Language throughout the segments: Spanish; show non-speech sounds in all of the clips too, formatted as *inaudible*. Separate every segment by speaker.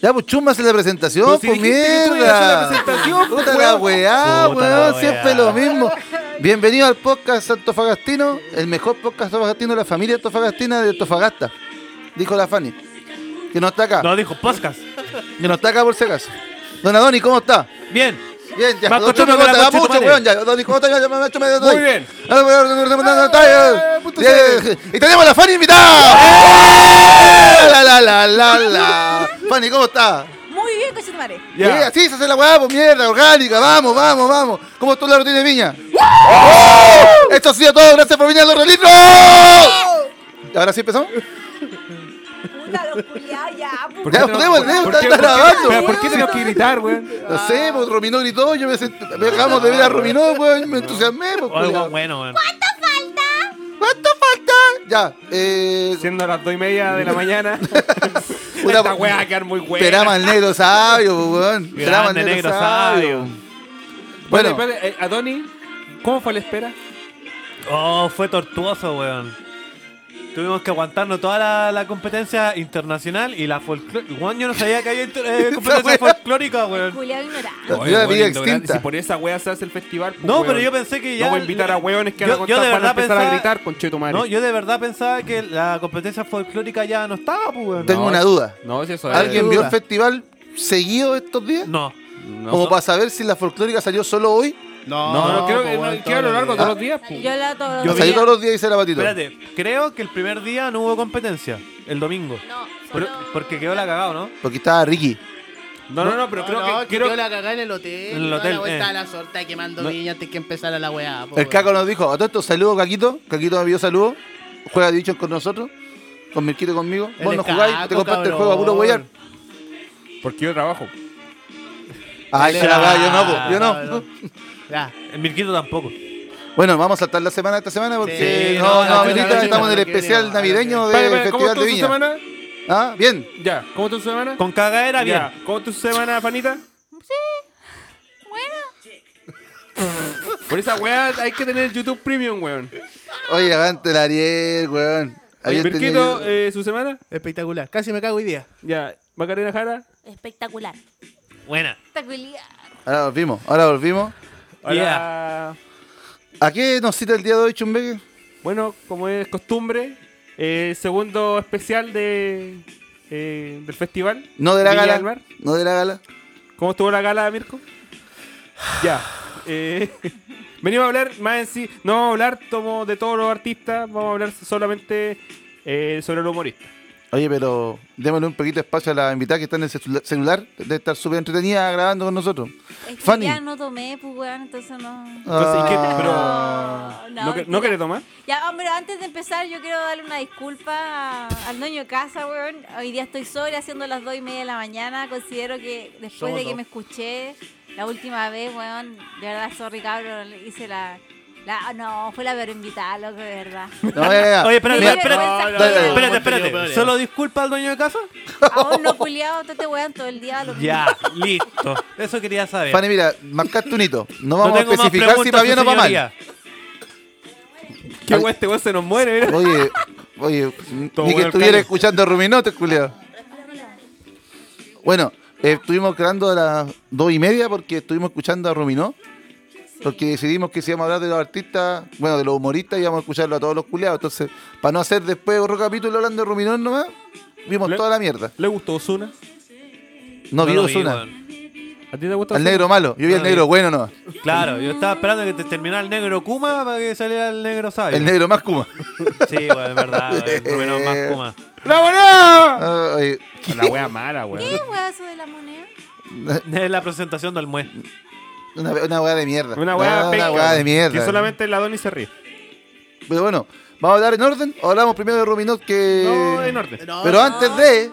Speaker 1: Ya, pues chúmase la presentación,
Speaker 2: Pues
Speaker 1: pues,
Speaker 2: si dijiste que tú ibas a hacer la
Speaker 1: mierda.
Speaker 2: presentación, pues,
Speaker 1: Puta la
Speaker 2: weón.
Speaker 1: weá,
Speaker 2: Puta la
Speaker 1: weón,
Speaker 2: weá.
Speaker 1: siempre lo mismo. Bienvenido al podcast Antofagastino, el mejor podcast Antofagastino de la familia Antofagastina de Antofagasta, dijo la Fanny. Que no está acá,
Speaker 2: *laughs* No, dijo podcast.
Speaker 1: que no está acá por si acaso. Don Adoni, ¿cómo está?
Speaker 3: *laughs*
Speaker 2: Bien.
Speaker 1: Bien, ya,
Speaker 2: Más
Speaker 1: don
Speaker 2: cochino
Speaker 1: Adoni,
Speaker 2: que la
Speaker 1: ya,
Speaker 2: concha de tu
Speaker 1: mucho,
Speaker 2: madre.
Speaker 1: weón, ya. Don Adoni, ¿cómo está? Ya, ya, ya, ya, ya, ya,
Speaker 2: Muy
Speaker 1: ya.
Speaker 2: bien.
Speaker 1: Ah, weón, weón, weón, weón, weón, weón,
Speaker 2: punto
Speaker 1: weón.
Speaker 2: siete.
Speaker 1: Y tenemos a la Fanny invitada. La, la, la, la, la. Fanny, ¿cómo está?
Speaker 4: Muy bien, Cochetumare.
Speaker 2: Ya.
Speaker 1: Sí, así se hace la weá, pues mierda, orgánica, vamos, vamos, vamos. ¿Cómo estuvo la rutina de Viña? Esto ha sido todo, gracias por venir a los relitros. Ahora sí empezamos.
Speaker 4: Puta, los culiados, ya.
Speaker 1: Ya,
Speaker 4: pu-
Speaker 2: tenemos-
Speaker 1: ponemos el dedo, está- está
Speaker 2: ¿por qué- por qué-
Speaker 1: grabando,
Speaker 2: pero ¿Por
Speaker 4: weón.
Speaker 2: qué tenemos que gritar, weón?
Speaker 1: No sé, pues Rominó gritó, yo me senté, me acabamos de ver a Rominó, weón, me entusiasmé, pues.
Speaker 2: O algo
Speaker 1: culiao.
Speaker 2: bueno, weón.
Speaker 1: ¿Cuánto falta? Ya, eh.
Speaker 2: Siendo las dos y media de la
Speaker 1: *laughs*
Speaker 2: mañana.
Speaker 1: Una-
Speaker 2: Esta weá va a quedar muy buena.
Speaker 1: Esperamos al negro sabio, pues, weón. Esperamos al
Speaker 2: Grande,
Speaker 1: negro
Speaker 2: negro
Speaker 1: sabio.
Speaker 2: sabio.
Speaker 1: Bueno.
Speaker 2: Bueno,
Speaker 3: eh,
Speaker 2: a Donny, ¿cómo fue la espera? Oh, fue tortuoso, weón. Tuvimos que aguantarnos toda la, la competencia internacional y la folclórica. Weón, yo no sabía que había inter-
Speaker 3: *laughs*
Speaker 2: eh, competencia
Speaker 1: Esa wea.
Speaker 2: folclórica, weón.
Speaker 4: Culiado ignorante.
Speaker 1: La vida vida extinta.
Speaker 3: Si por esa wea se hace el festival. pues,
Speaker 2: No, pero
Speaker 3: weón.
Speaker 2: yo pensé que ya.
Speaker 3: No voy a invitar a hueones que
Speaker 2: yo-
Speaker 3: van a contar,
Speaker 2: yo de
Speaker 3: van a
Speaker 2: verdad
Speaker 3: empezar a
Speaker 2: pensaba-
Speaker 3: gritar, conchetumare.
Speaker 2: No, yo de verdad pensaba que la competencia folclórica ya no estaba, pues, weón.
Speaker 1: Tengo
Speaker 3: No,
Speaker 1: una duda.
Speaker 3: No, si eso es-
Speaker 1: ¿Alguien vio el
Speaker 2: duda.
Speaker 1: festival seguido estos días?
Speaker 2: No.
Speaker 3: No,
Speaker 1: Como para saber si la folclórica salió solo hoy.
Speaker 5: No,
Speaker 3: no, no, creo que
Speaker 5: pues,
Speaker 3: no, que a lo largo
Speaker 1: días.
Speaker 3: de todos los días. pues.
Speaker 4: Yo la todo.
Speaker 2: Yo
Speaker 1: salió
Speaker 2: vi-
Speaker 1: todos los días, dice la patito.
Speaker 2: Espérate, creo que el primer día no hubo competencia, el domingo.
Speaker 4: No,
Speaker 2: Por-
Speaker 4: solo-
Speaker 2: porque quedó la cagado, ¿no?
Speaker 1: Porque estaba Ricky.
Speaker 3: No, no, no, pero
Speaker 5: no,
Speaker 3: creo
Speaker 5: no,
Speaker 3: que.
Speaker 5: que
Speaker 3: creo-
Speaker 5: yo la cagá en el hotel.
Speaker 2: En el
Speaker 5: toda
Speaker 2: hotel,
Speaker 5: la vuelta
Speaker 2: eh.
Speaker 5: a la sorta quemando
Speaker 2: No.
Speaker 5: viña antes que empezara la weá. po,
Speaker 1: El
Speaker 5: weón.
Speaker 1: Caco nos dijo, a todo esto, saludo Caquito. Caquito me pidió saludo. Juega dicho con nosotros. Con Mirquito y conmigo.
Speaker 5: El
Speaker 1: Vos no
Speaker 5: Caco,
Speaker 1: jugáis, te compraste el
Speaker 5: cabrón.
Speaker 1: juego a puro huellar.
Speaker 3: Porque yo trabajo.
Speaker 1: Ay, se Ah, la va, yo no, po, yo
Speaker 5: Ah,
Speaker 1: no.
Speaker 5: Ya.
Speaker 2: El Mirquito tampoco.
Speaker 1: Bueno, vamos a saltar la semana esta semana porque
Speaker 5: Sí,
Speaker 1: no,
Speaker 5: no,
Speaker 1: no,
Speaker 5: no,
Speaker 1: ahorita
Speaker 5: no, no,
Speaker 1: estamos en el
Speaker 5: no, no,
Speaker 1: especial
Speaker 5: no, no,
Speaker 1: navideño
Speaker 3: Vale,
Speaker 1: del
Speaker 3: vale,
Speaker 1: Festival
Speaker 3: ¿Cómo estuvo
Speaker 1: de
Speaker 3: tu
Speaker 1: Viña.
Speaker 3: semana?
Speaker 1: ¿Ah? Bien.
Speaker 3: Ya, ¿cómo estuvo tu semana?
Speaker 2: Con cagadera, bien.
Speaker 3: Ya, ¿cómo estuvo tu semana, Fanita?
Speaker 4: Bueno,
Speaker 3: Por esa wea hay que tener YouTube Premium, weón.
Speaker 1: Oye, aguante el Ariel, weón. Ayer tenía
Speaker 3: Virquito,
Speaker 1: yo-
Speaker 3: eh, ¿su semana?
Speaker 5: Espectacular. Casi me cago hoy día.
Speaker 3: Ya, Macarena Jara.
Speaker 4: espectacular.
Speaker 2: Buena.
Speaker 4: Espectacular.
Speaker 1: Ahora volvimos, ahora volvimos.
Speaker 3: Hola.
Speaker 1: ¿A qué nos cita el día de hoy, Chumbeque?
Speaker 3: Bueno, como es costumbre, eh, segundo especial de, eh, del festival.
Speaker 1: No de la
Speaker 3: Viña del
Speaker 1: gala.
Speaker 3: Mar.
Speaker 1: No de la gala.
Speaker 3: ¿Cómo estuvo la gala, Mirko? Ya.
Speaker 1: *sighs*
Speaker 3: eh, *laughs* venimos a hablar más en sí. No vamos a hablar tomo, de todos los artistas, vamos a hablar solamente eh, sobre los humoristas.
Speaker 1: Oye, pero démosle un poquito de espacio a la invitada que está en el celu- celular, de estar súper entretenida grabando con nosotros.
Speaker 4: Es que
Speaker 1: Fanny.
Speaker 4: ya no tomé, pues, weón, entonces no.
Speaker 3: Entonces, ¿y qué?
Speaker 1: Ah.
Speaker 3: Pero, ¿no, que- no querés tomar?
Speaker 4: Ya, hombre, antes de empezar, yo quiero darle una disculpa a- al dueño de casa, weón. Hoy día estoy sola, haciendo las 2 y media de la mañana. Considero que después
Speaker 2: Somos
Speaker 4: de que
Speaker 2: dos.
Speaker 4: me escuché la última vez, weón, de verdad, sorry, cabrón, le hice la. la no, fue la peor invitada, loco, de verdad.
Speaker 1: No, ya, ya.
Speaker 2: Oye, espérate,
Speaker 1: Mira,
Speaker 4: Mira,
Speaker 2: espérate.
Speaker 4: no, no,
Speaker 2: espérate,
Speaker 1: no, no,
Speaker 2: espérate,
Speaker 5: no,
Speaker 2: espérate.
Speaker 5: no, no, no.
Speaker 2: ¿Solo disculpa al dueño de casa?
Speaker 4: A vos no culiado, tú te weón todo el día. Lo mismo.
Speaker 2: Ya, listo. Eso quería saber.
Speaker 1: Fanny, mira, marcaste un hito. No
Speaker 2: No
Speaker 1: vamos a
Speaker 2: tengo más
Speaker 1: especificar si
Speaker 2: preguntas,
Speaker 1: para bien o
Speaker 2: su
Speaker 1: para mal.
Speaker 2: señoría.
Speaker 3: Qué
Speaker 1: Al-
Speaker 3: weón, este weón se nos muere, mira.
Speaker 1: Oye, oye, ni
Speaker 3: bueno
Speaker 1: que
Speaker 3: el
Speaker 1: estuviera
Speaker 3: cambio.
Speaker 1: escuchando Ruminote, culiao. Bueno, eh, estuvimos quedando a las dos y media porque estuvimos escuchando a Ruminó. Porque decidimos que si íbamos a hablar de los artistas, bueno, de los humoristas, íbamos a escucharlo a todos los culiados. Entonces, para no hacer después otro capítulo hablando de Ruminó nomás, vimos
Speaker 3: Le-
Speaker 1: toda la mierda.
Speaker 3: ¿Le gustó Osuna?
Speaker 1: No,
Speaker 2: lo
Speaker 1: vimos
Speaker 2: vi,
Speaker 1: una.
Speaker 2: weón.
Speaker 3: ¿A ti te gustó
Speaker 1: Al
Speaker 3: Ozuna?
Speaker 1: negro malo. Yo vi al
Speaker 2: No lo vi.
Speaker 1: negro bueno nomás.
Speaker 2: Claro, yo estaba esperando que te terminara el negro Kuma para que saliera el negro sabio.
Speaker 1: El negro más Kuma.
Speaker 2: Sí, weón, es verdad. weón. Rubén es más Kuma.
Speaker 1: *laughs*
Speaker 3: ¡La buena!
Speaker 1: Ah, oye,
Speaker 3: La wea mala, weón.
Speaker 4: ¿Qué weón eso de la moneda?
Speaker 2: Es la presentación del mue.
Speaker 1: una, una weá de mierda.
Speaker 3: Una wea
Speaker 1: Ah,
Speaker 3: penca,
Speaker 1: Una weá de
Speaker 3: weón.
Speaker 1: mierda.
Speaker 3: Que solamente la Donny se ríe.
Speaker 1: Pero bueno, ¿vamos a hablar en orden? ¿O hablamos primero de Ruminot que.?
Speaker 3: No, en orden.
Speaker 5: No,
Speaker 1: Pero
Speaker 5: no,
Speaker 1: antes de.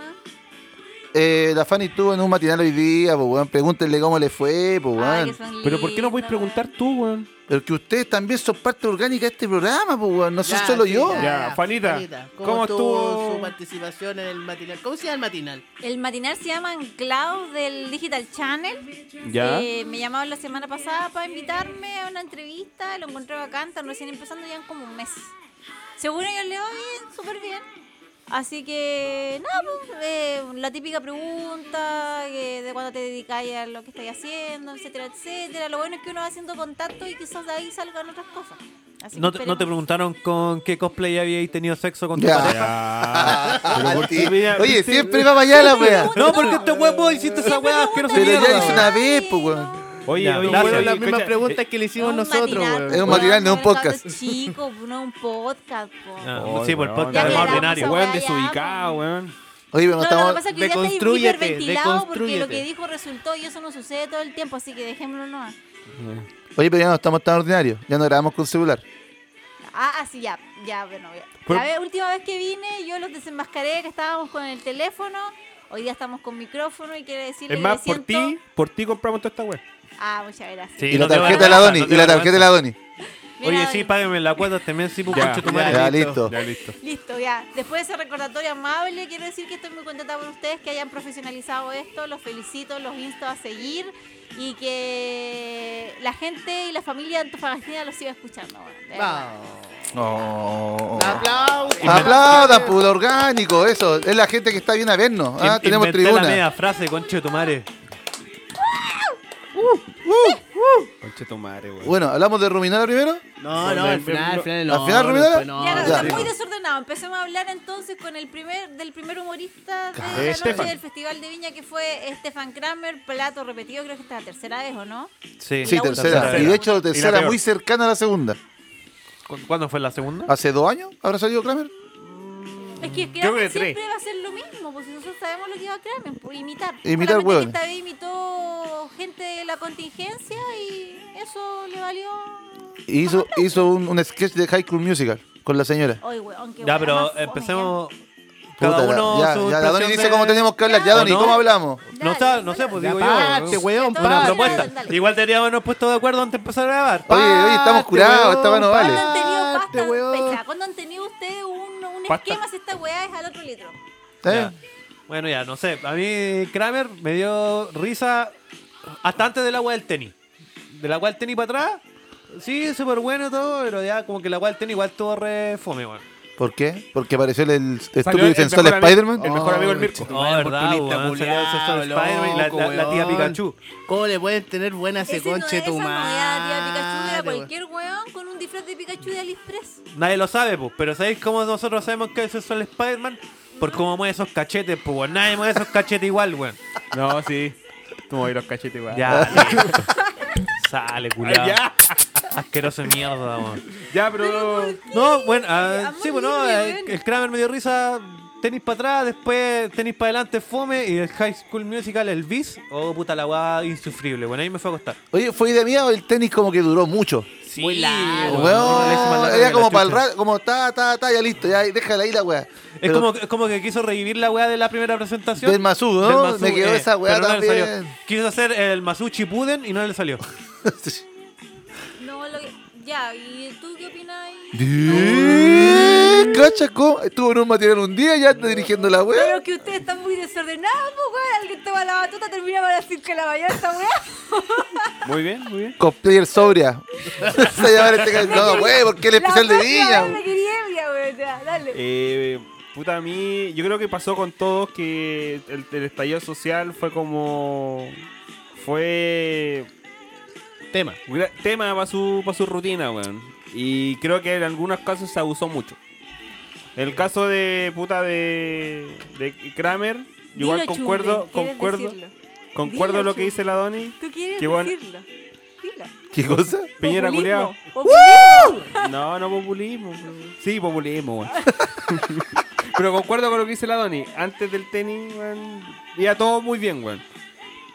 Speaker 1: eh, la Fanny estuvo en un matinal hoy día, pues weón. Pregúntenle cómo le fue, pues
Speaker 4: Ay,
Speaker 1: weón.
Speaker 4: que son
Speaker 3: Pero ¿por qué no podéis
Speaker 4: lindos, weón.
Speaker 3: preguntar tú, weón?
Speaker 1: Pero que ustedes también son parte orgánica de este programa, pues weón. No soy
Speaker 5: ya,
Speaker 1: solo
Speaker 5: sí,
Speaker 1: yo.
Speaker 3: Ya, Juanita,
Speaker 5: ¿Cómo,
Speaker 3: ¿cómo estuvo?
Speaker 5: estuvo su participación en el matinal? ¿Cómo se llama el matinal?
Speaker 4: El matinal se llama Anclados del Digital Channel. Eh, me llamaron la semana pasada para invitarme a una entrevista, lo encontré bacán, están recién empezando ya en como un mes. Seguro yo leo bien, súper bien. Así que, nada, pues, eh, la típica pregunta que de cuándo te dedicáis a lo que estáis haciendo, etcétera, etcétera. Lo bueno es que uno va haciendo contacto y quizás de ahí salgan otras cosas. Así que
Speaker 2: No te, no te
Speaker 4: esperemos.
Speaker 2: preguntaron con qué cosplay habíais tenido sexo con tu
Speaker 1: Ya.
Speaker 2: pareja.
Speaker 1: Ah, sí.
Speaker 3: mira,
Speaker 1: Oye,
Speaker 3: viste-
Speaker 1: siempre va para allá la wea.
Speaker 2: No, porque este huevo hiciste esa
Speaker 4: Siempre
Speaker 2: weá asquerosa
Speaker 1: Pero
Speaker 4: preguntan,
Speaker 1: ya
Speaker 2: mierda.
Speaker 1: hizo una
Speaker 4: ay,
Speaker 1: vez, pues,
Speaker 4: no.
Speaker 1: weón.
Speaker 3: Oye,
Speaker 2: Ya,
Speaker 3: oye,
Speaker 2: gracias.
Speaker 3: Eh, bueno,
Speaker 5: Fueron
Speaker 3: la
Speaker 5: las mismas
Speaker 3: misma pregunta.
Speaker 5: preguntas que le hicimos
Speaker 4: Es un
Speaker 5: nosotros,
Speaker 4: matinal,
Speaker 5: weón.
Speaker 1: Es un
Speaker 4: po,
Speaker 1: matinal, no es un
Speaker 4: cabros
Speaker 1: podcast.
Speaker 4: chicos, no es un podcast, po.
Speaker 2: Ah,
Speaker 3: Oye,
Speaker 2: sí, por el podcast
Speaker 4: Ya
Speaker 3: weón,
Speaker 2: es más
Speaker 4: aclaramos
Speaker 2: ordinario.
Speaker 4: esa
Speaker 3: Weón
Speaker 4: weá ya,
Speaker 3: desubicado, weón.
Speaker 1: Oye, pero no
Speaker 4: No, no, lo que
Speaker 1: estamos.
Speaker 4: pasa es que hoy día estáis
Speaker 5: Deconstrúyete,
Speaker 4: hiperventilado porque lo que
Speaker 5: deconstrúyete.
Speaker 4: dijo resultó y eso no sucede todo el tiempo, así que dejémoslo nomás.
Speaker 1: Oye, pero ya no estamos tan ordinarios. Ya no grabamos con celular.
Speaker 4: Ah, ah, sí, ya, ya, bueno, ya.
Speaker 3: Pero-
Speaker 4: la ve- última vez que vine, yo los desenmascaré que estábamos con el teléfono. Hoy día estamos con micrófono y quiere decirle
Speaker 3: Es más,
Speaker 4: que me
Speaker 3: por
Speaker 4: siento-
Speaker 3: ti, por ti compramos toda esta weón.
Speaker 4: Ah, muchas gracias.
Speaker 2: Sí,
Speaker 1: Y la
Speaker 2: no te va a
Speaker 1: tarjeta de la
Speaker 2: alcanzar,
Speaker 1: Doni.
Speaker 2: no
Speaker 1: Y
Speaker 2: te va
Speaker 1: la
Speaker 2: a
Speaker 1: tarjeta de la Doni.
Speaker 4: Mira,
Speaker 2: Oye,
Speaker 4: Dani,
Speaker 2: sí, págame la cuota también, sí, pues
Speaker 3: Ya.
Speaker 2: conche tu madre.
Speaker 1: Ya, listo.
Speaker 3: Ya listo.
Speaker 4: Listo, ya. Después de ese recordatorio amable, quiero decir que estoy muy contenta por ustedes que hayan profesionalizado esto. Los felicito, los insto a seguir y que la gente y la familia de Antofagastina los siga escuchando. bueno, de verdad.
Speaker 5: Eh,
Speaker 1: No.
Speaker 5: Vamos.
Speaker 1: *laughs*
Speaker 5: Aplausos.
Speaker 1: Aplaudan, pues, lo orgánico, eso. Es la gente que está bien a vernos. Ah,
Speaker 2: In-
Speaker 1: tenemos
Speaker 2: inventé la media
Speaker 1: tribuna.
Speaker 2: frase, conche tu madre.
Speaker 3: Conche tu madre, weón.
Speaker 1: Bueno, hablamos de Ruminara primero.
Speaker 5: No, no,
Speaker 3: Hola,
Speaker 5: al final, al final.
Speaker 1: ¿Al
Speaker 5: no,
Speaker 1: final,
Speaker 5: no,
Speaker 1: Ruminara?
Speaker 5: después no,
Speaker 4: Ya, no,
Speaker 1: ya.
Speaker 4: está muy desordenado. Empecemos a hablar entonces con el primer del primer humorista de la noche
Speaker 3: Estefan.
Speaker 4: del Festival de Viña que fue Stefan Kramer, plato repetido, creo que esta es la tercera vez, ¿o no?
Speaker 2: Sí,
Speaker 1: Sí,
Speaker 4: la última.
Speaker 1: tercera. Y de hecho,
Speaker 3: Y la
Speaker 1: tercera
Speaker 3: peor.
Speaker 1: muy cercana a la segunda.
Speaker 2: ¿Cu- ¿Cuándo fue la segunda?
Speaker 1: ¿Hace dos años habrá salido Kramer?
Speaker 4: Es que
Speaker 3: creo
Speaker 4: Kramer
Speaker 3: que tres.
Speaker 4: siempre va a ser lo mismo, pues si nosotros sabemos lo que iba a Kramer, pues imitar.
Speaker 1: Imitar
Speaker 4: Solamente que
Speaker 1: hueones.
Speaker 4: Esta vez imitó gente de la contingencia y eso le valió.
Speaker 1: Y hizo, hizo un, un sketch de High School Musical con la señora.
Speaker 4: Ay, weón, qué
Speaker 2: Ya,
Speaker 4: weón más ¿eh?
Speaker 2: pero
Speaker 4: fome,
Speaker 2: empecemos.
Speaker 1: Puta,
Speaker 2: Cada
Speaker 1: la-
Speaker 2: uno
Speaker 1: ya,
Speaker 2: su
Speaker 1: ya, la Doni
Speaker 2: impresión
Speaker 1: dice
Speaker 2: de-
Speaker 1: cómo tenemos que hablar. Ya,
Speaker 2: ¿O
Speaker 1: Doni,
Speaker 2: no?
Speaker 1: ¿cómo hablamos?
Speaker 2: No, está, no sé, pues digo yo.
Speaker 5: Parte,
Speaker 2: ¿no?
Speaker 5: weón,
Speaker 4: Una
Speaker 2: Una
Speaker 5: parte.
Speaker 2: propuesta.
Speaker 4: Dale, dale.
Speaker 2: Igual deberíamos habernos puesto de acuerdo antes de empezar a grabar.
Speaker 1: Oye, oye, estamos curados, esta weá no
Speaker 5: weón,
Speaker 1: vale.
Speaker 4: ¿Cuándo han tenido
Speaker 5: parte,
Speaker 4: pasta,
Speaker 5: weón.
Speaker 4: pecha? ¿Cuándo han tenido ustedes un, un
Speaker 3: Pasta.
Speaker 4: esquema si esta weá es al otro litro?
Speaker 1: ¿Eh?
Speaker 2: Ya. Bueno, ya, no sé. A mí Kramer me dio risa hasta antes del agua del tenis. Del agua del tenis para atrás, sí, súper bueno todo, pero ya como que el agua del tenis igual todo re fome, weón.
Speaker 1: ¿Por qué? Porque apareció el, el
Speaker 3: Salió
Speaker 1: estúpido
Speaker 3: el
Speaker 1: y sensual
Speaker 3: mejor ami-
Speaker 1: Spider-Man.
Speaker 3: El mejor amigo del Mirko.
Speaker 5: Tu madre, oportunista,
Speaker 2: weón, salió el
Speaker 5: culiao,
Speaker 2: sexo de Spider-Man y la-
Speaker 5: loco,
Speaker 2: la- la tía
Speaker 5: weón.
Speaker 2: Pikachu.
Speaker 5: ¿Cómo le pueden tener buena ese
Speaker 4: Ese no-
Speaker 5: conche tu
Speaker 4: esa no era la tía Pikachu, era
Speaker 5: madre, weón?
Speaker 4: cualquier weón con un disfraz de Pikachu de AliExpress.
Speaker 2: Nadie lo sabe, pues, pero ¿sabéis cómo nosotros sabemos que es el sexual Spider-Man? Por cómo mueve esos cachetes, pues, weón. Nadie mueve esos cachetes igual, weón.
Speaker 3: No, sí. Tú moví los cachetes, weón.
Speaker 2: Ya, listo. Sale, culiao.
Speaker 3: Ah, ya.
Speaker 2: Asqueroso de mierda, weón.
Speaker 3: Ya, pero.
Speaker 2: No, bueno, ah,
Speaker 4: Amor
Speaker 2: sí, bueno,
Speaker 4: libre,
Speaker 2: ah, el,
Speaker 4: weón.
Speaker 2: Kramer me dio risa. Tenis para atrás, después tenis para adelante, fome. Y el High School Musical, el bis. Oh, puta la weá, insufrible. Bueno, ahí me fue a acostar.
Speaker 1: Oye, ¿fue idea mía o el tenis como que duró mucho?
Speaker 2: Sí,
Speaker 5: Muy largo.
Speaker 2: weón,
Speaker 1: Weón,
Speaker 2: le hice más largo que
Speaker 1: era
Speaker 2: la
Speaker 1: como para el
Speaker 2: chucha.
Speaker 1: rato, como ta, ta, ta, ya listo, ya déjala ahí la weá.
Speaker 2: Es
Speaker 1: Pero *laughs*
Speaker 2: como, es como que quiso revivir la weá de la primera presentación.
Speaker 1: Del Mazú, ¿no? Me quedó esa weá
Speaker 2: pero le
Speaker 1: también.
Speaker 2: salió. Quiso hacer el Mazú Chipuden y no le salió.
Speaker 4: No, lo que... Ya, ¿y tú qué opinas?
Speaker 1: Eh, Cacha, ¿cómo? Estuvo en un material un día ya anda dirigiendo la
Speaker 4: Pero
Speaker 1: weá.
Speaker 4: es que ustedes están muy desordenados, pues, weón. Alguien toma la batuta, termina para decir que la mayor esta weá.
Speaker 3: Muy bien, muy bien.
Speaker 1: Cosplayer sobria. Se llama este ca- No, wey, porque el especial de
Speaker 4: La próxima
Speaker 1: Viña.
Speaker 4: vez me quería ebria, weón. Ya, dale.
Speaker 3: Eh, puta, a mí. Yo creo que pasó con todos que el, el estallido social fue como. Fue.
Speaker 5: Tema.
Speaker 3: gra- Tema para su, pa' su rutina, weón. Y creo que en algunos casos se abusó mucho. El caso de puta de, de Kramer,
Speaker 4: Dilo,
Speaker 3: igual concuerdo,
Speaker 4: Chumbe, ¿quieres
Speaker 3: concuerdo,
Speaker 4: decirlo?
Speaker 3: concuerdo
Speaker 4: Dilo,
Speaker 3: lo que
Speaker 4: Chumbe.
Speaker 3: dice la Doni.
Speaker 4: ¿Tú quieres
Speaker 3: Qué bueno.
Speaker 4: decirlo? Dilo.
Speaker 1: ¿Qué cosa?
Speaker 3: Piñera
Speaker 4: Populismo,
Speaker 3: culiao.
Speaker 4: populismo.
Speaker 3: No, no populismo. pues. weón. Sí, populismo, weón. *laughs* Pero concuerdo con lo que dice la Doni. Antes del tenis, weón, iba todo muy bien, weón.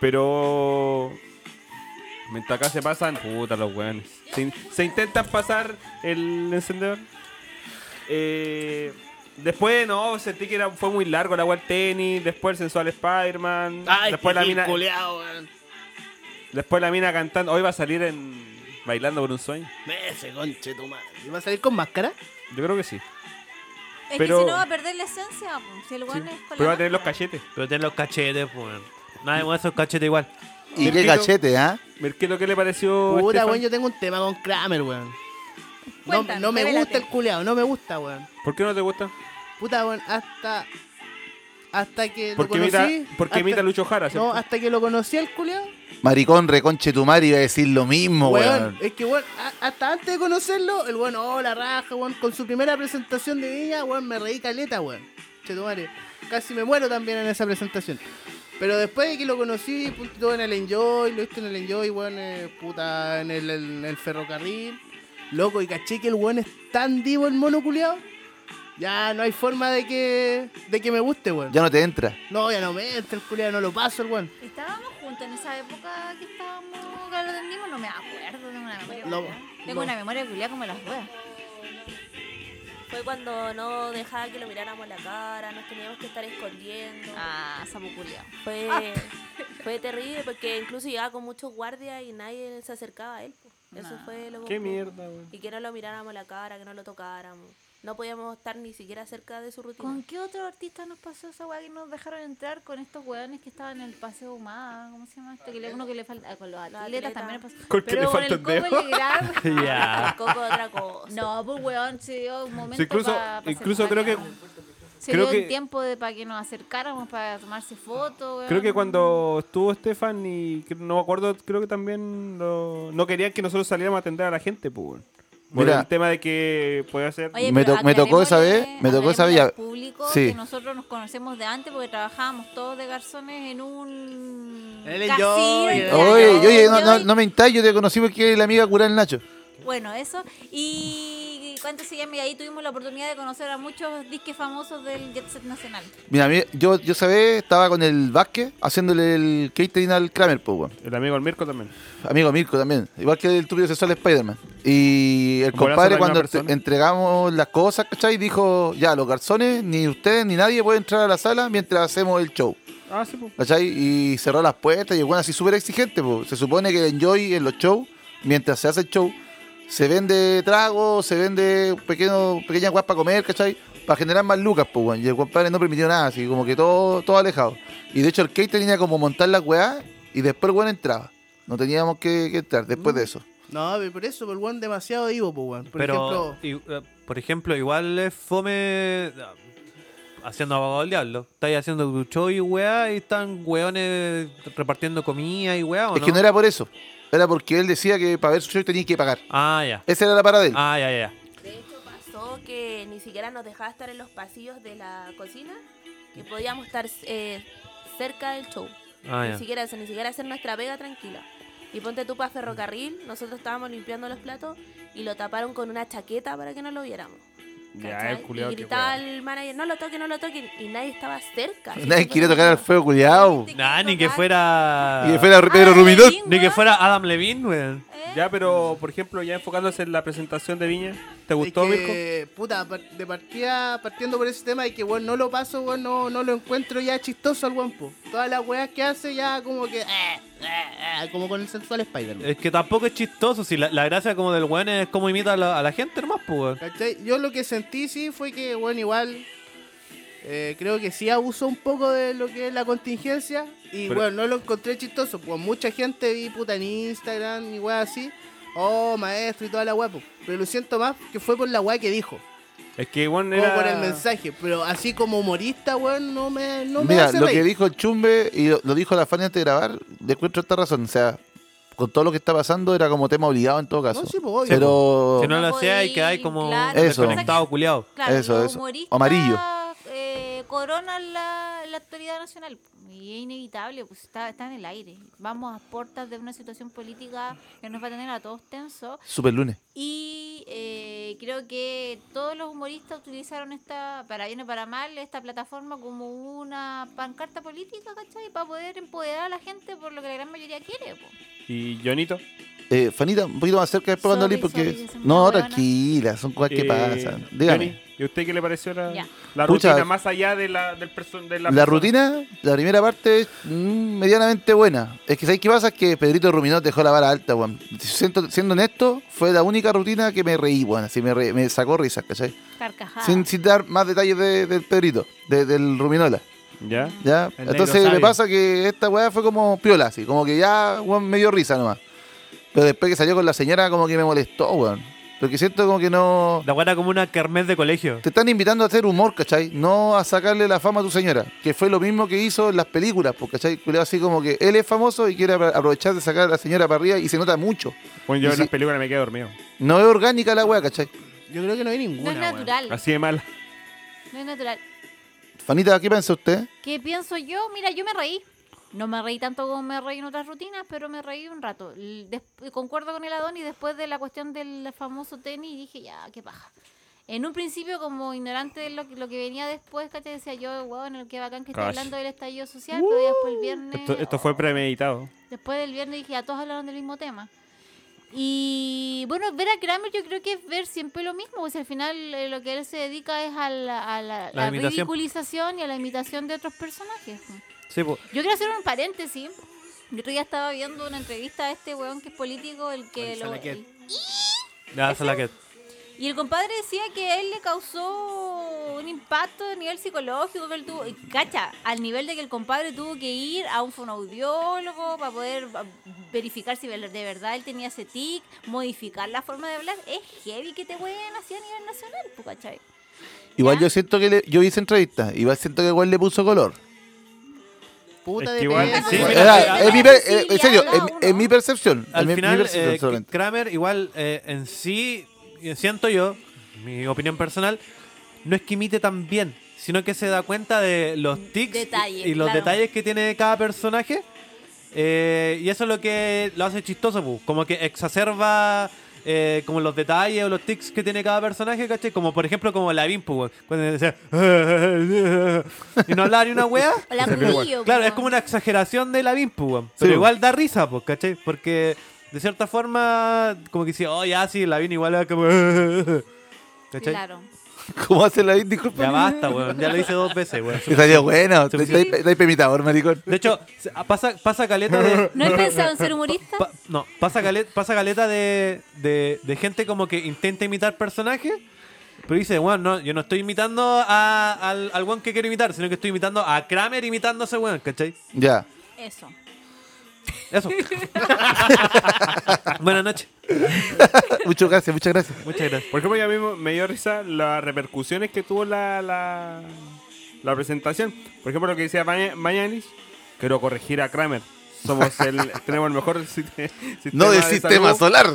Speaker 3: Pero... Mientras acá se pasan, puta los weones. Se, in- se intentan pasar el encendedor. Eh, después, no, sentí que era, fue muy largo la weá del tenis. Después el sensual Spider-Man.
Speaker 5: Ay,
Speaker 3: después la mina...
Speaker 5: culeado, weón.
Speaker 3: Después la mina cantando. Hoy va a salir en... Bailando por un sueño.
Speaker 5: Ve Ese conche tu madre. ¿Y ¿Va a salir con máscara?
Speaker 3: Yo creo que sí.
Speaker 4: Es
Speaker 3: Pero-
Speaker 4: que si no va a perder la esencia, pues, si el weón es con
Speaker 3: Pero
Speaker 4: la
Speaker 3: va a tener los
Speaker 4: máscara.
Speaker 3: cachetes.
Speaker 2: Pero tiene los cachetes, pues. weón. Nadie mueve esos cachetes igual.
Speaker 1: Y qué
Speaker 3: Merquito.
Speaker 1: cachete, ¿ah?
Speaker 3: Merqué lo que le pareció.
Speaker 5: Puta,
Speaker 3: Estefan?
Speaker 5: weón, yo tengo un tema con Kramer, weón. No,
Speaker 4: Cuéntanos,
Speaker 5: no me
Speaker 4: revélate.
Speaker 5: gusta el culeado, no me gusta, weón.
Speaker 3: ¿Por qué no te gusta?
Speaker 5: Puta, weón, hasta. Hasta que
Speaker 3: Porque
Speaker 5: lo
Speaker 3: imita,
Speaker 5: conocí.
Speaker 3: porque
Speaker 5: hasta-
Speaker 3: imita a Lucho Jara, ¿cierto?
Speaker 5: No, hasta que lo conocí al culiao.
Speaker 1: Maricón, reconche tu madre, iba a decir lo mismo,
Speaker 5: Weón,
Speaker 1: weón.
Speaker 5: es que weón, a- hasta antes de conocerlo, el weón, oh, la raja, weón, con su primera presentación de Viña, weón, me reí caleta, weón. Chetumare, casi me muero también en esa presentación. Pero después de que lo conocí, punto todo en el Enjoy, lo viste en el Enjoy, weón, eh, puta, en el, en el ferrocarril, loco, y caché que el weón es tan divo el mono culiao, ya no hay forma de que, de que me guste, weón.
Speaker 1: Ya no te entra.
Speaker 5: No, ya no me entra el culiao, no lo paso el weón.
Speaker 4: Estábamos juntos en esa época que estábamos, que lo atendimos, no me acuerdo, tengo una memoria.
Speaker 5: No,
Speaker 4: culiá. tengo
Speaker 5: no.
Speaker 4: una memoria culiada como las weas.
Speaker 6: Fue cuando no dejaba que lo miráramos la cara, nos teníamos que estar escondiendo.
Speaker 4: Ah, sapo culiao.
Speaker 6: Fue, fue terrible porque incluso llegaba con muchos guardias y nadie se acercaba a él. po. Eso
Speaker 4: Nah.
Speaker 6: fue lo
Speaker 3: Qué
Speaker 6: poco.
Speaker 3: mierda, weón.
Speaker 6: Y que no lo miráramos la cara, que no lo tocáramos. No podíamos estar ni siquiera cerca de su rutina.
Speaker 4: ¿Con qué otro artista nos pasó esa weá que nos dejaron entrar con estos weones que estaban en el paseo humada? ¿Cómo se llama esto? Que le- uno que le falta. ah, Con los atletas
Speaker 6: atleta.
Speaker 4: también nos pasó.
Speaker 3: Con que
Speaker 4: Pero
Speaker 3: le
Speaker 4: con
Speaker 3: falta
Speaker 4: el
Speaker 3: un
Speaker 4: Coco
Speaker 3: dedo. *laughs*
Speaker 4: Legrand. *laughs*
Speaker 2: Ya.
Speaker 6: Coco otra cosa.
Speaker 4: No, pues weón, se dio un momento.
Speaker 3: Sí, incluso-
Speaker 4: pa- pa
Speaker 3: incluso creo que-
Speaker 4: acercarnos. Se
Speaker 3: creo
Speaker 4: dio
Speaker 3: que-
Speaker 4: el tiempo de para que nos acercáramos, para tomarse fotos, weón.
Speaker 3: Creo que cuando estuvo Stefan y que- no me acuerdo, creo que también lo- no querían que nosotros saliéramos a atender a la gente, pues. weón. Por
Speaker 1: Mira.
Speaker 3: el tema de que podía ser.
Speaker 4: Oye,
Speaker 1: Me
Speaker 4: pero
Speaker 1: to- me tocó esa vez,
Speaker 4: aclarémosle-
Speaker 1: me tocó esa vez,
Speaker 4: aclarémosle al
Speaker 1: ya.
Speaker 4: público
Speaker 1: Sí.
Speaker 4: que nosotros nos conocemos de antes porque trabajábamos todos de garzones en un
Speaker 5: En el
Speaker 4: casino
Speaker 5: Enjoy,
Speaker 4: y
Speaker 5: en el
Speaker 4: en el
Speaker 1: Oye, oye, no, no,
Speaker 4: Enjoy.
Speaker 1: no me entalles, yo te conocí porque eres la amiga curar el Nacho.
Speaker 4: Bueno, eso. Y cuánto se llama, y ahí tuvimos la oportunidad de conocer a muchos disques famosos del Jet Set Nacional.
Speaker 1: Mira, mira, yo, yo sabé, estaba con el Vázquez haciéndole el catering al Kramer, pues, weón.
Speaker 3: El amigo del Mirko también.
Speaker 1: Amigo Mirko también. Igual que el tuyo sexual de Spider-Man. Y el
Speaker 3: Como le hace
Speaker 1: compadre
Speaker 3: la misma
Speaker 1: cuando
Speaker 3: persona.
Speaker 1: te- entregamos las cosas, ¿cachai? Dijo, ya, los garzones, ni ustedes ni nadie puede entrar a la sala mientras hacemos el show.
Speaker 3: Ah, sí, pues.
Speaker 1: ¿Cachai? Y cerró las puertas y el weón así súper exigente, po. Se supone que el Enjoy en los shows, mientras se hace el show, se vende trago, se vende pequeño, pequeñas guas para comer, ¿cachai? Para generar más lucas, pues, Y el compadre no permitió nada, así como que todo, todo alejado. Y de hecho el Kate tenía como montar las weas y después el weón entraba. No teníamos que, que entrar después de eso.
Speaker 5: No, pero por eso, por el weón demasiado vivo, pues, weón. Por
Speaker 2: Pero,
Speaker 5: ejemplo,
Speaker 2: i- eh, por ejemplo, igual es fome eh, haciendo abogado del diablo. Estáis haciendo tu show y weá, y están weones repartiendo comida y weá, ¿o
Speaker 1: Es que no
Speaker 2: no?
Speaker 1: era por eso. Era porque él decía que para ver su show tenía que pagar.
Speaker 2: Ah, ya.
Speaker 1: Esa era la parada de él.
Speaker 2: Ah, ya, ya.
Speaker 6: De hecho, pasó que ni siquiera nos dejaba estar en los pasillos de la cocina, que podíamos estar eh, cerca del show.
Speaker 2: Ah,
Speaker 6: ni
Speaker 2: ya.
Speaker 6: siquiera eso, ni siquiera hacer nuestra vega tranquila. Y ponte tú para ferrocarril, nosotros estábamos limpiando los platos y lo taparon con una chaqueta para que no lo viéramos.
Speaker 3: Ya,
Speaker 6: ¿cachai?
Speaker 3: el culiao
Speaker 6: y
Speaker 3: que
Speaker 6: gritaba
Speaker 3: weá.
Speaker 6: el manager, no lo toquen, no lo toquen. Y nadie estaba cerca.
Speaker 1: Nadie quería tocar al feo culiao.
Speaker 2: Nah, ni que fuera.
Speaker 1: Y después era Pedro
Speaker 4: Ah,
Speaker 1: Ruminot.
Speaker 4: Beijing,
Speaker 2: Ni que
Speaker 4: weón.
Speaker 2: fuera Adam Levine, weón.
Speaker 4: ¿Eh?
Speaker 3: Ya, pero por ejemplo, ya enfocándose en la presentación de Viña, ¿te
Speaker 5: Es
Speaker 3: gustó, Mirko?
Speaker 5: que, Puta, par- de partida, partiendo por ese tema de que, weón, no lo paso, weón, no, no lo encuentro ya chistoso al weón, po. Todas las weas que hace ya como que... eh, eh, eh, como con el sensual Spider-Man.
Speaker 2: Es que tampoco es chistoso. Si la, la gracia como del weón es cómo imita a la, a la gente, nomás, pues, weón.
Speaker 5: ¿Cachai? Yo lo que sentí, sí, fue que, weón, igual... eh, creo que sí abusó un poco de lo que es la contingencia y,
Speaker 3: Pero-
Speaker 5: weón, no lo encontré chistoso. Pues mucha gente vi, puta, en Instagram y weas así. Oh, maestro y toda la wea, po. Pero lo siento más que fue por la wea que dijo.
Speaker 3: Es que, weón,
Speaker 5: Como
Speaker 3: era.
Speaker 5: por el mensaje, pero así como humorista, weón, no me, no me
Speaker 1: Mira,
Speaker 5: hace
Speaker 1: lo
Speaker 5: reír.
Speaker 1: que dijo el Chumbe y lo, lo dijo la Fanny antes de grabar, le encuentro esta razón. O sea, con todo lo que está pasando era como tema obligado en todo caso.
Speaker 5: No, sí, pues, obvio.
Speaker 1: Pero
Speaker 2: Si no, lo
Speaker 4: No
Speaker 2: hacía y
Speaker 4: podí,
Speaker 2: quedáis como
Speaker 4: claro.
Speaker 1: Eso.
Speaker 2: desconectado, culiado.
Speaker 4: Claro,
Speaker 1: Eso,
Speaker 4: los
Speaker 1: eso.
Speaker 4: humoristas,
Speaker 1: Amarillo.
Speaker 4: eh, coronan la, la autoridad nacional. Y es inevitable, pues está, está en el aire. Vamos a puertas de una situación política que nos va a tener a todos tensos.
Speaker 1: super lunes.
Speaker 4: Y eh, creo que todos los humoristas utilizaron esta, para bien o para mal, esta plataforma como una pancarta política, ¿cachai? Para poder empoderar a la gente por lo que la gran mayoría quiere. po.
Speaker 3: Y Jonito.
Speaker 1: Eh, Fanita, un poquito más cerca después cuando
Speaker 4: Sorry,
Speaker 1: hablé, porque.
Speaker 4: sorry, que soy
Speaker 1: no,
Speaker 4: una huevona.
Speaker 1: tranquila, son cosas que
Speaker 3: eh,
Speaker 1: pasan. Dígame.
Speaker 3: Johnny, ¿y usted qué le pareció la,
Speaker 4: Ya.
Speaker 3: la
Speaker 1: Pucha.
Speaker 3: rutina más allá de la, del perso- de
Speaker 1: La,
Speaker 3: la, persona?
Speaker 1: rutina, la primera parte, mm, medianamente buena. Es que ¿sabes qué pasa? Es que Pedrito Ruminot dejó la vara alta, weón. Siento- Siendo honesto, fue la única rutina que me reí, weón. Así me, re- me sacó risas, ¿cachai?
Speaker 4: Carcajada.
Speaker 1: Sin, sin dar más detalles de- del Pedrito, de- del Ruminola.
Speaker 3: Ya.
Speaker 1: ¿Ya?
Speaker 3: El negro
Speaker 1: Entonces me
Speaker 3: sabio.
Speaker 1: pasa que esta weá fue como piola, así, como que ya weón, me dio risa nomás. Pero después que salió con la señora, como que me molestó, weón. Porque siento como que no.
Speaker 2: La guana como una kermés de colegio.
Speaker 1: Te están invitando a hacer humor, ¿cachai? No a sacarle la fama a tu señora. Que fue lo mismo que hizo en las películas, porque ¿cachai? Culeado Así como que él es famoso y quiere apro- aprovechar de sacar a la señora para arriba y se nota mucho.
Speaker 3: Bueno,
Speaker 1: Y
Speaker 3: yo en
Speaker 1: si-
Speaker 3: las películas me quedé dormido.
Speaker 1: No es orgánica la wea, ¿cachai?
Speaker 5: Yo creo que no hay
Speaker 4: No
Speaker 5: ninguna.
Speaker 4: es
Speaker 5: weón.
Speaker 4: natural.
Speaker 3: Así de mal.
Speaker 4: No es natural.
Speaker 1: Fanita, ¿qué piensa usted?
Speaker 4: ¿Qué pienso yo? Mira, yo me reí. No me reí tanto como me reí en otras rutinas, pero me reí un rato. L- des- Concuerdo con el Adón y después de la cuestión del famoso tenis dije, ya, qué paja. En un principio, como ignorante de lo que, lo que venía después, ¿cachai? Decía yo, wow, en el que bacán que está
Speaker 3: Cacha.
Speaker 4: hablando del estallido social, pero ya después el viernes.
Speaker 3: Esto, esto fue
Speaker 4: oh,
Speaker 3: premeditado.
Speaker 4: Después del viernes dije, a todos hablaron del mismo tema. Y bueno, ver a Kramer yo creo que es ver siempre lo mismo, pues al final eh, lo que él se dedica es a la, a la-
Speaker 2: La
Speaker 4: la
Speaker 2: imitación.
Speaker 4: ridiculización y a la imitación de otros personajes.
Speaker 2: Sí, pues.
Speaker 4: Yo quiero hacer un paréntesis. Yo otro día estaba viendo una entrevista a este weón que es político, el que lo...
Speaker 5: Salaquet.
Speaker 4: el-
Speaker 2: Ya, esa es la que.
Speaker 4: y el compadre decía que a él le causó un impacto a nivel psicológico que él tuvo. y Cacha, al nivel de que el compadre tuvo que ir a un fonoaudiólogo para poder va- verificar si de verdad él tenía ese tic, modificar la forma de hablar. Es heavy que te hueven así a nivel nacional, pues, ¿cachai?
Speaker 1: Igual
Speaker 4: ¿Ya?
Speaker 1: yo siento que le- yo hice entrevista, igual siento que igual le puso color.
Speaker 5: Puta
Speaker 3: Es
Speaker 5: de
Speaker 3: que igual-
Speaker 5: pena,
Speaker 2: sí,
Speaker 5: weón.
Speaker 2: mira,
Speaker 1: Era-
Speaker 2: mira,
Speaker 1: es mi
Speaker 4: mira,
Speaker 1: per-
Speaker 4: sí,
Speaker 1: eh, en serio,
Speaker 4: ya,
Speaker 1: es,
Speaker 4: cada uno.
Speaker 1: es mi percepción. es
Speaker 2: Al
Speaker 1: mi, mi
Speaker 2: final,
Speaker 1: percepción
Speaker 2: eh,
Speaker 1: solamente.
Speaker 2: Kramer, igual eh, en sí, eh, siento yo, mi opinión personal, no es que imite tan bien, sino que se da cuenta de los tics
Speaker 6: Detalles,
Speaker 2: y, y los
Speaker 6: claro.
Speaker 2: detalles que tiene cada personaje. eh, y eso es lo que lo hace chistoso, pu, como que exacerba. eh, como los detalles o los tics que tiene cada personaje, ¿cachai? Como por ejemplo, como la Bimpu, cuando decía. *laughs* y no hablaba ni una wea.
Speaker 4: O la
Speaker 3: Se ve igual.
Speaker 4: Cubillo,
Speaker 2: Claro,
Speaker 4: po.
Speaker 2: es como una exageración de la Bimpu, weón. Pero
Speaker 1: Sí.
Speaker 2: igual da risa, pues, ¿cachai? Porque de cierta forma, como que dice, oh, ya sí, la Vin igual es como. *laughs* ¿cachai?
Speaker 4: Claro.
Speaker 1: *laughs* ¿Cómo hace la disculpa? *laughs*
Speaker 2: Ya basta, weón. Ya lo hice dos veces, weón.
Speaker 1: Te salió bueno,
Speaker 2: Sí.
Speaker 1: te dais pemitador, maricón.
Speaker 2: De hecho, se- ah, pasa, pasa caleta de.
Speaker 4: ¿No
Speaker 2: *laughs*
Speaker 4: has pensado en ser humorista?
Speaker 2: pa- no, pasa caleta, pasa caleta de, de, de gente como que intenta imitar personajes. Pero dice, weón, no, yo no estoy imitando a- al, al weón que quiero imitar, sino que estoy imitando a Kramer imitando a ese weón, ¿cachai?
Speaker 1: Ya.
Speaker 4: Eso.
Speaker 2: Eso. Buenas noches.
Speaker 1: Muchas gracias, muchas gracias.
Speaker 2: Muchas gracias.
Speaker 3: Por ejemplo, ya mismo me dio risa las repercusiones que tuvo la, la, la presentación. Por ejemplo, lo que decía Maña- Mañalich, quiero corregir a Kramer. Somos
Speaker 1: *laughs*
Speaker 3: el, tenemos el mejor si- sistema
Speaker 1: No del
Speaker 3: de
Speaker 1: sistema
Speaker 3: salud
Speaker 1: solar.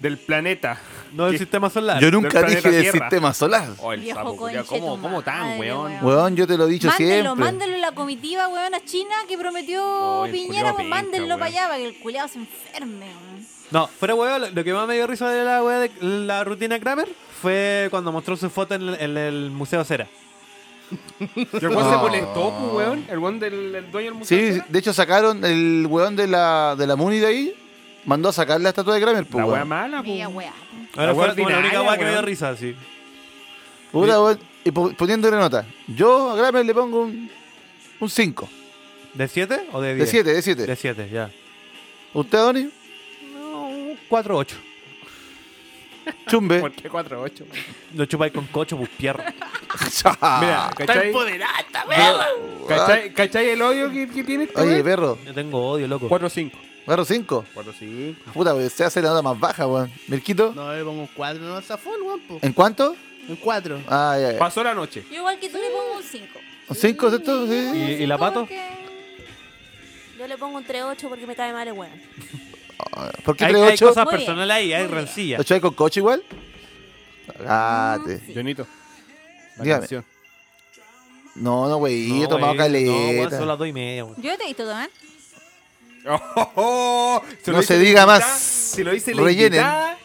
Speaker 3: del planeta.
Speaker 2: No del
Speaker 3: ¿Qué?
Speaker 2: sistema solar.
Speaker 1: Yo
Speaker 3: del
Speaker 1: nunca
Speaker 3: planeta
Speaker 1: dije del
Speaker 3: Tierra.
Speaker 1: sistema solar.
Speaker 3: Oh, el
Speaker 4: Viejo
Speaker 3: sapo, culiao,
Speaker 4: conche
Speaker 3: ¿cómo,
Speaker 4: tu
Speaker 3: cómo tan,
Speaker 4: madre,
Speaker 3: weón?
Speaker 4: weón.
Speaker 1: Weón, yo te lo he dicho
Speaker 4: Mándelo,
Speaker 1: siempre.
Speaker 4: mándelo a la comitiva, weón, a China que prometió
Speaker 3: No, el
Speaker 4: Piñera,
Speaker 3: culiao
Speaker 4: pues
Speaker 3: penca,
Speaker 4: mándenlo
Speaker 3: weón.
Speaker 4: para allá para que el culeado se enferme, weón.
Speaker 2: No, fuera huevo, lo, lo que más me dio risa de la wea de la rutina Kramer fue cuando mostró su foto en el, en el Museo Cera.
Speaker 3: Y el weón se
Speaker 1: No.
Speaker 3: molestó, pues, weón. El weón del el dueño del museo.
Speaker 1: Sí, de hecho sacaron el weón de la, de la Muni de ahí. Mandó a sacar la estatua de Kramer, pues,
Speaker 3: La wea
Speaker 1: weón.
Speaker 3: mala, pues.
Speaker 4: Media weá.
Speaker 2: Ahora
Speaker 3: La
Speaker 2: fue
Speaker 3: wea
Speaker 2: como la única
Speaker 3: ordinaria,
Speaker 2: wea que me dio
Speaker 3: weón.
Speaker 2: risa, sí.
Speaker 1: Puta, weón. Y po- poniéndole nota. Yo a Kramer le pongo un 5.
Speaker 2: ¿De 7 o de 10?
Speaker 1: de 7, de
Speaker 2: De
Speaker 1: 7.
Speaker 2: 7, ya.
Speaker 1: ¿Usted, Donny?
Speaker 2: No, 4 8.
Speaker 1: Chumbe.
Speaker 3: ¿Por qué 4-8? weón?
Speaker 2: Lo chupáis con cocho, pues pierro.
Speaker 1: Ah.
Speaker 3: Mira, ¿cachai? ¿Cachai, ¿Cachai el odio que, que tiene este
Speaker 1: Oye,
Speaker 3: weón?
Speaker 1: perro.
Speaker 2: Yo tengo odio, loco.
Speaker 3: 4-5.
Speaker 1: Perro 5.
Speaker 3: 4-5.
Speaker 1: Puta, weón. Se hace la nota más baja, weón. Mirquito.
Speaker 5: No, le pongo un 4 no zafón, weón, po.
Speaker 1: ¿En cuánto?
Speaker 5: Un 4.
Speaker 1: Ah, ya, ya.
Speaker 3: Pasó la noche.
Speaker 4: Yo igual que tú le pongo un 5.
Speaker 1: ¿Un 5, ¿cierto?
Speaker 2: ¿Y,
Speaker 1: Sí.
Speaker 2: y la pato?
Speaker 6: Yo le pongo un 3-8 porque me cae mal el weón.
Speaker 1: ¿Por qué
Speaker 2: Hay, hay
Speaker 1: 3-8?
Speaker 2: cosas
Speaker 4: Muy bien,
Speaker 2: personales ahí, hay
Speaker 4: muy bien.
Speaker 2: rencillas.
Speaker 1: ¿Lo echáis con coche igual? Ah, te-
Speaker 3: Jonito. la
Speaker 1: Dígame.
Speaker 3: canción.
Speaker 1: No, no, güey, he
Speaker 2: No,
Speaker 1: tomado
Speaker 2: wey, No, weón,
Speaker 1: caleta.
Speaker 2: son
Speaker 1: No,
Speaker 2: las 2 y media, weón.
Speaker 4: Yo te he visto tomar.
Speaker 3: Oh, oh, oh. lo dice
Speaker 1: se
Speaker 3: la
Speaker 1: diga
Speaker 3: invitada,
Speaker 1: más.
Speaker 3: Se lo dice la
Speaker 1: Rellenen.
Speaker 3: invitada.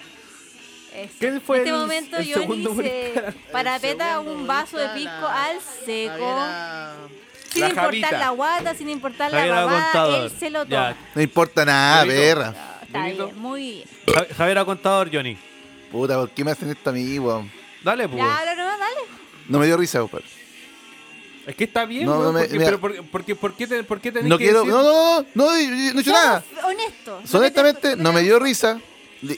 Speaker 4: Eso.
Speaker 3: ¿Qué fue
Speaker 4: En este
Speaker 3: el-
Speaker 4: momento
Speaker 3: el
Speaker 4: yo
Speaker 3: segundo
Speaker 4: hice parapeta
Speaker 5: segundo
Speaker 4: un vaso de
Speaker 5: bolita,
Speaker 4: pisco
Speaker 5: la-
Speaker 4: al seco.
Speaker 5: Javiera-
Speaker 4: Sin
Speaker 3: La
Speaker 4: importar
Speaker 3: Javita.
Speaker 4: la guata, sin importar
Speaker 2: Javier
Speaker 4: la babada,
Speaker 2: Contador.
Speaker 4: él se lo
Speaker 2: Ya.
Speaker 4: toma.
Speaker 1: importa nada,
Speaker 3: Bonito.
Speaker 1: perra.
Speaker 4: Ah, Está
Speaker 3: Bonito.
Speaker 4: bien, muy bien.
Speaker 2: Ja- Javier a contador, Johnny.
Speaker 1: Puta, ¿por qué me hacen esto a mí, weón?
Speaker 2: Dale, pues.
Speaker 4: Ya, ahora nomás, dale.
Speaker 1: No me dio risa, weón.
Speaker 3: Es que está bien,
Speaker 1: No,
Speaker 3: weón,
Speaker 1: no me-
Speaker 3: porque-
Speaker 1: mira.
Speaker 3: pero por, porque- por qué, te- por qué tenés
Speaker 1: No
Speaker 3: que
Speaker 1: quiero.
Speaker 3: decir-
Speaker 1: No, no, no, no, yo- yo- no he hecho nada.
Speaker 4: Somos honestos.
Speaker 1: Honestamente, no me dio risa.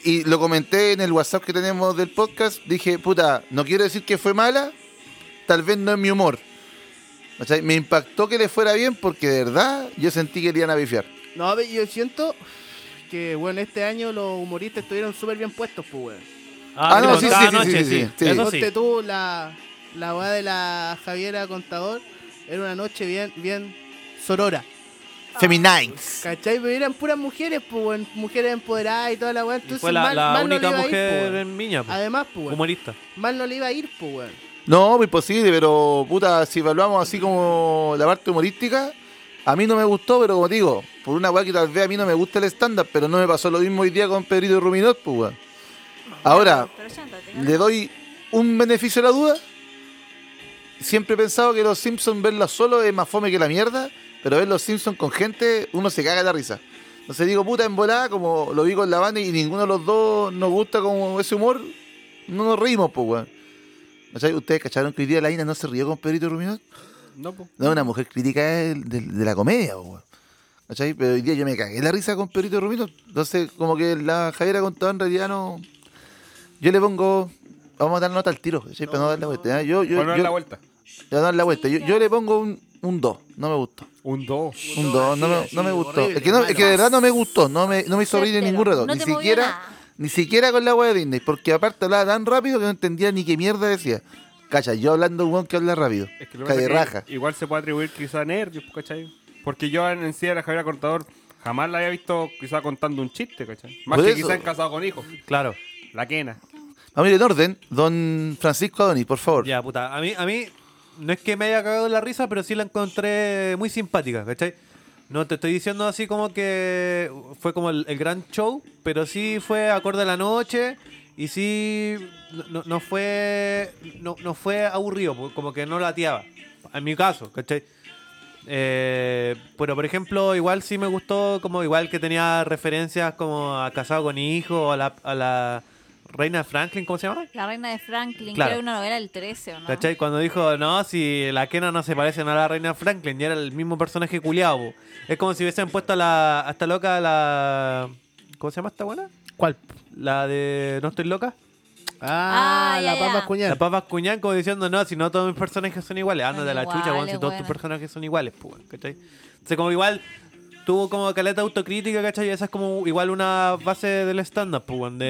Speaker 1: Y lo comenté en el WhatsApp que tenemos del podcast. Dije, puta, no quiero decir que fue mala. Tal vez no es mi humor. ¿Cachai? Me impactó que le fuera bien porque de verdad yo sentí que le iban a bifiar.
Speaker 5: No, ve, yo siento que, bueno, este año los humoristas estuvieron súper bien puestos, pues, weón.
Speaker 1: Ah, no, sí,
Speaker 2: contaba
Speaker 1: sí, sí,
Speaker 2: anoche,
Speaker 1: sí, sí, sí.
Speaker 2: Eso sí.
Speaker 5: Ponte tú la, la weá de la Javiera Contador. Era una noche bien, bien sorora.
Speaker 1: Feminines.
Speaker 5: ¿Cachai? Pero eran puras mujeres, pues, weón, mujeres empoderadas y toda la weá. Entonces,
Speaker 2: Fue la,
Speaker 5: mal,
Speaker 2: la
Speaker 5: mal no
Speaker 2: única
Speaker 5: le iba a ir,
Speaker 2: mujer
Speaker 5: po, weón.
Speaker 2: en Viña, po.
Speaker 5: Además, pues, weón,
Speaker 2: humorista.
Speaker 5: mal no le iba a ir, pues, weón.
Speaker 1: No, pues posible, pero puta, si evaluamos así como la parte humorística, a mí no me gustó, pero como te digo, por una weá que tal vez a mí no me gusta el estándar, pero no me pasó lo mismo hoy día con Pedrito Ruminot, pues weón. Ahora,
Speaker 4: Pero chántate.
Speaker 1: le doy un beneficio a la duda. Siempre he pensado que los Simpsons verlos solo es más fome que la mierda, pero ver los Simpsons con gente, uno se caga de la risa. Entonces digo, puta, en volada, como lo vi con la banda y ninguno de los dos nos gusta como ese humor, no nos reímos, pues, weón. O sea, ¿Ustedes cacharon que hoy día la Ina no se rió con Pedrito Ruminot?
Speaker 3: No, po.
Speaker 1: No, una mujer crítica de, de- de la comedia, po, weón. ¿Cachai? Pero hoy día yo me cagué la risa con Perito Rubino. Entonces, como que la Javiera contado en realidad no. Yo le pongo. Vamos a dar nota al tiro, ¿cachai? Para no dar la vuelta. ¿eh? Yo, yo,
Speaker 3: Bueno,
Speaker 1: yo-
Speaker 3: la vuelta.
Speaker 1: para no dar la vuelta. Yo, yo le pongo un, un 2. No me gustó.
Speaker 3: Un 2.
Speaker 1: Un 2. No me,
Speaker 5: así,
Speaker 1: no me gustó.
Speaker 5: horrible,
Speaker 1: es, que no- es que de
Speaker 5: malo.
Speaker 1: verdad no me gustó. No me, no me hizo reír en
Speaker 4: Certero.
Speaker 1: ningún rato.
Speaker 4: No
Speaker 1: ni
Speaker 4: te movió
Speaker 1: siquiera.
Speaker 4: nada.
Speaker 1: Ni siquiera con la wea de Disney. Porque aparte hablaba tan rápido que no entendía ni qué mierda decía. Cacha, yo hablando un weón que habla rápido.
Speaker 3: Es que lo que
Speaker 1: Calle
Speaker 3: pasa es que
Speaker 1: raja.
Speaker 3: Igual se puede atribuir quizá a nervios, po, ¿cachai? Porque yo en en sí a la Javiera Contador jamás la había visto quizá contando un chiste, ¿cachai? Más
Speaker 1: Por
Speaker 3: que
Speaker 1: eso.
Speaker 3: quizá en casado con hijos.
Speaker 2: Claro.
Speaker 3: La quena.
Speaker 1: Vamos a ir en Ah, orden. Don Francisco Adonis, por favor.
Speaker 2: Ya, puta. A mí, a mí no es que me haya cagado la risa, pero sí la encontré muy simpática, ¿cachai? No te estoy diciendo así como que fue como el, el gran show, pero sí fue acorde a la noche y sí no, no- no fue no, no fue aburrido, pues, como que no lateaba. En mi caso, ¿cachai? Eh, pero por ejemplo, igual sí me gustó, como igual que tenía referencias como a Casado con Hijo, a la, a la Reina Franklin, ¿cómo se llama?
Speaker 4: La reina de Franklin,
Speaker 2: Claro.
Speaker 4: creo que una novela del 13, ¿o no?
Speaker 2: ¿Cachai? Cuando dijo, no, si la Kena no se parece nada a la reina Franklin, y era el mismo personaje culiado. po. Es como si hubiesen puesto a la. a esta loca, a la. ¿Cómo se llama esta buena?
Speaker 5: ¿Cuál?
Speaker 2: La de. ¿No estoy loca?
Speaker 5: Ah,
Speaker 4: Ah,
Speaker 5: la
Speaker 4: ya,
Speaker 5: papa
Speaker 4: ya.
Speaker 5: cuñada.
Speaker 2: La Papa Cuñán, como diciendo, no, si no todos mis personajes son iguales. Ándate a la chucha, weón, si
Speaker 4: iguales,
Speaker 2: todos tus
Speaker 4: weón.
Speaker 2: personajes son iguales, pues, weón, ¿cachai? O sea, como igual. Tuvo como caleta autocrítica, ¿cachai? Y esa es como igual una base del stand-up, pues, weón, de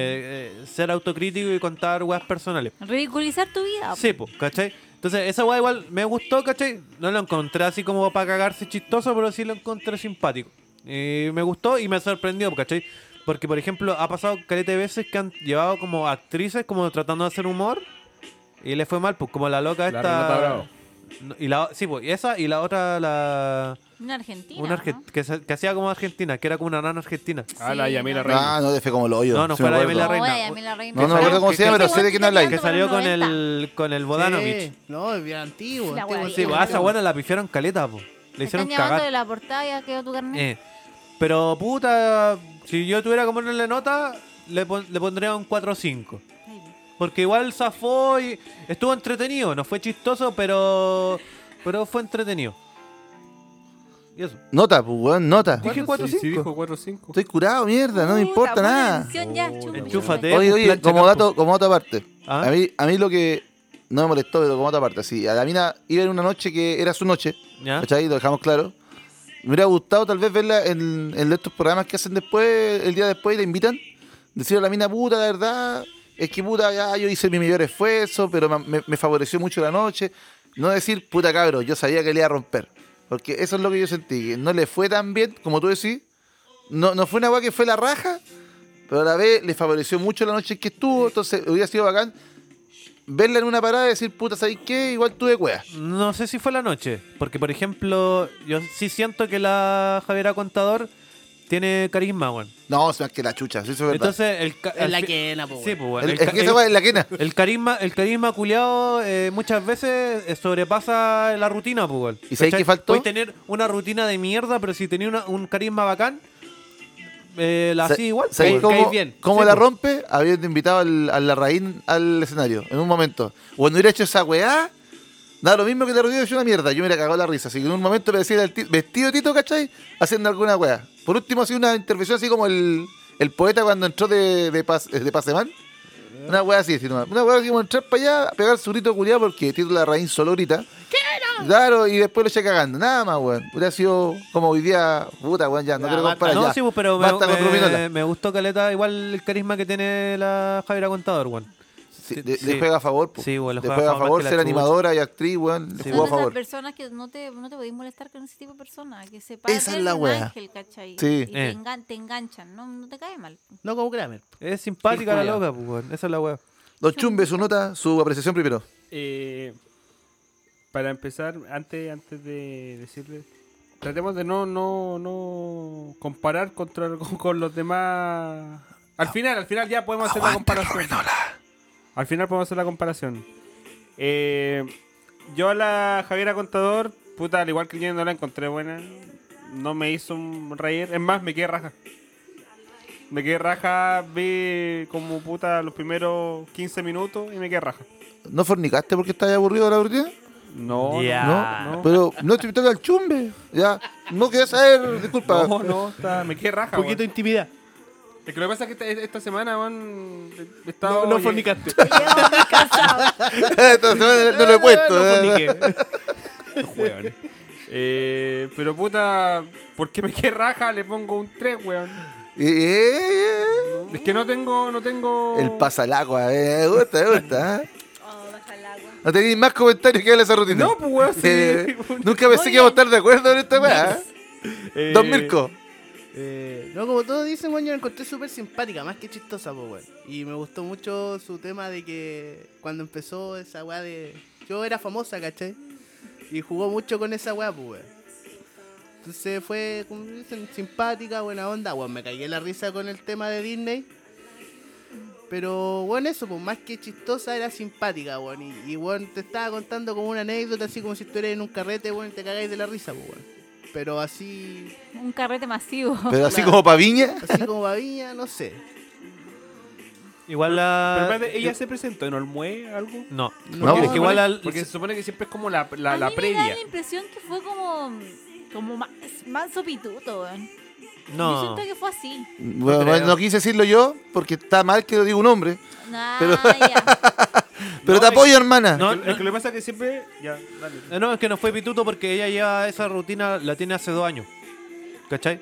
Speaker 2: eh, ser autocrítico y contar weas personales.
Speaker 4: Ridiculizar tu vida. po.
Speaker 2: Sí, pues, ¿cachai? Entonces, esa weá igual me gustó, ¿cachai? No lo encontré así como para cagarse chistoso, pero sí lo encontré simpático. Y me gustó y me sorprendió, ¿cachai? Porque, por ejemplo, ha pasado caleta de veces que han llevado como actrices como tratando de hacer humor y le fue mal, pues como la loca
Speaker 3: La
Speaker 2: esta...
Speaker 3: Renata Bravo.
Speaker 2: No, Y la, sí, pues, y esa y la otra, la...
Speaker 4: Una argentina.
Speaker 2: Una arge-
Speaker 4: ¿no?
Speaker 2: que, se- que hacía como argentina, que era como una nana argentina.
Speaker 3: Ah,
Speaker 4: Sí,
Speaker 3: la Yamila
Speaker 4: no.
Speaker 3: Reina.
Speaker 1: Ah, no, fue como lo hoyo.
Speaker 2: No, no
Speaker 1: sí
Speaker 2: fue
Speaker 1: me
Speaker 2: la de
Speaker 1: acuerdo.
Speaker 2: Mila Reina.
Speaker 4: No, era Yamila Reina.
Speaker 1: No, no me acuerdo cómo
Speaker 3: Que
Speaker 1: se llama, pero
Speaker 3: salió-
Speaker 1: sé de quién habláis.
Speaker 2: Que
Speaker 4: Como
Speaker 2: salió
Speaker 4: los
Speaker 2: con
Speaker 4: 90.
Speaker 2: el, con el
Speaker 5: Sí,
Speaker 2: Bodanovich.
Speaker 5: No, es bien antiguo.
Speaker 4: La
Speaker 5: antiguo,
Speaker 2: Sí,
Speaker 4: wea
Speaker 5: antiguo,
Speaker 2: pues, a esa
Speaker 5: antiguo.
Speaker 2: buena la pifiaron caleta, po.
Speaker 4: Te
Speaker 2: Le hicieron
Speaker 4: están llamando
Speaker 2: cagar.
Speaker 4: de la portada y ya quedó tu carnet.
Speaker 2: Eh, pero puta, si yo tuviera que ponerle nota, le, pon- le pondría un 4-5.
Speaker 4: Ay,
Speaker 2: Porque igual zafó y estuvo entretenido, no fue chistoso, pero pero fue entretenido. Y eso.
Speaker 1: Nota, pues, weón, nota.
Speaker 2: Dije
Speaker 3: Sí, sí
Speaker 2: 4-5.
Speaker 3: dijo 4-5.
Speaker 1: Estoy curado, mierda, no me
Speaker 4: puta,
Speaker 1: importa
Speaker 4: pon
Speaker 1: nada. Oh,
Speaker 4: atención ya, chupa,
Speaker 2: Enchúfate.
Speaker 1: Oye,
Speaker 2: un
Speaker 1: oye,
Speaker 2: plancha
Speaker 1: como
Speaker 2: campo.
Speaker 1: dato, como otra parte.
Speaker 2: Ah.
Speaker 1: A, mí, a mí lo que no me molestó, pero como otra parte, sí. A la mina iba en una noche que era su noche,
Speaker 2: ¿Ya?
Speaker 1: ¿cachai? Lo dejamos claro. Me hubiera gustado tal vez verla en, en estos programas que hacen después, el día después, y la invitan. Decirle a la mina, puta, la verdad, es que puta, ya yo hice mi mayor esfuerzo, pero ma- me, me favoreció mucho la noche. No decir, puta cabro, yo sabía que le iba a romper. Porque eso es lo que yo sentí, que no le fue tan bien, como tú decís. No, no fue una weá que fue la raja, pero a la vez le favoreció mucho la noche en que estuvo, entonces hubiera sido bacán verla en una parada y decir, puta, ¿sabes qué? Igual tuve cueva.
Speaker 2: No sé si fue la noche, porque por ejemplo, yo sí siento que la Javiera Contador tiene carisma, weón.
Speaker 1: No, es más que la chucha, sí, eso es verdad.
Speaker 2: Entonces, el ca-
Speaker 5: Es
Speaker 2: al
Speaker 5: la
Speaker 2: fi-
Speaker 5: quena, po,
Speaker 2: Sí,
Speaker 5: weón.
Speaker 2: pues, weón.
Speaker 1: El-
Speaker 2: El
Speaker 1: es
Speaker 2: ca-
Speaker 1: que esa
Speaker 2: el-
Speaker 1: weá es la quena.
Speaker 2: El carisma, el carisma culiado muchas veces eh, sobrepasa la rutina, pues. weón.
Speaker 1: ¿Y sabes
Speaker 2: ¿Cachai?
Speaker 1: qué faltó?
Speaker 2: Puedes tener una rutina de mierda, pero si tenía una- un carisma bacán, eh, la
Speaker 1: Sa-
Speaker 2: hacía igual.
Speaker 1: ¿sabes
Speaker 2: pues,
Speaker 1: cómo,
Speaker 2: caes bien.
Speaker 1: cómo
Speaker 2: Sí,
Speaker 1: la
Speaker 2: pues.
Speaker 1: rompe? Habiendo invitado al, a la raíz al escenario, en un momento. Cuando hubiera hecho esa weá, da lo mismo que te rodillo, es una mierda. Yo me la cagó la risa. Así que en un momento me decía el ti- vestido Tito, ¿cachai? Haciendo alguna weá. Por último, así una intervención así como el, el poeta cuando entró de, de, pas- de Pasemán. Una weá así, así nomás. Una weá así como entrar para allá, pegar su grito culiado porque Tito Larraín solo grita. Claro, y después lo eché cagando. Nada más, weón. Hubiera sido como hoy día, puta, weón, ya, no
Speaker 5: Ya,
Speaker 1: quiero
Speaker 5: basta.
Speaker 1: comparar
Speaker 2: No,
Speaker 1: ya.
Speaker 2: sí, pues, pero me,
Speaker 1: Basta con
Speaker 2: me-
Speaker 1: Ruminola.
Speaker 2: me gustó Caleta, igual el carisma que tiene la Javiera Contador, weón.
Speaker 1: Sí,
Speaker 2: sí,
Speaker 1: le,
Speaker 2: sí.
Speaker 1: le juega a favor, po.
Speaker 2: Sí, weón,
Speaker 1: le juega a favor
Speaker 2: más que la
Speaker 1: ser
Speaker 2: chucha.
Speaker 1: animadora y actriz, weón. Le
Speaker 2: Sí.
Speaker 1: jugó a
Speaker 4: Son esas
Speaker 1: favor.
Speaker 4: personas que no te, no te podéis molestar con ese tipo de personas, que se pasan
Speaker 1: Esa es la
Speaker 4: un
Speaker 1: wea.
Speaker 4: ángel, ¿cachai?
Speaker 1: Sí.
Speaker 4: Y te,
Speaker 2: Eh.
Speaker 4: engan- te enganchan, no, no te cae mal.
Speaker 5: No como Kramer.
Speaker 2: Es simpática la
Speaker 3: culiao.
Speaker 2: loca, pues, weón. Esa es la weón.
Speaker 1: Don Chumbe, su nota, su apreciación primero.
Speaker 3: Eh, para empezar, antes, antes de decirle, tratemos de no, no, no comparar contra, *laughs* con, con los demás. Al final, al final ya podemos hacer la comparación. Al final podemos hacer la comparación. Eh, yo a la Javiera Contador, puta, al igual que el Jenny, no la encontré buena. No me hizo un reír. Es más, me quedé raja. Me quedé raja, vi como puta los primeros 15 minutos y me quedé raja.
Speaker 1: ¿No fornicaste porque estás aburrido de la rutina?
Speaker 3: No,
Speaker 2: Ya. Ah.
Speaker 1: No, pero no te invitaron al chumbe. Ya, no quería saber, disculpa.
Speaker 3: no, no, no, está- me quedé raja.
Speaker 5: Un poquito de
Speaker 3: weón.
Speaker 5: intimidad.
Speaker 3: Es que lo que pasa es que esta, esta semana, weón, he estado.
Speaker 5: No, no
Speaker 3: oye, *laughs*
Speaker 5: *laughs* fornicaste.
Speaker 6: Llevo muy cansado.
Speaker 1: *laughs* Entonces, no, no lo he puesto.
Speaker 5: No
Speaker 1: *laughs* ¿verdad?
Speaker 5: forniqué.
Speaker 3: weón. Eh, pero puta, ¿por qué me quedé raja? Le pongo un 3, weón.
Speaker 1: Eh, eh,
Speaker 3: Es que no tengo, no tengo.
Speaker 1: eh.
Speaker 2: Oh.
Speaker 1: El pasalagua, eh, me gusta, me gusta. ¿eh?
Speaker 4: Oh, baja el agua.
Speaker 1: No tenéis más comentarios que hable esa rutina.
Speaker 3: No,
Speaker 1: *laughs*
Speaker 3: pues, weón, sí.
Speaker 1: Eh, nunca pensé que íbamos a estar de acuerdo en esta weá. ¿eh?
Speaker 3: Eh,
Speaker 1: Don Mirko.
Speaker 3: eh,
Speaker 5: No, como todos dicen, weón, yo la encontré súper simpática, más que chistosa, po, weón. Y me gustó mucho su tema de que cuando empezó esa weá de. Yo era famosa, ¿cachai? Y jugó mucho con esa weá, po, weón. Entonces fue, como dicen, simpática, buena onda, weón. Me caí en la risa con el tema de Disney. Pero, bueno, eso, pues más que chistosa, era simpática, weón. Y, y weón, te estaba contando como una anécdota, así como si estuvieras en un carrete, weón, y te cagáis de la risa, pues, weón. Pero así,
Speaker 4: Un carrete masivo.
Speaker 1: Pero así
Speaker 5: Claro.
Speaker 1: como pa' viña.
Speaker 5: así como babilla, no sé.
Speaker 2: Igual la.
Speaker 3: pero espérate, ¿ella se presentó en Olmue algo?
Speaker 2: No.
Speaker 1: No,
Speaker 2: es
Speaker 1: porque
Speaker 2: que igual al-
Speaker 3: Porque se supone que siempre es como la,
Speaker 4: a
Speaker 3: la,
Speaker 4: mí
Speaker 3: la
Speaker 4: me da
Speaker 3: previa.
Speaker 4: la impresión que fue como, como más, manso pituto, weón. Yo
Speaker 2: No.
Speaker 4: siento que fue así.
Speaker 1: Bueno,
Speaker 2: creo.
Speaker 1: no quise decirlo yo porque está mal que lo diga un hombre.
Speaker 4: Nah,
Speaker 1: Pero-
Speaker 4: Ah, ya.
Speaker 1: Pero
Speaker 3: No,
Speaker 1: te
Speaker 3: es-
Speaker 1: apoyo, hermana.
Speaker 2: No,
Speaker 3: Es que- es que lo que pasa es que siempre. Ya, dale.
Speaker 2: Eh, No, es que no fue pituto porque ella lleva esa rutina, la tiene hace dos años. ¿Cachai?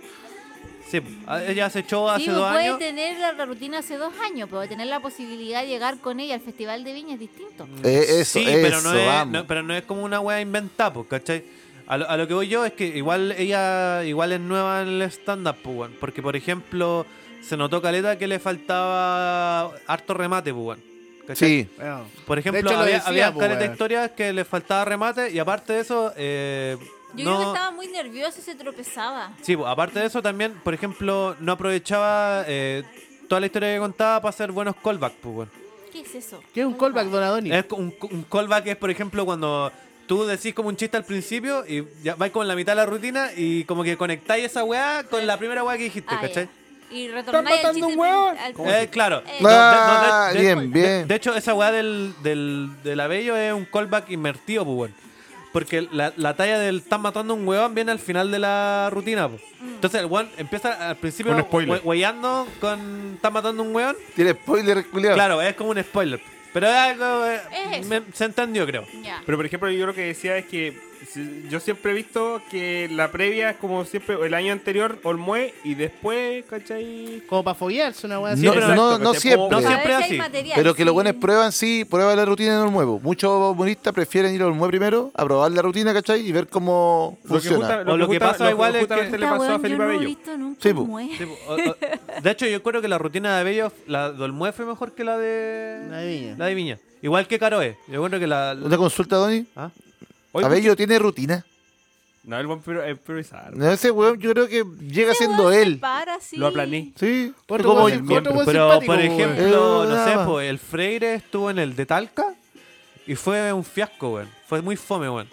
Speaker 2: Sí, a- ella se echó hace
Speaker 4: Sí, pues,
Speaker 2: dos
Speaker 4: puede
Speaker 2: años.
Speaker 4: tener la, la rutina hace dos años, pero tener la posibilidad de llegar con ella al Festival de Viña es distinto.
Speaker 1: Eh, eso,
Speaker 2: sí,
Speaker 1: eso,
Speaker 2: pero no, es,
Speaker 1: vamos.
Speaker 2: no- pero no es como una wea inventada, pues, ¿cachai? A lo, a lo que voy yo es que igual ella igual es nueva en el stand-up, pues, weón, porque por ejemplo se notó Caleta que le faltaba harto remate, pues, weón, ¿cachai?
Speaker 1: sí.
Speaker 5: Bueno,
Speaker 2: Por ejemplo,
Speaker 5: hecho, lo
Speaker 2: había,
Speaker 5: decía,
Speaker 2: había
Speaker 5: pues,
Speaker 2: Caleta
Speaker 5: weón.
Speaker 2: historias que le faltaba remate y aparte de eso, eh,
Speaker 4: Yo creo que
Speaker 2: no,
Speaker 4: estaba muy nervioso y se tropezaba.
Speaker 2: Sí, pues, aparte de eso también, por ejemplo, no aprovechaba eh, toda la historia que contaba para hacer buenos callbacks. Pues, weón.
Speaker 4: ¿Qué es eso?
Speaker 5: ¿Qué es un callback, Don Adonis?
Speaker 2: Es co- un, co- un callback es, por ejemplo, cuando tú decís como un chiste al principio y ya vais con la mitad de la rutina y como que conectáis esa weá con la primera weá que dijiste,
Speaker 4: Ah, ya.
Speaker 2: ¿cachai?
Speaker 4: Y retornáis
Speaker 3: matando
Speaker 4: al chiste
Speaker 3: un huevo?
Speaker 4: prin- al-
Speaker 2: Eh, claro.
Speaker 4: Eh.
Speaker 2: No, de-
Speaker 1: Ah,
Speaker 2: no, de- de-
Speaker 1: bien,
Speaker 2: de-
Speaker 1: bien.
Speaker 2: de hecho, esa weá del, del, del abello es un callback invertido, pues, weón. Porque la, la talla del están matando a un weón viene al final de la rutina, pues. Entonces el weón empieza al principio
Speaker 3: Un spoiler.
Speaker 2: we- weyando con están matando a un weón.
Speaker 1: Tiene spoiler, culiado.
Speaker 2: Claro, es como un spoiler. Pero es algo. eh,
Speaker 4: Es eso.
Speaker 2: me- se entendió, creo.
Speaker 4: Ya.
Speaker 3: Pero por ejemplo, yo lo que decía es que si- yo siempre he visto que la previa es como siempre el año anterior Olmue y después, ¿cachai?
Speaker 5: Como para foguearse una weá así.
Speaker 1: No,
Speaker 2: pero-
Speaker 1: no,
Speaker 3: Exacto,
Speaker 1: no
Speaker 3: ¿cachai?
Speaker 1: siempre.
Speaker 2: No
Speaker 4: Para
Speaker 2: siempre
Speaker 4: ver si hay
Speaker 2: así.
Speaker 4: material,
Speaker 1: Pero que los
Speaker 4: sí.
Speaker 1: buenos prueban, sí, prueban la rutina en el nuevo. Muchos humoristas prefieren ir al nuevo primero, a probar la rutina, ¿cachai? Y ver cómo funciona.
Speaker 2: O lo que pasa igual es
Speaker 3: justamente
Speaker 2: que-
Speaker 3: le
Speaker 4: Puta,
Speaker 3: pasó a
Speaker 4: weón,
Speaker 3: Felipe
Speaker 4: yo no he
Speaker 3: Abello.
Speaker 4: visto nunca
Speaker 1: Sí, po.
Speaker 4: cómo es.
Speaker 2: Sí, po, o- o- de hecho, yo creo que la rutina de Abello, la de Olmue fue mejor que la de.
Speaker 5: La de Viña.
Speaker 2: La de Viña. Igual que Caroe. Yo creo que la. la-
Speaker 1: Una consulta, Donny.
Speaker 2: ¿Ah?
Speaker 3: Oye,
Speaker 1: Abello tiene rutina.
Speaker 3: No, el buen pero- es improvisar.
Speaker 1: No, Ese weón yo creo que llega siendo
Speaker 4: Weón, se
Speaker 1: él.
Speaker 4: para así.
Speaker 3: Lo aplané.
Speaker 1: Sí.
Speaker 5: Otro
Speaker 1: Como
Speaker 5: weón-
Speaker 1: el-
Speaker 5: otro weón
Speaker 2: Pero,
Speaker 5: Pues simpático,
Speaker 2: por
Speaker 5: weón.
Speaker 2: ejemplo,
Speaker 1: Eh,
Speaker 2: no sé,
Speaker 1: nada más.
Speaker 2: po, el Freire estuvo en el de Talca y fue un fiasco, weón. Fue muy fome, weón.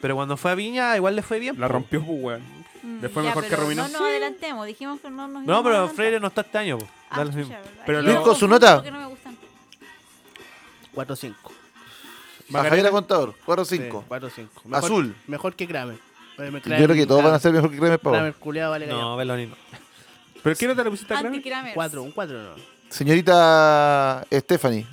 Speaker 2: Pero cuando fue a Viña, igual le fue bien.
Speaker 3: La
Speaker 2: po.
Speaker 3: rompió, pues, weón.
Speaker 4: Mm,
Speaker 3: Después
Speaker 4: ya,
Speaker 3: mejor que
Speaker 4: pero
Speaker 3: Rubino.
Speaker 4: No nos adelantemos, dijimos que no
Speaker 2: No,
Speaker 4: nos íbamos a
Speaker 2: pero
Speaker 4: adelantar.
Speaker 2: Freire no está este año, po.
Speaker 4: Ah,
Speaker 2: Da lo
Speaker 4: chucha,
Speaker 2: mismo.
Speaker 4: verdad.
Speaker 3: Pero
Speaker 4: Yo
Speaker 3: no-
Speaker 4: me
Speaker 1: Mirko, su
Speaker 4: confundo
Speaker 1: nota.
Speaker 4: porque no me gustan.
Speaker 5: 4-5.
Speaker 1: A Javiera Contador, 4-5.
Speaker 5: 4-5. Mejor-
Speaker 1: Azul.
Speaker 5: Mejor que Kramer. Oye, me-
Speaker 1: Yo
Speaker 5: Kramer-
Speaker 1: creo que todos van a ser mejor que Kramer Pavón.
Speaker 5: Kramer culeado vale
Speaker 2: No, Beloni no.
Speaker 3: ¿Pero qué no te le pusiste a Kramer?
Speaker 4: Anticramers.
Speaker 5: 4, un 4 no.
Speaker 1: Señorita Stephanie.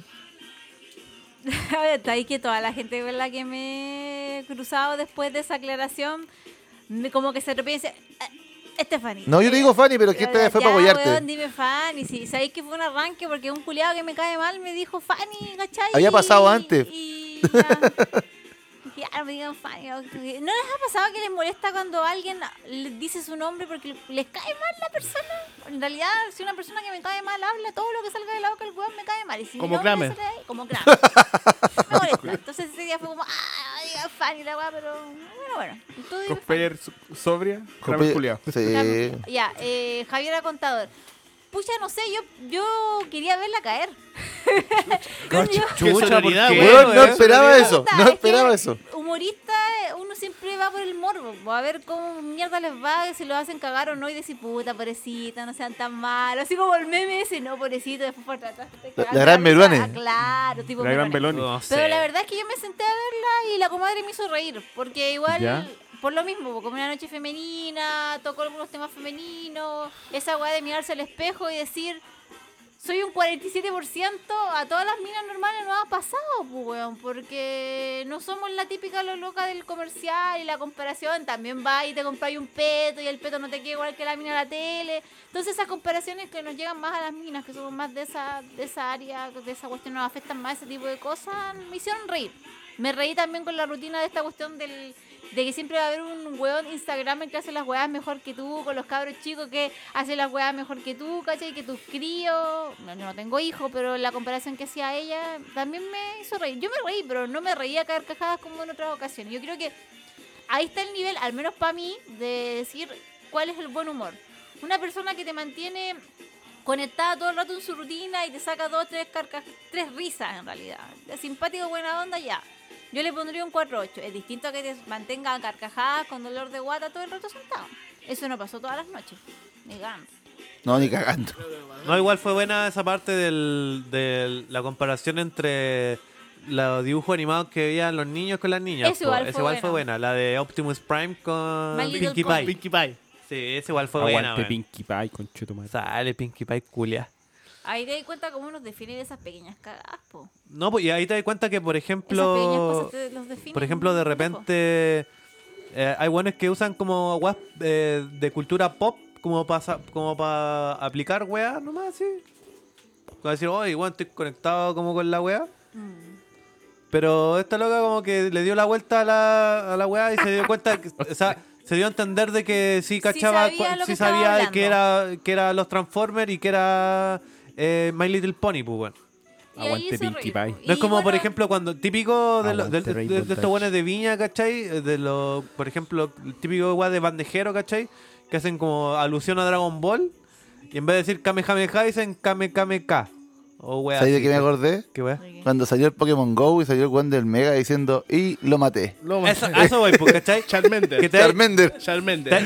Speaker 4: *laughs* Está ahí que toda la gente, ¿verdad? Que me eh, cruzado después de esa aclaración, me- como que se tropieza y dice, "Ah, Estefanía.
Speaker 1: No, yo te digo Fanny, pero es que esta vez fue para apoyarte.
Speaker 4: weón, dime Fanny, si sabéis que fue un arranque porque un culiado que me cae mal me dijo Fanny, ¿cachai?
Speaker 1: Había pasado
Speaker 4: Y-
Speaker 1: antes.
Speaker 4: Y ya. *laughs* Dije, "Ah, no me digan Fanny. ¿No les ha pasado que les molesta cuando alguien les dice su nombre porque les cae mal la persona? En realidad, si una persona que me cae mal habla, todo lo que salga de la boca del weón me cae mal. Y si mi
Speaker 5: Como
Speaker 4: nombre
Speaker 5: Kramer.
Speaker 4: sale ahí, Como
Speaker 1: *laughs*
Speaker 4: Kramer. me molesta. Entonces ese día fue como, ah, no digan Fanny la weá, pero bueno, bueno. Tú dime
Speaker 3: Cosplayer so- sobria, Ramón
Speaker 1: Compe-
Speaker 3: Juliado.
Speaker 1: Sí.
Speaker 4: Cam- Ya, eh, Javier era contador. Pucha, no sé, yo, yo quería verla
Speaker 3: *laughs*
Speaker 4: caer.
Speaker 2: Qué ¿eh? sonoridad,
Speaker 3: ¿por qué?
Speaker 2: weón.
Speaker 1: Weón, no esperaba eso,
Speaker 4: Puta,
Speaker 1: no
Speaker 4: es que
Speaker 1: esperaba eso.
Speaker 4: Humorista, eh, uno siempre va por el morbo, va a ver cómo mierda les va, si lo hacen cagar o no, y decir, puta, pobrecita, no sean tan malos. Así como el meme ese, no, pobrecito, después por tratar de
Speaker 1: La-
Speaker 4: cagar
Speaker 1: la gran
Speaker 4: risa.
Speaker 1: Meluane.
Speaker 4: Ah, Claro, tipo
Speaker 3: La gran
Speaker 4: Meluane.
Speaker 3: Beloni.
Speaker 2: No
Speaker 4: Pero
Speaker 2: sé.
Speaker 4: la verdad es que yo me senté a verla y la comadre me hizo reír, porque igual,
Speaker 3: Ya.
Speaker 4: por lo mismo, como una noche femenina, tocó algunos temas femeninos, esa weá de mirarse al espejo y decir, soy un 47%, a todas las minas normales nos ha pasado, po, weón, porque no somos la típica lo loca del comercial y la comparación, también va y te compráis un peto y el peto no te queda igual que la mina de la tele, entonces esas comparaciones que nos llegan más a las minas, que somos más de esa, de esa área, de esa cuestión, nos afectan más ese tipo de cosas, me hicieron reír. Me reí también con la rutina de esta cuestión del, de que siempre va a haber un weón Instagramer que hace las weas mejor que tú, con los cabros chicos que hacen las weas mejor que tú, ¿cachai? Que tus críos, no, yo no tengo hijos, pero la comparación que hacía ella también me hizo reír. Yo me reí, pero no me reía a carcajadas como en otras ocasiones. Yo creo que ahí está el nivel, al menos para mí, de decir cuál es el buen humor. Una persona que te mantiene conectada todo el rato en su rutina y te saca dos, tres carcaj tres risas en realidad. Simpático, buena onda, ya. Yo le pondría un 4-8. Es distinto a que te mantenga carcajadas con dolor de guata todo el rato sentado. Eso no pasó todas las noches. Digamos.
Speaker 1: No, ni cagando.
Speaker 2: No, igual fue buena esa parte del- de la comparación entre los dibujos animados que veían los niños con las niñas.
Speaker 4: Eso
Speaker 2: po.
Speaker 4: igual fue
Speaker 2: fue buena. La de Optimus Prime con
Speaker 4: My Little
Speaker 2: Pinkie
Speaker 4: Pony.
Speaker 2: Pie.
Speaker 5: Pinkie Pie.
Speaker 2: Sí, esa igual fue buena.
Speaker 3: Aguante
Speaker 2: weón.
Speaker 3: Pinkie Pie, concheto madre.
Speaker 2: Sale Pinkie Pie culia.
Speaker 4: Ahí te di cuenta cómo nos definen esas pequeñas cagadas, po.
Speaker 2: No, pues, y ahí te das cuenta que, por
Speaker 4: Esas pequeñas cosas
Speaker 2: ejemplo,
Speaker 4: te los definen.
Speaker 2: por ejemplo, de
Speaker 4: po.
Speaker 2: repente eh, hay buenos que usan como guas eh, de cultura pop como para como para aplicar weá nomás, sí. Como decir, oye, weón, estoy conectado como con la weá.
Speaker 4: Mm.
Speaker 2: Pero esta loca como que le dio la vuelta a la, a la weá y se dio cuenta, que- o sea, se dio a entender de que sí cachaba,
Speaker 4: sabía
Speaker 2: cua-
Speaker 4: lo que
Speaker 2: sí
Speaker 4: estaba
Speaker 2: sabía
Speaker 4: hablando.
Speaker 2: que era, que era los Transformers y que era eh, My Little Pony, pues bueno.
Speaker 4: Y ahí
Speaker 3: Aguante
Speaker 4: hizo
Speaker 3: Pinkie
Speaker 4: reír,
Speaker 3: Pie.
Speaker 4: po.
Speaker 2: No es
Speaker 4: Y
Speaker 2: como, por
Speaker 4: bueno,
Speaker 2: ejemplo, cuando típico de, lo- de-
Speaker 3: Aguante
Speaker 2: de-
Speaker 3: Rainbow
Speaker 2: de estos
Speaker 3: Dash.
Speaker 2: buenos de viña, ¿cachai? De los, por ejemplo, el típico weá de bandejero, ¿cachai? Que hacen como alusión a Dragon Ball y en vez de decir Kamehameha dicen Kame Kame K. O weá.
Speaker 1: ¿Sabes de
Speaker 2: así,
Speaker 1: qué me
Speaker 2: ¿cachai?
Speaker 1: acordé?
Speaker 2: ¿Qué weá?
Speaker 4: Ok.
Speaker 1: Cuando salió el Pokémon Go y salió el weón del Mega diciendo, y lo maté.
Speaker 5: Lo
Speaker 2: Eso, a eso voy, pues, ¿cachai?
Speaker 4: *laughs*
Speaker 5: Charmander.
Speaker 2: Que te-
Speaker 1: Charmander.
Speaker 5: Charmander.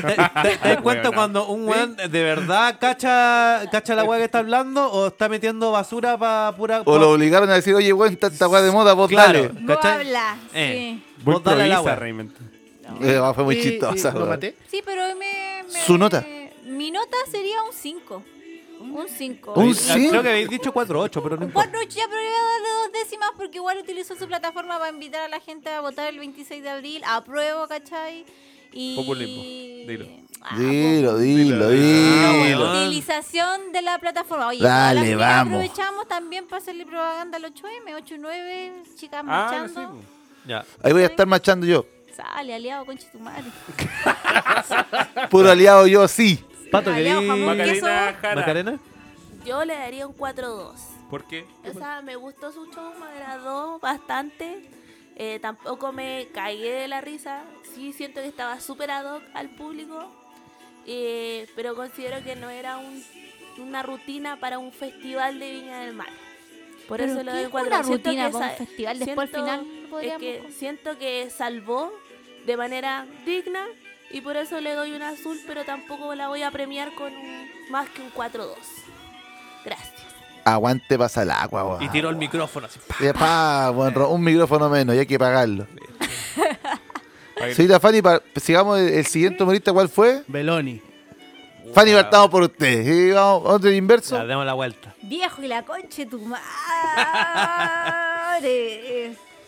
Speaker 2: ¿Te, te- te- te das cuenta
Speaker 3: Weona.
Speaker 2: cuando un weón de verdad cacha, cacha la weá que está hablando o está metiendo basura para pura.
Speaker 1: O
Speaker 2: pa-
Speaker 1: lo obligaron a decir, oye, weón, está esta weá de moda, vos
Speaker 2: Claro,
Speaker 1: dale.
Speaker 4: No
Speaker 2: ¿cachai?
Speaker 4: habla,
Speaker 2: Eh,
Speaker 4: sí.
Speaker 3: Voy
Speaker 2: vos dale a la
Speaker 3: improvisa,
Speaker 2: weá.
Speaker 3: Raymond.
Speaker 1: Eh, weón, fue muy
Speaker 5: Y-
Speaker 1: chistosa.
Speaker 5: y Lo
Speaker 1: weón.
Speaker 5: maté.
Speaker 4: Sí, pero hoy me, me-
Speaker 1: Su nota.
Speaker 4: Mi nota sería un 5. Un 5.
Speaker 1: Un
Speaker 2: Ah, Creo
Speaker 1: cinco.
Speaker 2: que habéis dicho 4-8, pero no
Speaker 4: Un
Speaker 2: importa.
Speaker 4: cuatro ya, pero le voy a darle dos décimas porque igual utilizó su plataforma para invitar a la gente a votar el 26 de abril. Apruebo, ¿cachai? Y...
Speaker 3: Populismo. Dilo.
Speaker 4: Ah,
Speaker 1: Dilo, dilo,
Speaker 2: Ah,
Speaker 1: dilo.
Speaker 2: weón.
Speaker 4: Utilización de la plataforma. Oye,
Speaker 1: Dale,
Speaker 4: ojalá que
Speaker 1: vamos.
Speaker 4: aprovechamos también para hacerle propaganda al 8M, 8 y 9, chicas
Speaker 3: Ah, no
Speaker 4: marchando.
Speaker 3: sé, po.
Speaker 2: Ya.
Speaker 1: Ahí voy a estar marchando yo.
Speaker 4: Sale, aliado, concha tu madre.
Speaker 1: *laughs* Puro aliado yo, sí.
Speaker 2: Pato,
Speaker 4: Aliado, jamón,
Speaker 2: ¿queréis.
Speaker 4: queso.
Speaker 3: Macarena Jara.
Speaker 2: Macarena?
Speaker 6: Yo le daría un 4-2.
Speaker 3: ¿Por qué?
Speaker 6: O sea, me gustó su show, me agradó bastante. Eh, tampoco me cagué de la risa. Sí, siento que estaba súper ad hoc al público. Eh, pero considero que no era un- una rutina para un festival de Viña del Mar. Por
Speaker 4: Pero
Speaker 6: eso le
Speaker 4: ¿qué
Speaker 6: doy
Speaker 4: es
Speaker 6: un 4.
Speaker 4: una
Speaker 6: Siento
Speaker 4: rutina
Speaker 6: que
Speaker 4: para un
Speaker 6: sa-
Speaker 4: festival? Después al final
Speaker 6: es
Speaker 4: podríamos
Speaker 6: que
Speaker 4: con-
Speaker 6: siento que salvó de manera digna y por eso le doy un azul, pero tampoco la voy a premiar con un- más que un 4-2. Gracias.
Speaker 1: Aguante, pasa el agua, weón.
Speaker 2: Y tiró el micrófono así. pa.
Speaker 1: Y pa, weón, ro- un micrófono menos, y hay que pagarlo.
Speaker 3: Ahí-
Speaker 1: Señorita Fanny, pa- sigamos el, el siguiente humorista, ¿cuál fue?
Speaker 5: Beloni.
Speaker 1: Fanny Bartado por usted. Y vamos, otro inverso.
Speaker 2: Ya, demos la vuelta.
Speaker 4: Viejo y la conche tu madre.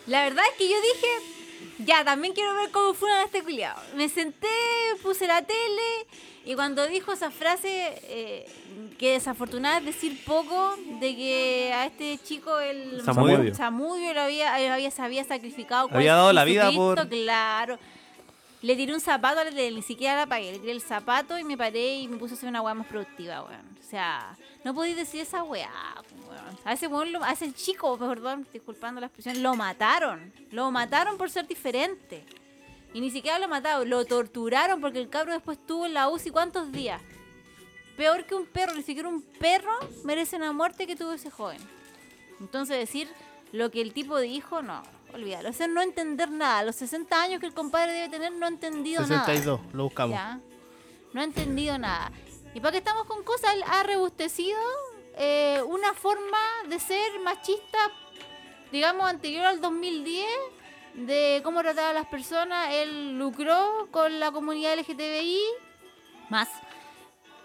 Speaker 4: La verdad es que yo dije, Ya, también quiero ver cómo fue este culiado. Me senté, puse la tele y cuando dijo esa frase, eh, que desafortunada es decir poco, de que a este chico el
Speaker 2: Samudio.
Speaker 4: Samudio lo había, eh, había, se había sacrificado. con
Speaker 2: Había dado la vida por-
Speaker 4: Jesucristo, Claro. Le tiré un zapato a la tele, ni siquiera la pagué. Le tiré el zapato y me paré y me puse a hacer una weá más productiva, weón. O sea, no podéis decir esa weá, weón. A ese weón, lo- a ese chico, perdón, disculpando la expresión, lo mataron. Lo mataron por ser diferente. Y ni siquiera lo mataron, lo torturaron porque el cabro después estuvo en la UCI cuántos días. Peor que un perro, ni siquiera un perro merece una muerte que tuvo ese joven. Entonces decir lo que el tipo dijo, no, olvídalo. O sea, no entender nada. A los 60 años que el compadre debe tener, no ha entendido nada.
Speaker 5: 62, lo buscamos.
Speaker 4: Ya. No ha entendido nada. Y para que estamos con cosas, él ha rebustecido eh, una forma de ser machista, digamos, anterior al 2010, de cómo trataba a las personas. Él lucró con la comunidad LGTBI, más.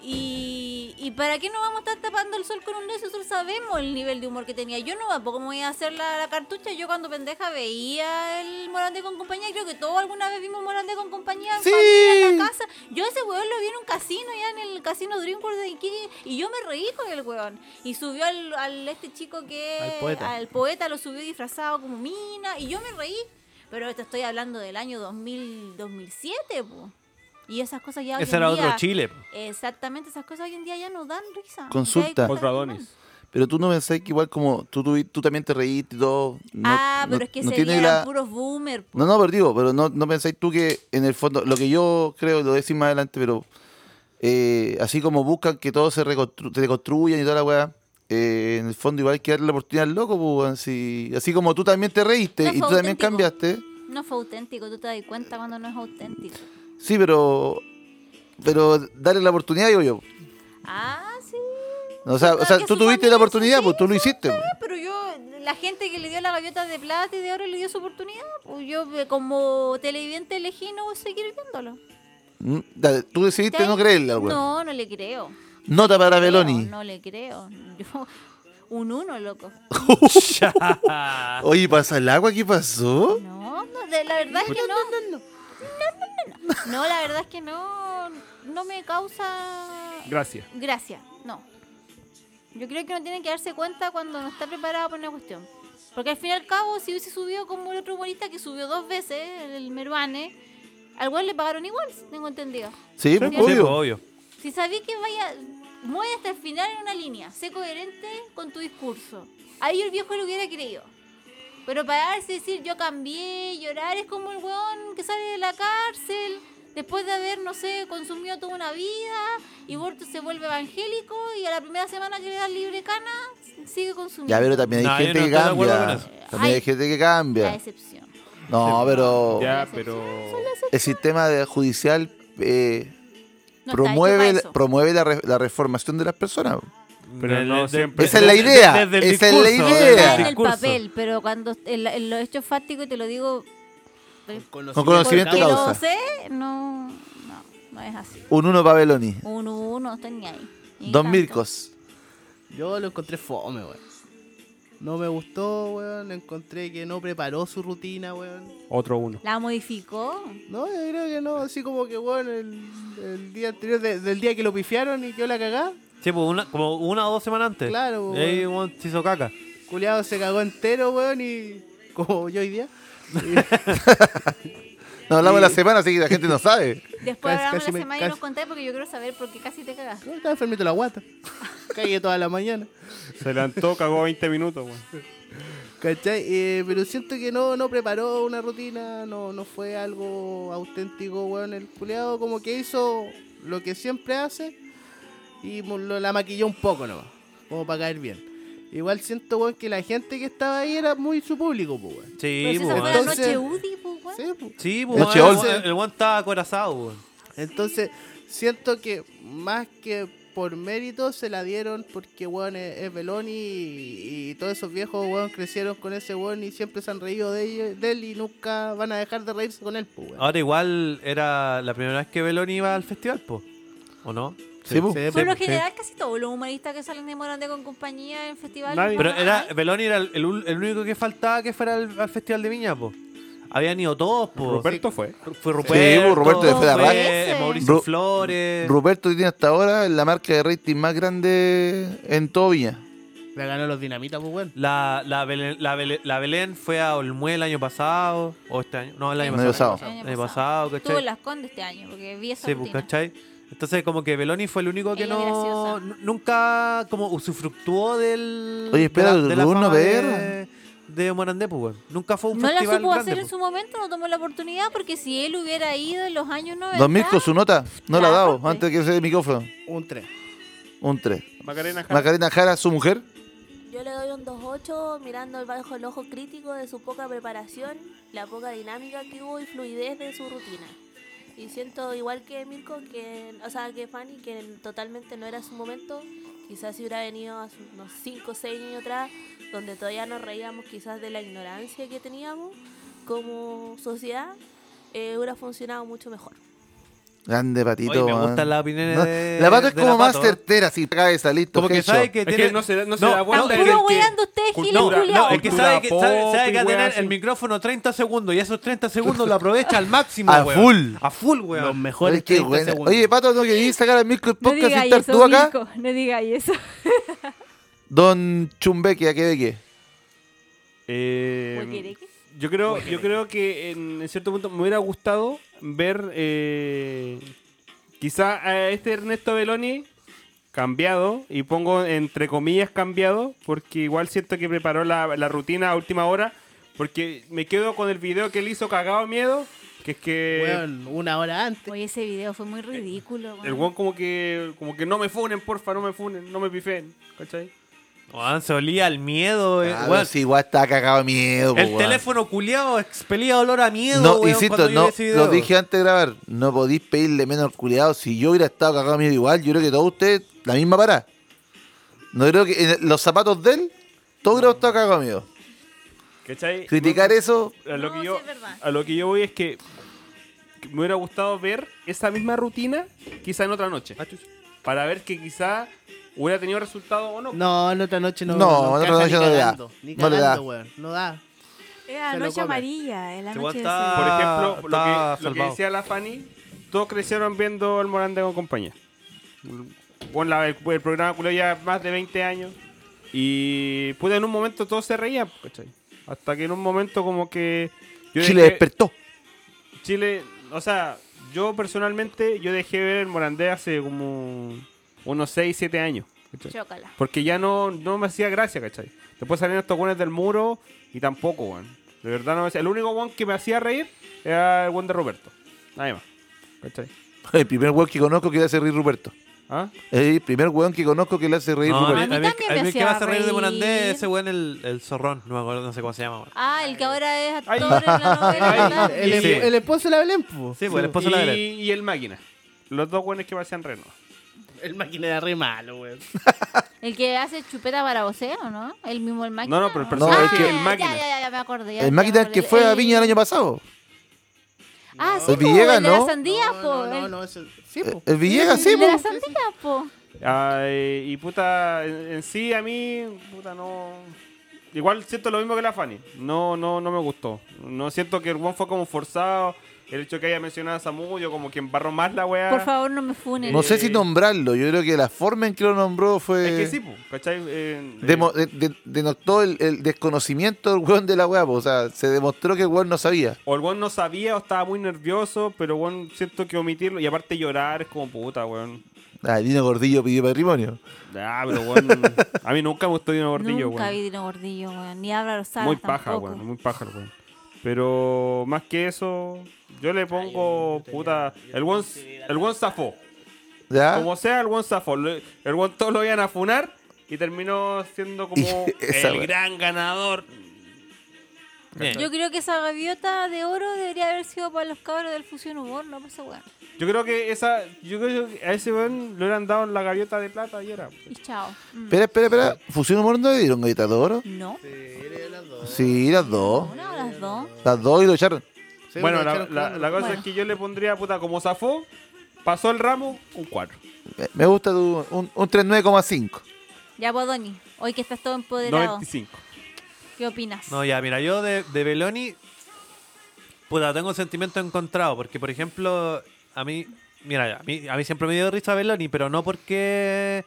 Speaker 4: Y, y para qué nos vamos a estar tapando el sol con un dedo? Nosotros sabemos el nivel de humor que tenía. Yo no tampoco me voy a hacer la, la cartucha. Yo cuando pendeja veía el Morandé con compañía. Creo que todos alguna vez vimos Morandé con compañía en
Speaker 1: Sí.
Speaker 4: familia, en la casa. Yo a ese weón lo vi en un casino, ya en el casino Dreamworld de Iquique. Y yo me reí con el weón. Y subió al, al este chico que...
Speaker 5: Al poeta.
Speaker 4: al poeta lo subió disfrazado como mina. Y yo me reí. Pero te estoy hablando del año 2000, 2007, po. Y esas cosas ya... hoy
Speaker 2: Ese
Speaker 4: en
Speaker 2: era otro
Speaker 4: día-
Speaker 2: Chile.
Speaker 4: Exactamente, esas cosas hoy en día ya no dan risa.
Speaker 1: Consulta.
Speaker 4: Ya hay cosas
Speaker 3: Otro
Speaker 4: que no
Speaker 3: Adonis.
Speaker 1: Pero tú no pensás que igual como tú, tú, tú también te reíste y todo. No,
Speaker 4: ah, pero
Speaker 1: no-
Speaker 4: es que
Speaker 1: no
Speaker 4: se
Speaker 1: tiene
Speaker 4: vieran
Speaker 1: la-
Speaker 4: puros boomer. po.
Speaker 1: No, no, pero digo, pero no, no pensáis tú que en el fondo, lo que yo creo, lo voy a decir más adelante, pero eh, así como buscan que todos se, reconstru- se reconstruyan y toda la weá, eh, en el fondo igual hay que darle la oportunidad al loco, pues, weón, si- así como tú también te reíste
Speaker 4: No
Speaker 1: y tú
Speaker 4: fue
Speaker 1: también
Speaker 4: auténtico.
Speaker 1: cambiaste.
Speaker 4: No fue auténtico, tú te das cuenta cuando no es auténtico.
Speaker 1: Sí, pero pero darle la oportunidad, digo yo.
Speaker 4: Ah, sí.
Speaker 1: O sea, o
Speaker 4: Claro
Speaker 1: sea
Speaker 4: que
Speaker 1: tú
Speaker 4: su
Speaker 1: tuviste la oportunidad,
Speaker 4: familia sí,
Speaker 1: pues tú lo hiciste. pues.
Speaker 4: Pero yo, la gente que le dio la gaviota de plata y de oro le dio su oportunidad. pues Yo eh, como televidente elegí no seguir viéndolo.
Speaker 1: Mm, dale, Tú decidiste no
Speaker 4: ¿Cachai?
Speaker 1: creerle al weón.
Speaker 4: No, no le creo.
Speaker 1: Nota para
Speaker 4: Creo,
Speaker 1: Beloni.
Speaker 4: No le creo. Yo, un uno, loco.
Speaker 1: Oye, ¿pasa el agua? ¿Qué pasó?
Speaker 4: No, no, de- la verdad es que no. No, no, no, no. No, la verdad es que no. No me causa
Speaker 3: Gracias.
Speaker 4: gracia. No. Yo creo que uno tiene que darse cuenta cuando no está preparado para una cuestión. Porque al fin y al cabo, si hubiese subido como el otro humorista que subió dos veces, el Meruane, al weón le pagaron igual, tengo entendido.
Speaker 1: Sí,
Speaker 2: Sí,
Speaker 1: pues,
Speaker 2: pues,
Speaker 1: obvio.
Speaker 2: obvio.
Speaker 4: Si sabí que vaya, mueve hasta el final en una línea, sé coherente con tu discurso. Ahí el viejo lo hubiera creído. Pero pararse y decir yo cambié, llorar es como el weón que sale de la cárcel después de haber, no sé, consumido toda una vida y vuelto- se vuelve evangélico y a la primera semana que le dan libre cana sigue consumiendo.
Speaker 1: Ya, pero también hay
Speaker 2: No, yo
Speaker 1: gente
Speaker 2: no
Speaker 1: que
Speaker 2: estoy de acuerdo
Speaker 1: cambia.
Speaker 2: con
Speaker 1: También hay,
Speaker 4: Ay.
Speaker 1: gente que
Speaker 4: La
Speaker 1: cambia.
Speaker 4: excepción.
Speaker 1: No, pero
Speaker 3: Ya,
Speaker 4: Son las
Speaker 3: pero.
Speaker 4: excepciones.
Speaker 1: el sistema de- judicial eh,
Speaker 4: No está hecho
Speaker 1: promueve,
Speaker 4: pa'
Speaker 1: la-
Speaker 4: eso.
Speaker 1: promueve la, re- la reformación de las personas.
Speaker 3: Pero
Speaker 2: Desde-
Speaker 3: no
Speaker 2: desde-
Speaker 3: siempre.
Speaker 1: Esa es la idea,
Speaker 2: desde el
Speaker 1: esa es la
Speaker 2: discurso,
Speaker 1: idea.
Speaker 2: desde
Speaker 4: Está en el
Speaker 2: discurso.
Speaker 4: papel, pero cuando en, la- en los hechos fácticos, y te lo digo
Speaker 1: Con conocimiento
Speaker 4: porque
Speaker 1: de
Speaker 4: lo
Speaker 1: causa.
Speaker 4: sé, no, no, no es así.
Speaker 1: Un uno para Beloni.
Speaker 4: Uno, uno, está ni ahí. Ni
Speaker 1: Don
Speaker 4: tanto.
Speaker 1: Mircos.
Speaker 5: Yo lo encontré fome, weón. No me gustó, weón. Encontré que no preparó su rutina, weón.
Speaker 3: Otro uno.
Speaker 4: La modificó.
Speaker 5: No, yo creo que no. Así como que, weón, el, el día anterior, de- del día que lo pifiaron y que la cagá,
Speaker 2: Sí, pues una, como una o dos semanas antes.
Speaker 5: Claro,
Speaker 2: Y ahí weón, se hizo caca.
Speaker 5: culiado se cagó entero, weón, y como yo hoy día.
Speaker 1: No hablamos la semana, así que la gente no
Speaker 2: *laughs*
Speaker 1: sabe.
Speaker 4: Después
Speaker 5: Casi-
Speaker 4: hablamos
Speaker 5: casi
Speaker 4: la
Speaker 5: me-
Speaker 4: semana y
Speaker 5: casi-
Speaker 4: nos contáis porque yo quiero saber por qué casi te cagaste.
Speaker 5: No, estaba enfermito la guata. Cagué toda la mañana.
Speaker 3: Se levantó, cagó 20 minutos, weón.
Speaker 5: ¿Cachai? Eh, pero siento que no, no preparó una rutina, no, no fue algo auténtico, weón. El culiado como que hizo lo que siempre hace y mo- lo- la maquilló un poco nomás, como para caer bien. Igual siento, weón, que la gente que estaba ahí era muy su público, pues, weón.
Speaker 2: Sí,
Speaker 4: Pero
Speaker 2: pues,
Speaker 4: si esa fue la
Speaker 2: weón.
Speaker 5: Entonces-
Speaker 4: noche UDI, pues, weón.
Speaker 5: Sí, pues.
Speaker 2: Sí, pues,
Speaker 1: Noche
Speaker 2: weón,
Speaker 1: once.
Speaker 2: el- el guante estaba acorazado, weón.
Speaker 5: Entonces, siento que más que por mérito se la dieron porque, weón, es, es Beloni y, y todos esos viejos, weón, crecieron con ese weón y siempre se han reído de, ello- de él y nunca van a dejar de reírse con él, pues, weón.
Speaker 2: Ahora igual era la primera vez que Beloni iba al festival, pues. ¿O no?
Speaker 1: Sí, pues.
Speaker 4: Por lo
Speaker 2: sí.
Speaker 4: general, casi todos los humoristas que salen de Morante con compañía en festivales.
Speaker 3: Nadie.
Speaker 2: Pero era, Beloni era el, el un- el único que faltaba que fuera al, al festival de Viña, pues. Habían ido todos, po.
Speaker 3: Roberto fue.
Speaker 2: Fue Ruperto.
Speaker 1: pues, Ruperto de Feda
Speaker 2: fue
Speaker 4: Rack.
Speaker 2: Mauricio
Speaker 1: Ru-
Speaker 2: Flores.
Speaker 1: Ruperto tiene hasta ahora la marca de rating más grande en todo Viña.
Speaker 5: Le ganó los dinamitas, pues, weón.
Speaker 2: la, la, Belén, la, Belén, la Belén fue a Olmué el año pasado. O este año. No, el año
Speaker 1: El año
Speaker 2: pasado.
Speaker 4: pasado.
Speaker 2: El año pasado, ¿cachai?
Speaker 4: Estuvo en las Condes este año, porque vi esa
Speaker 2: Sí, pues,
Speaker 4: rutina.
Speaker 2: ¿cachai? Entonces, como que Beloni fue el único que
Speaker 4: Ella
Speaker 2: no.
Speaker 4: graciosa.
Speaker 2: nu- Nunca como usufructuó del.
Speaker 1: Oye, espera,
Speaker 2: de la, de la
Speaker 1: ¿tuvo
Speaker 2: fama
Speaker 1: una
Speaker 2: de, de Morandé, pues, weón. Nunca fue un
Speaker 4: No la
Speaker 2: festival
Speaker 4: supo
Speaker 2: grande,
Speaker 4: hacer en
Speaker 2: pues.
Speaker 4: su momento, no tomó la oportunidad, porque si él hubiera ido en los años 90...
Speaker 1: 2000 con su nota, no la ha dado,
Speaker 4: Claro.
Speaker 1: antes que se dé el micrófono.
Speaker 5: Un 3.
Speaker 1: Un 3.
Speaker 3: Macarena Jara.
Speaker 1: Macarena Jara, su mujer.
Speaker 6: Yo le doy un 2.8 mirando bajo el ojo crítico de su poca preparación, la poca dinámica que hubo y fluidez de su rutina. Y siento igual que Mirko, que, o sea, que Fanny, que totalmente no era su momento. Quizás si hubiera venido hace unos 5 o 6 años atrás, donde todavía nos reíamos quizás de la ignorancia que teníamos como sociedad, eh, hubiera funcionado mucho mejor.
Speaker 1: Grande patito.
Speaker 2: Oye, me
Speaker 1: man.
Speaker 2: gustan las opiniones
Speaker 1: No,
Speaker 2: de-
Speaker 1: la pato es
Speaker 2: de
Speaker 1: como
Speaker 2: la
Speaker 1: más
Speaker 2: Pato.
Speaker 1: certera, si cabeza, listo.
Speaker 2: Como que
Speaker 1: hecho.
Speaker 2: sabe que
Speaker 3: Es
Speaker 2: tiene.
Speaker 3: que no se da- no se da
Speaker 2: es
Speaker 3: vuelta que-
Speaker 4: Puro
Speaker 3: que-
Speaker 4: weando ustedes,
Speaker 3: Cultura-
Speaker 4: giles
Speaker 2: No, no,
Speaker 4: culiao.
Speaker 2: es que
Speaker 3: Cultura
Speaker 2: sabe que, sabe,
Speaker 3: pop
Speaker 2: sabe
Speaker 3: y
Speaker 2: que va a
Speaker 3: weas
Speaker 2: tener
Speaker 3: así.
Speaker 2: el micrófono 30 segundos y esos 30 segundos lo aprovecha al
Speaker 1: *laughs*
Speaker 2: máximo.
Speaker 1: A
Speaker 2: weón.
Speaker 1: full.
Speaker 2: A full, weón.
Speaker 5: Los mejores
Speaker 1: Oye, qué
Speaker 2: este
Speaker 5: 30
Speaker 1: buena.
Speaker 5: segundos.
Speaker 1: Oye, pato, no querías sacar al micro el
Speaker 4: No
Speaker 1: podcast y
Speaker 4: digáis
Speaker 1: estar tú
Speaker 4: eso,
Speaker 1: acá.
Speaker 4: Mirko, no digáis eso.
Speaker 1: Don Chumbeque, ¿a qué de qué?
Speaker 3: Eh,
Speaker 4: Guaquereque.
Speaker 3: yo creo, yo creo que en, en cierto punto me hubiera gustado ver eh, quizá a este Ernesto Beloni cambiado, y pongo entre comillas cambiado, porque igual siento que preparó la, la rutina a última hora, porque me quedo con el video que él hizo cagado de miedo, que es que
Speaker 5: Weón, una hora antes.
Speaker 4: Oye, ese video fue muy ridículo.
Speaker 3: Eh, el
Speaker 4: weón.
Speaker 3: weón como que, como que no me funen, porfa, no me funen, no me pifen, ¿cachai?
Speaker 2: Weón, se olía al miedo. eh.
Speaker 1: Ah,
Speaker 2: Weón,
Speaker 1: sí, igual está cagado de miedo. po,
Speaker 2: el
Speaker 1: weón.
Speaker 2: teléfono culiado expelía olor a miedo.
Speaker 1: No,
Speaker 2: weón,
Speaker 1: insisto,
Speaker 2: cuando yo vi
Speaker 1: no,
Speaker 2: ese video.
Speaker 1: lo dije antes de grabar. No podís pedirle menos culiado. Si yo hubiera estado cagado de miedo igual, yo creo que todos ustedes, la misma parada. No creo que en los zapatos de él, todos hubiéramos estado cagados de miedo.
Speaker 3: ¿Cachai?
Speaker 1: Criticar eso,
Speaker 3: a lo,
Speaker 4: No,
Speaker 3: que yo,
Speaker 4: sí, es verdad.
Speaker 3: a lo que yo voy es que que me hubiera gustado ver esa misma rutina quizá en otra
Speaker 2: Ah.
Speaker 3: noche. Para ver que quizá hubiera tenido resultado o no.
Speaker 5: No, en otra noche no.
Speaker 1: No, en otra
Speaker 5: casa
Speaker 1: noche
Speaker 5: ni
Speaker 1: no le da.
Speaker 5: cagando, Ni
Speaker 1: No le da.
Speaker 5: cagando, weón. No da.
Speaker 4: Es la
Speaker 5: Se lo
Speaker 4: noche
Speaker 5: come.
Speaker 4: amarilla, es la
Speaker 2: Este
Speaker 4: noche
Speaker 2: weón
Speaker 4: de
Speaker 2: está-
Speaker 3: Por
Speaker 2: Ah,
Speaker 3: ejemplo, lo
Speaker 2: está
Speaker 3: que, lo que
Speaker 2: salvado.
Speaker 3: decía la Fanny, todos crecieron viendo el Morandé con compañía. Con la- el, el programa culó ya más de 20 años. Y puta, en un momento todos se reían, ¿cachai? Hasta que en un momento como que...
Speaker 2: Eh,
Speaker 3: yo
Speaker 1: Chile
Speaker 3: dejé-
Speaker 1: despertó. *laughs*
Speaker 3: Chile, o sea, yo personalmente, yo dejé ver el Morandé hace como unos 6, 7 años. ¿cachai?
Speaker 4: Chócala.
Speaker 3: Porque ya no, no me hacía gracia, ¿cachai? Después salían estos guones del muro y tampoco, weón. De verdad no me hacía. El único guan que me hacía reír era el guan de Roberto. Nada más. ¿Cachai?
Speaker 1: El primer weón que conozco que le hace reír Ruperto.
Speaker 3: ¿Ah?
Speaker 1: El primer weón que conozco que le hace reír
Speaker 2: No, a mí-
Speaker 1: Ruperto.
Speaker 2: a mí-
Speaker 4: A mí también
Speaker 2: a mí
Speaker 4: me
Speaker 2: el que me hace
Speaker 4: hacía
Speaker 2: reír de Morandé,
Speaker 4: reír.
Speaker 2: ese weón, el, el zorrón. No me acuerdo, no sé cómo se llama. weón.
Speaker 4: Ah, el que ahora es actor
Speaker 3: Ay.
Speaker 4: en la novela.
Speaker 3: Ay.
Speaker 1: Ah.
Speaker 4: ¿verdad?
Speaker 5: El,
Speaker 2: Sí.
Speaker 5: el esposo de la Belén, po.
Speaker 2: Sí, pues el esposo de la
Speaker 3: y,
Speaker 2: Belén.
Speaker 3: y el máquina. Los dos guanes que me hacían reír. ¿no?
Speaker 5: El máquina era re malo, weón.
Speaker 4: El que hace chupeta para voceo, ¿no? El mismo el máquina. Ah,
Speaker 3: No, no, pero
Speaker 1: No,
Speaker 3: el personaje
Speaker 1: es que-
Speaker 3: el
Speaker 4: Ya,
Speaker 3: máquina.
Speaker 4: ya, ya, ya me acordé. ya,
Speaker 1: El
Speaker 4: ya
Speaker 1: máquina
Speaker 4: me
Speaker 1: es que
Speaker 4: acordé.
Speaker 1: fue a
Speaker 4: El-
Speaker 1: Viña el año pasado.
Speaker 4: Ah,
Speaker 1: El
Speaker 4: sí, po,
Speaker 1: Villegas,
Speaker 4: el de
Speaker 1: ¿no?
Speaker 4: la sandía,
Speaker 5: no,
Speaker 4: po.
Speaker 5: no, no,
Speaker 4: el-
Speaker 5: no, ese- sí, pues. po.
Speaker 1: El Eh, Villegas, sí,
Speaker 4: El de la
Speaker 1: po.
Speaker 4: sandía, pues. po.
Speaker 3: Ay, y puta, en, en sí a mí, puta, no. Igual siento lo mismo que la Fanny. No, no, no me gustó. No siento que el one fue como forzado. El hecho que haya mencionado a Samudio, como que embarró más la weá.
Speaker 4: Por favor, no me funen.
Speaker 1: No sé si nombrarlo. Yo creo que la forma en que lo nombró fue.
Speaker 3: Es que sí, po, ¿cachai? Eh,
Speaker 1: Demo- de- de- denotó el, el desconocimiento del weón de la weá, po. o sea, se demostró que el weón no sabía.
Speaker 3: O el weón no sabía o estaba muy nervioso, pero weón siento que omitirlo. Y aparte llorar es como puta, weón.
Speaker 1: Ah, Dino Gordillo pidió matrimonio.
Speaker 3: Ah, pero weón. a mí nunca me gustó Dino Gordillo,
Speaker 4: Nunca
Speaker 3: weón.
Speaker 4: vi Dino Gordillo, weón. Ni Álvaro Salas
Speaker 3: Muy paja,
Speaker 4: tampoco.
Speaker 3: weón. Muy paja, el weón. Pero más que eso, yo le pongo, puta. El weón, el weón zafó.
Speaker 1: ¿Ya?
Speaker 3: Como sea, el weón zafó. Le- El weón todos lo iban a funar y terminó
Speaker 1: *laughs*
Speaker 3: siendo como
Speaker 1: Esa
Speaker 3: el
Speaker 1: weá.
Speaker 3: gran ganador.
Speaker 4: Yo creo que esa gaviota de oro debería haber sido para los cabros del Fusión Humor, no Pues pasa weón.
Speaker 3: Yo creo que esa, yo creo que a ese weón le hubieran dado la gaviota de plata y era.
Speaker 4: Y chao. Mm.
Speaker 1: Espera, espera, espera. ¿Fusión Humor no le dieron galleta de oro?
Speaker 4: ¿No?
Speaker 1: Sí, las dos.
Speaker 4: ¿Una o las dos?
Speaker 1: Las dos y lo echaron.
Speaker 5: Sí,
Speaker 3: bueno,
Speaker 5: lo
Speaker 3: la,
Speaker 5: echaron
Speaker 3: la-
Speaker 5: jugando.
Speaker 3: la cosa
Speaker 4: Bueno.
Speaker 3: es que yo le pondría, puta, como zafó, pasó el ramo, un 4.
Speaker 1: Me- Me gusta tu, un, un 39,5.
Speaker 4: Ya, pues, Doni, hoy que estás todo empoderado,
Speaker 3: 95.
Speaker 4: ¿qué opinas?
Speaker 2: No, ya, mira, yo de, de Beloni Puta, tengo un sentimiento encontrado, porque por ejemplo, a mí, mira, a mí, a mí siempre me dio risa Beloni, pero no porque,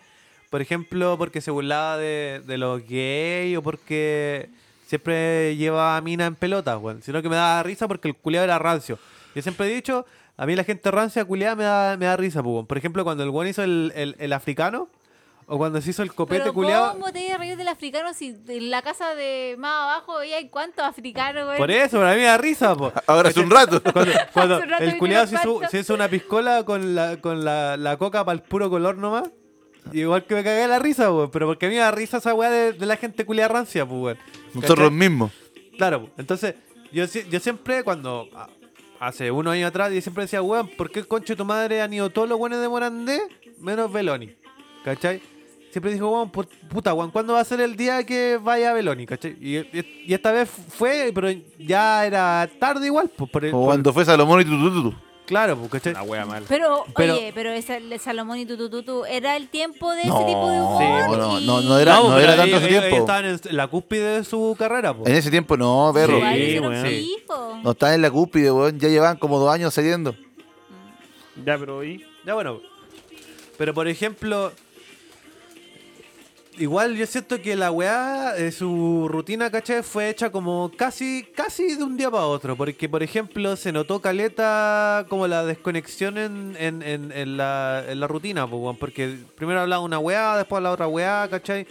Speaker 2: por ejemplo, porque se burlaba de, de los gays o porque siempre llevaba a mina en pelotas, weón, sino que me daba risa porque el culiado era rancio. Yo siempre he dicho, a mí la gente rancia culiada me da, me da risa, pues, weón. Por ejemplo, cuando el weón hizo el, el- el africano, o cuando se hizo el copete
Speaker 4: Pero
Speaker 2: culiado.
Speaker 4: ¿cómo te ibas a reír del africano si en la casa de más abajo veía cuántos africanos, güey?
Speaker 2: Por eso, para mí me da risa, po.
Speaker 1: Ahora hace un rato.
Speaker 2: Cuando, cuando
Speaker 4: *laughs* Hace un rato
Speaker 2: el
Speaker 4: vinieron
Speaker 2: culiado se hizo,
Speaker 4: cuantos.
Speaker 2: se hizo una piscola con la, con la, la coca para el puro color nomás. y Igual que me cagué la risa, po, pero porque a mí me da risa esa weá de, de la gente culiada rancia, pues, weón.
Speaker 1: Nosotros
Speaker 2: ¿Cachai?
Speaker 1: mismos.
Speaker 2: Claro, po. entonces yo, si- yo siempre cuando a- hace unos años atrás yo siempre decía, weón, ¿por qué concho tu madre han ido todos los buenos de Morandé menos Beloni? ¿Cachai? Siempre dijo, weón, pu- puta, weón, ¿cuándo va a ser el día que vaya a Beloni? ¿Cachai? Y, y- y esta vez fue, pero ya era tarde igual, pues, por el-
Speaker 1: Como
Speaker 2: por-
Speaker 1: cuando fue Salomón y tu, tu, tu, tu.
Speaker 2: claro, pues, ¿cachai?
Speaker 3: La wea mal.
Speaker 4: Pero,
Speaker 2: Pero-
Speaker 4: oye, pero ese, el Salomón y tutututu, ¿era el tiempo de ese
Speaker 1: No,
Speaker 4: tipo de humor?
Speaker 1: sí, no,
Speaker 4: Y-
Speaker 1: no, no era-
Speaker 2: No, pero
Speaker 1: tanto
Speaker 2: ellos-
Speaker 1: ese
Speaker 2: ellos-
Speaker 1: tiempo.
Speaker 2: ellos estaban en la cúspide de su carrera, pues.
Speaker 1: En ese tiempo no, perro.
Speaker 4: Igual
Speaker 2: Sí,
Speaker 4: hicieron
Speaker 2: weón. Sí.
Speaker 4: pico.
Speaker 1: No estaban en la cúspide, weón. Ya llevaban como dos años saliendo.
Speaker 3: Ya, pero ¿y?
Speaker 2: Ya bueno. Pero por ejemplo, igual yo siento que la weá, eh, su rutina, caché, fue hecha como casi, casi de un día para otro. Porque, por ejemplo, se notó caleta como la desconexión en, en- en- en la, en la rutina, po, weón, porque primero hablaba una weá, después hablaba otra weá, ¿cachai?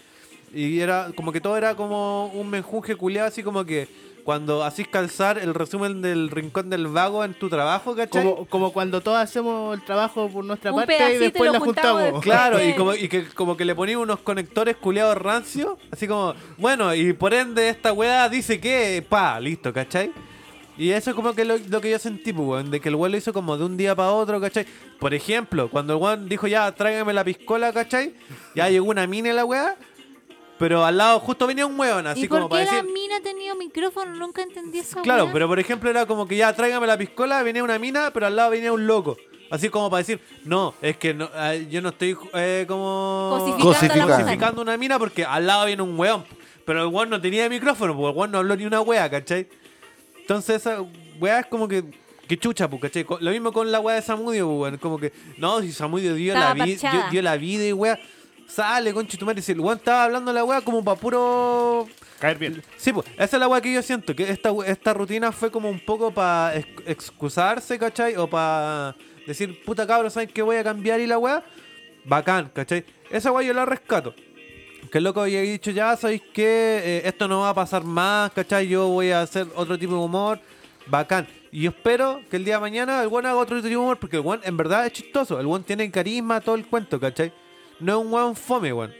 Speaker 2: Y era como que todo era como un menjunje culiado, así como que cuando hacís calzar el resumen del rincón del vago en tu trabajo, ¿cachai?
Speaker 5: Como, como cuando todos hacemos el trabajo por nuestra
Speaker 4: Un
Speaker 5: parte y
Speaker 4: pedacito y
Speaker 5: después
Speaker 4: lo
Speaker 5: la
Speaker 4: juntamos
Speaker 5: juntamos.
Speaker 4: después.
Speaker 2: Claro,
Speaker 4: Sí.
Speaker 2: y como, y que, como que le ponía unos conectores culeados rancios, así como, bueno, y por ende esta weá dice que, pa, listo, ¿cachai? Y eso es como que lo, lo que yo sentí, pues, weón, de que el weón lo hizo como de un día para otro, ¿cachai? Por ejemplo, cuando el weón dijo, ya, tráigame la piscola, ¿cachai? Ya llegó una mina y la weá, pero al lado justo venía un weón, así
Speaker 4: ¿Y
Speaker 2: como
Speaker 4: por
Speaker 2: para
Speaker 4: qué la
Speaker 2: decir...
Speaker 4: mina ha tenido micrófono? Nunca entendí eso.
Speaker 2: Claro, pero por ejemplo era como que ya tráigame la piscola, venía una mina, pero al lado venía un loco. Así como para decir, no, es que no, eh, yo no estoy eh, como
Speaker 4: Cosificando
Speaker 1: a la mujer.
Speaker 2: cosificando una mina porque al lado viene un weón. Pero el weón no tenía micrófono, porque el weón no habló ni una wea, ¿cachai? Entonces esa wea es como que, que chucha, pues, ¿cachai? Co- Lo mismo con la wea de Samudio, pues, weón. Como que, no, si Samudio dio, la,
Speaker 4: Estaba
Speaker 2: vi- dio,
Speaker 4: parchada.
Speaker 2: dio la vida y wea. Sale, conche tu madre. Si el weón estaba hablando la wea como para puro
Speaker 3: Caer bien.
Speaker 2: Sí, pues, esa es la weá que yo siento, que esta, esta rutina fue como un poco para excusarse, ¿cachai? O para decir, puta cabrón, ¿saben qué voy a cambiar y la weá? Bacán, ¿cachai? Esa weá yo la rescato. Que el loco había dicho, ya, ¿sabéis qué? Eh, esto no va a pasar más, ¿cachai? Yo voy a hacer otro tipo de humor. Bacán. Y yo espero que el día de mañana el weón haga otro tipo de humor, porque el weón en verdad es chistoso. El weón tiene carisma, todo el cuento, ¿cachai? No es un weón fome, weón.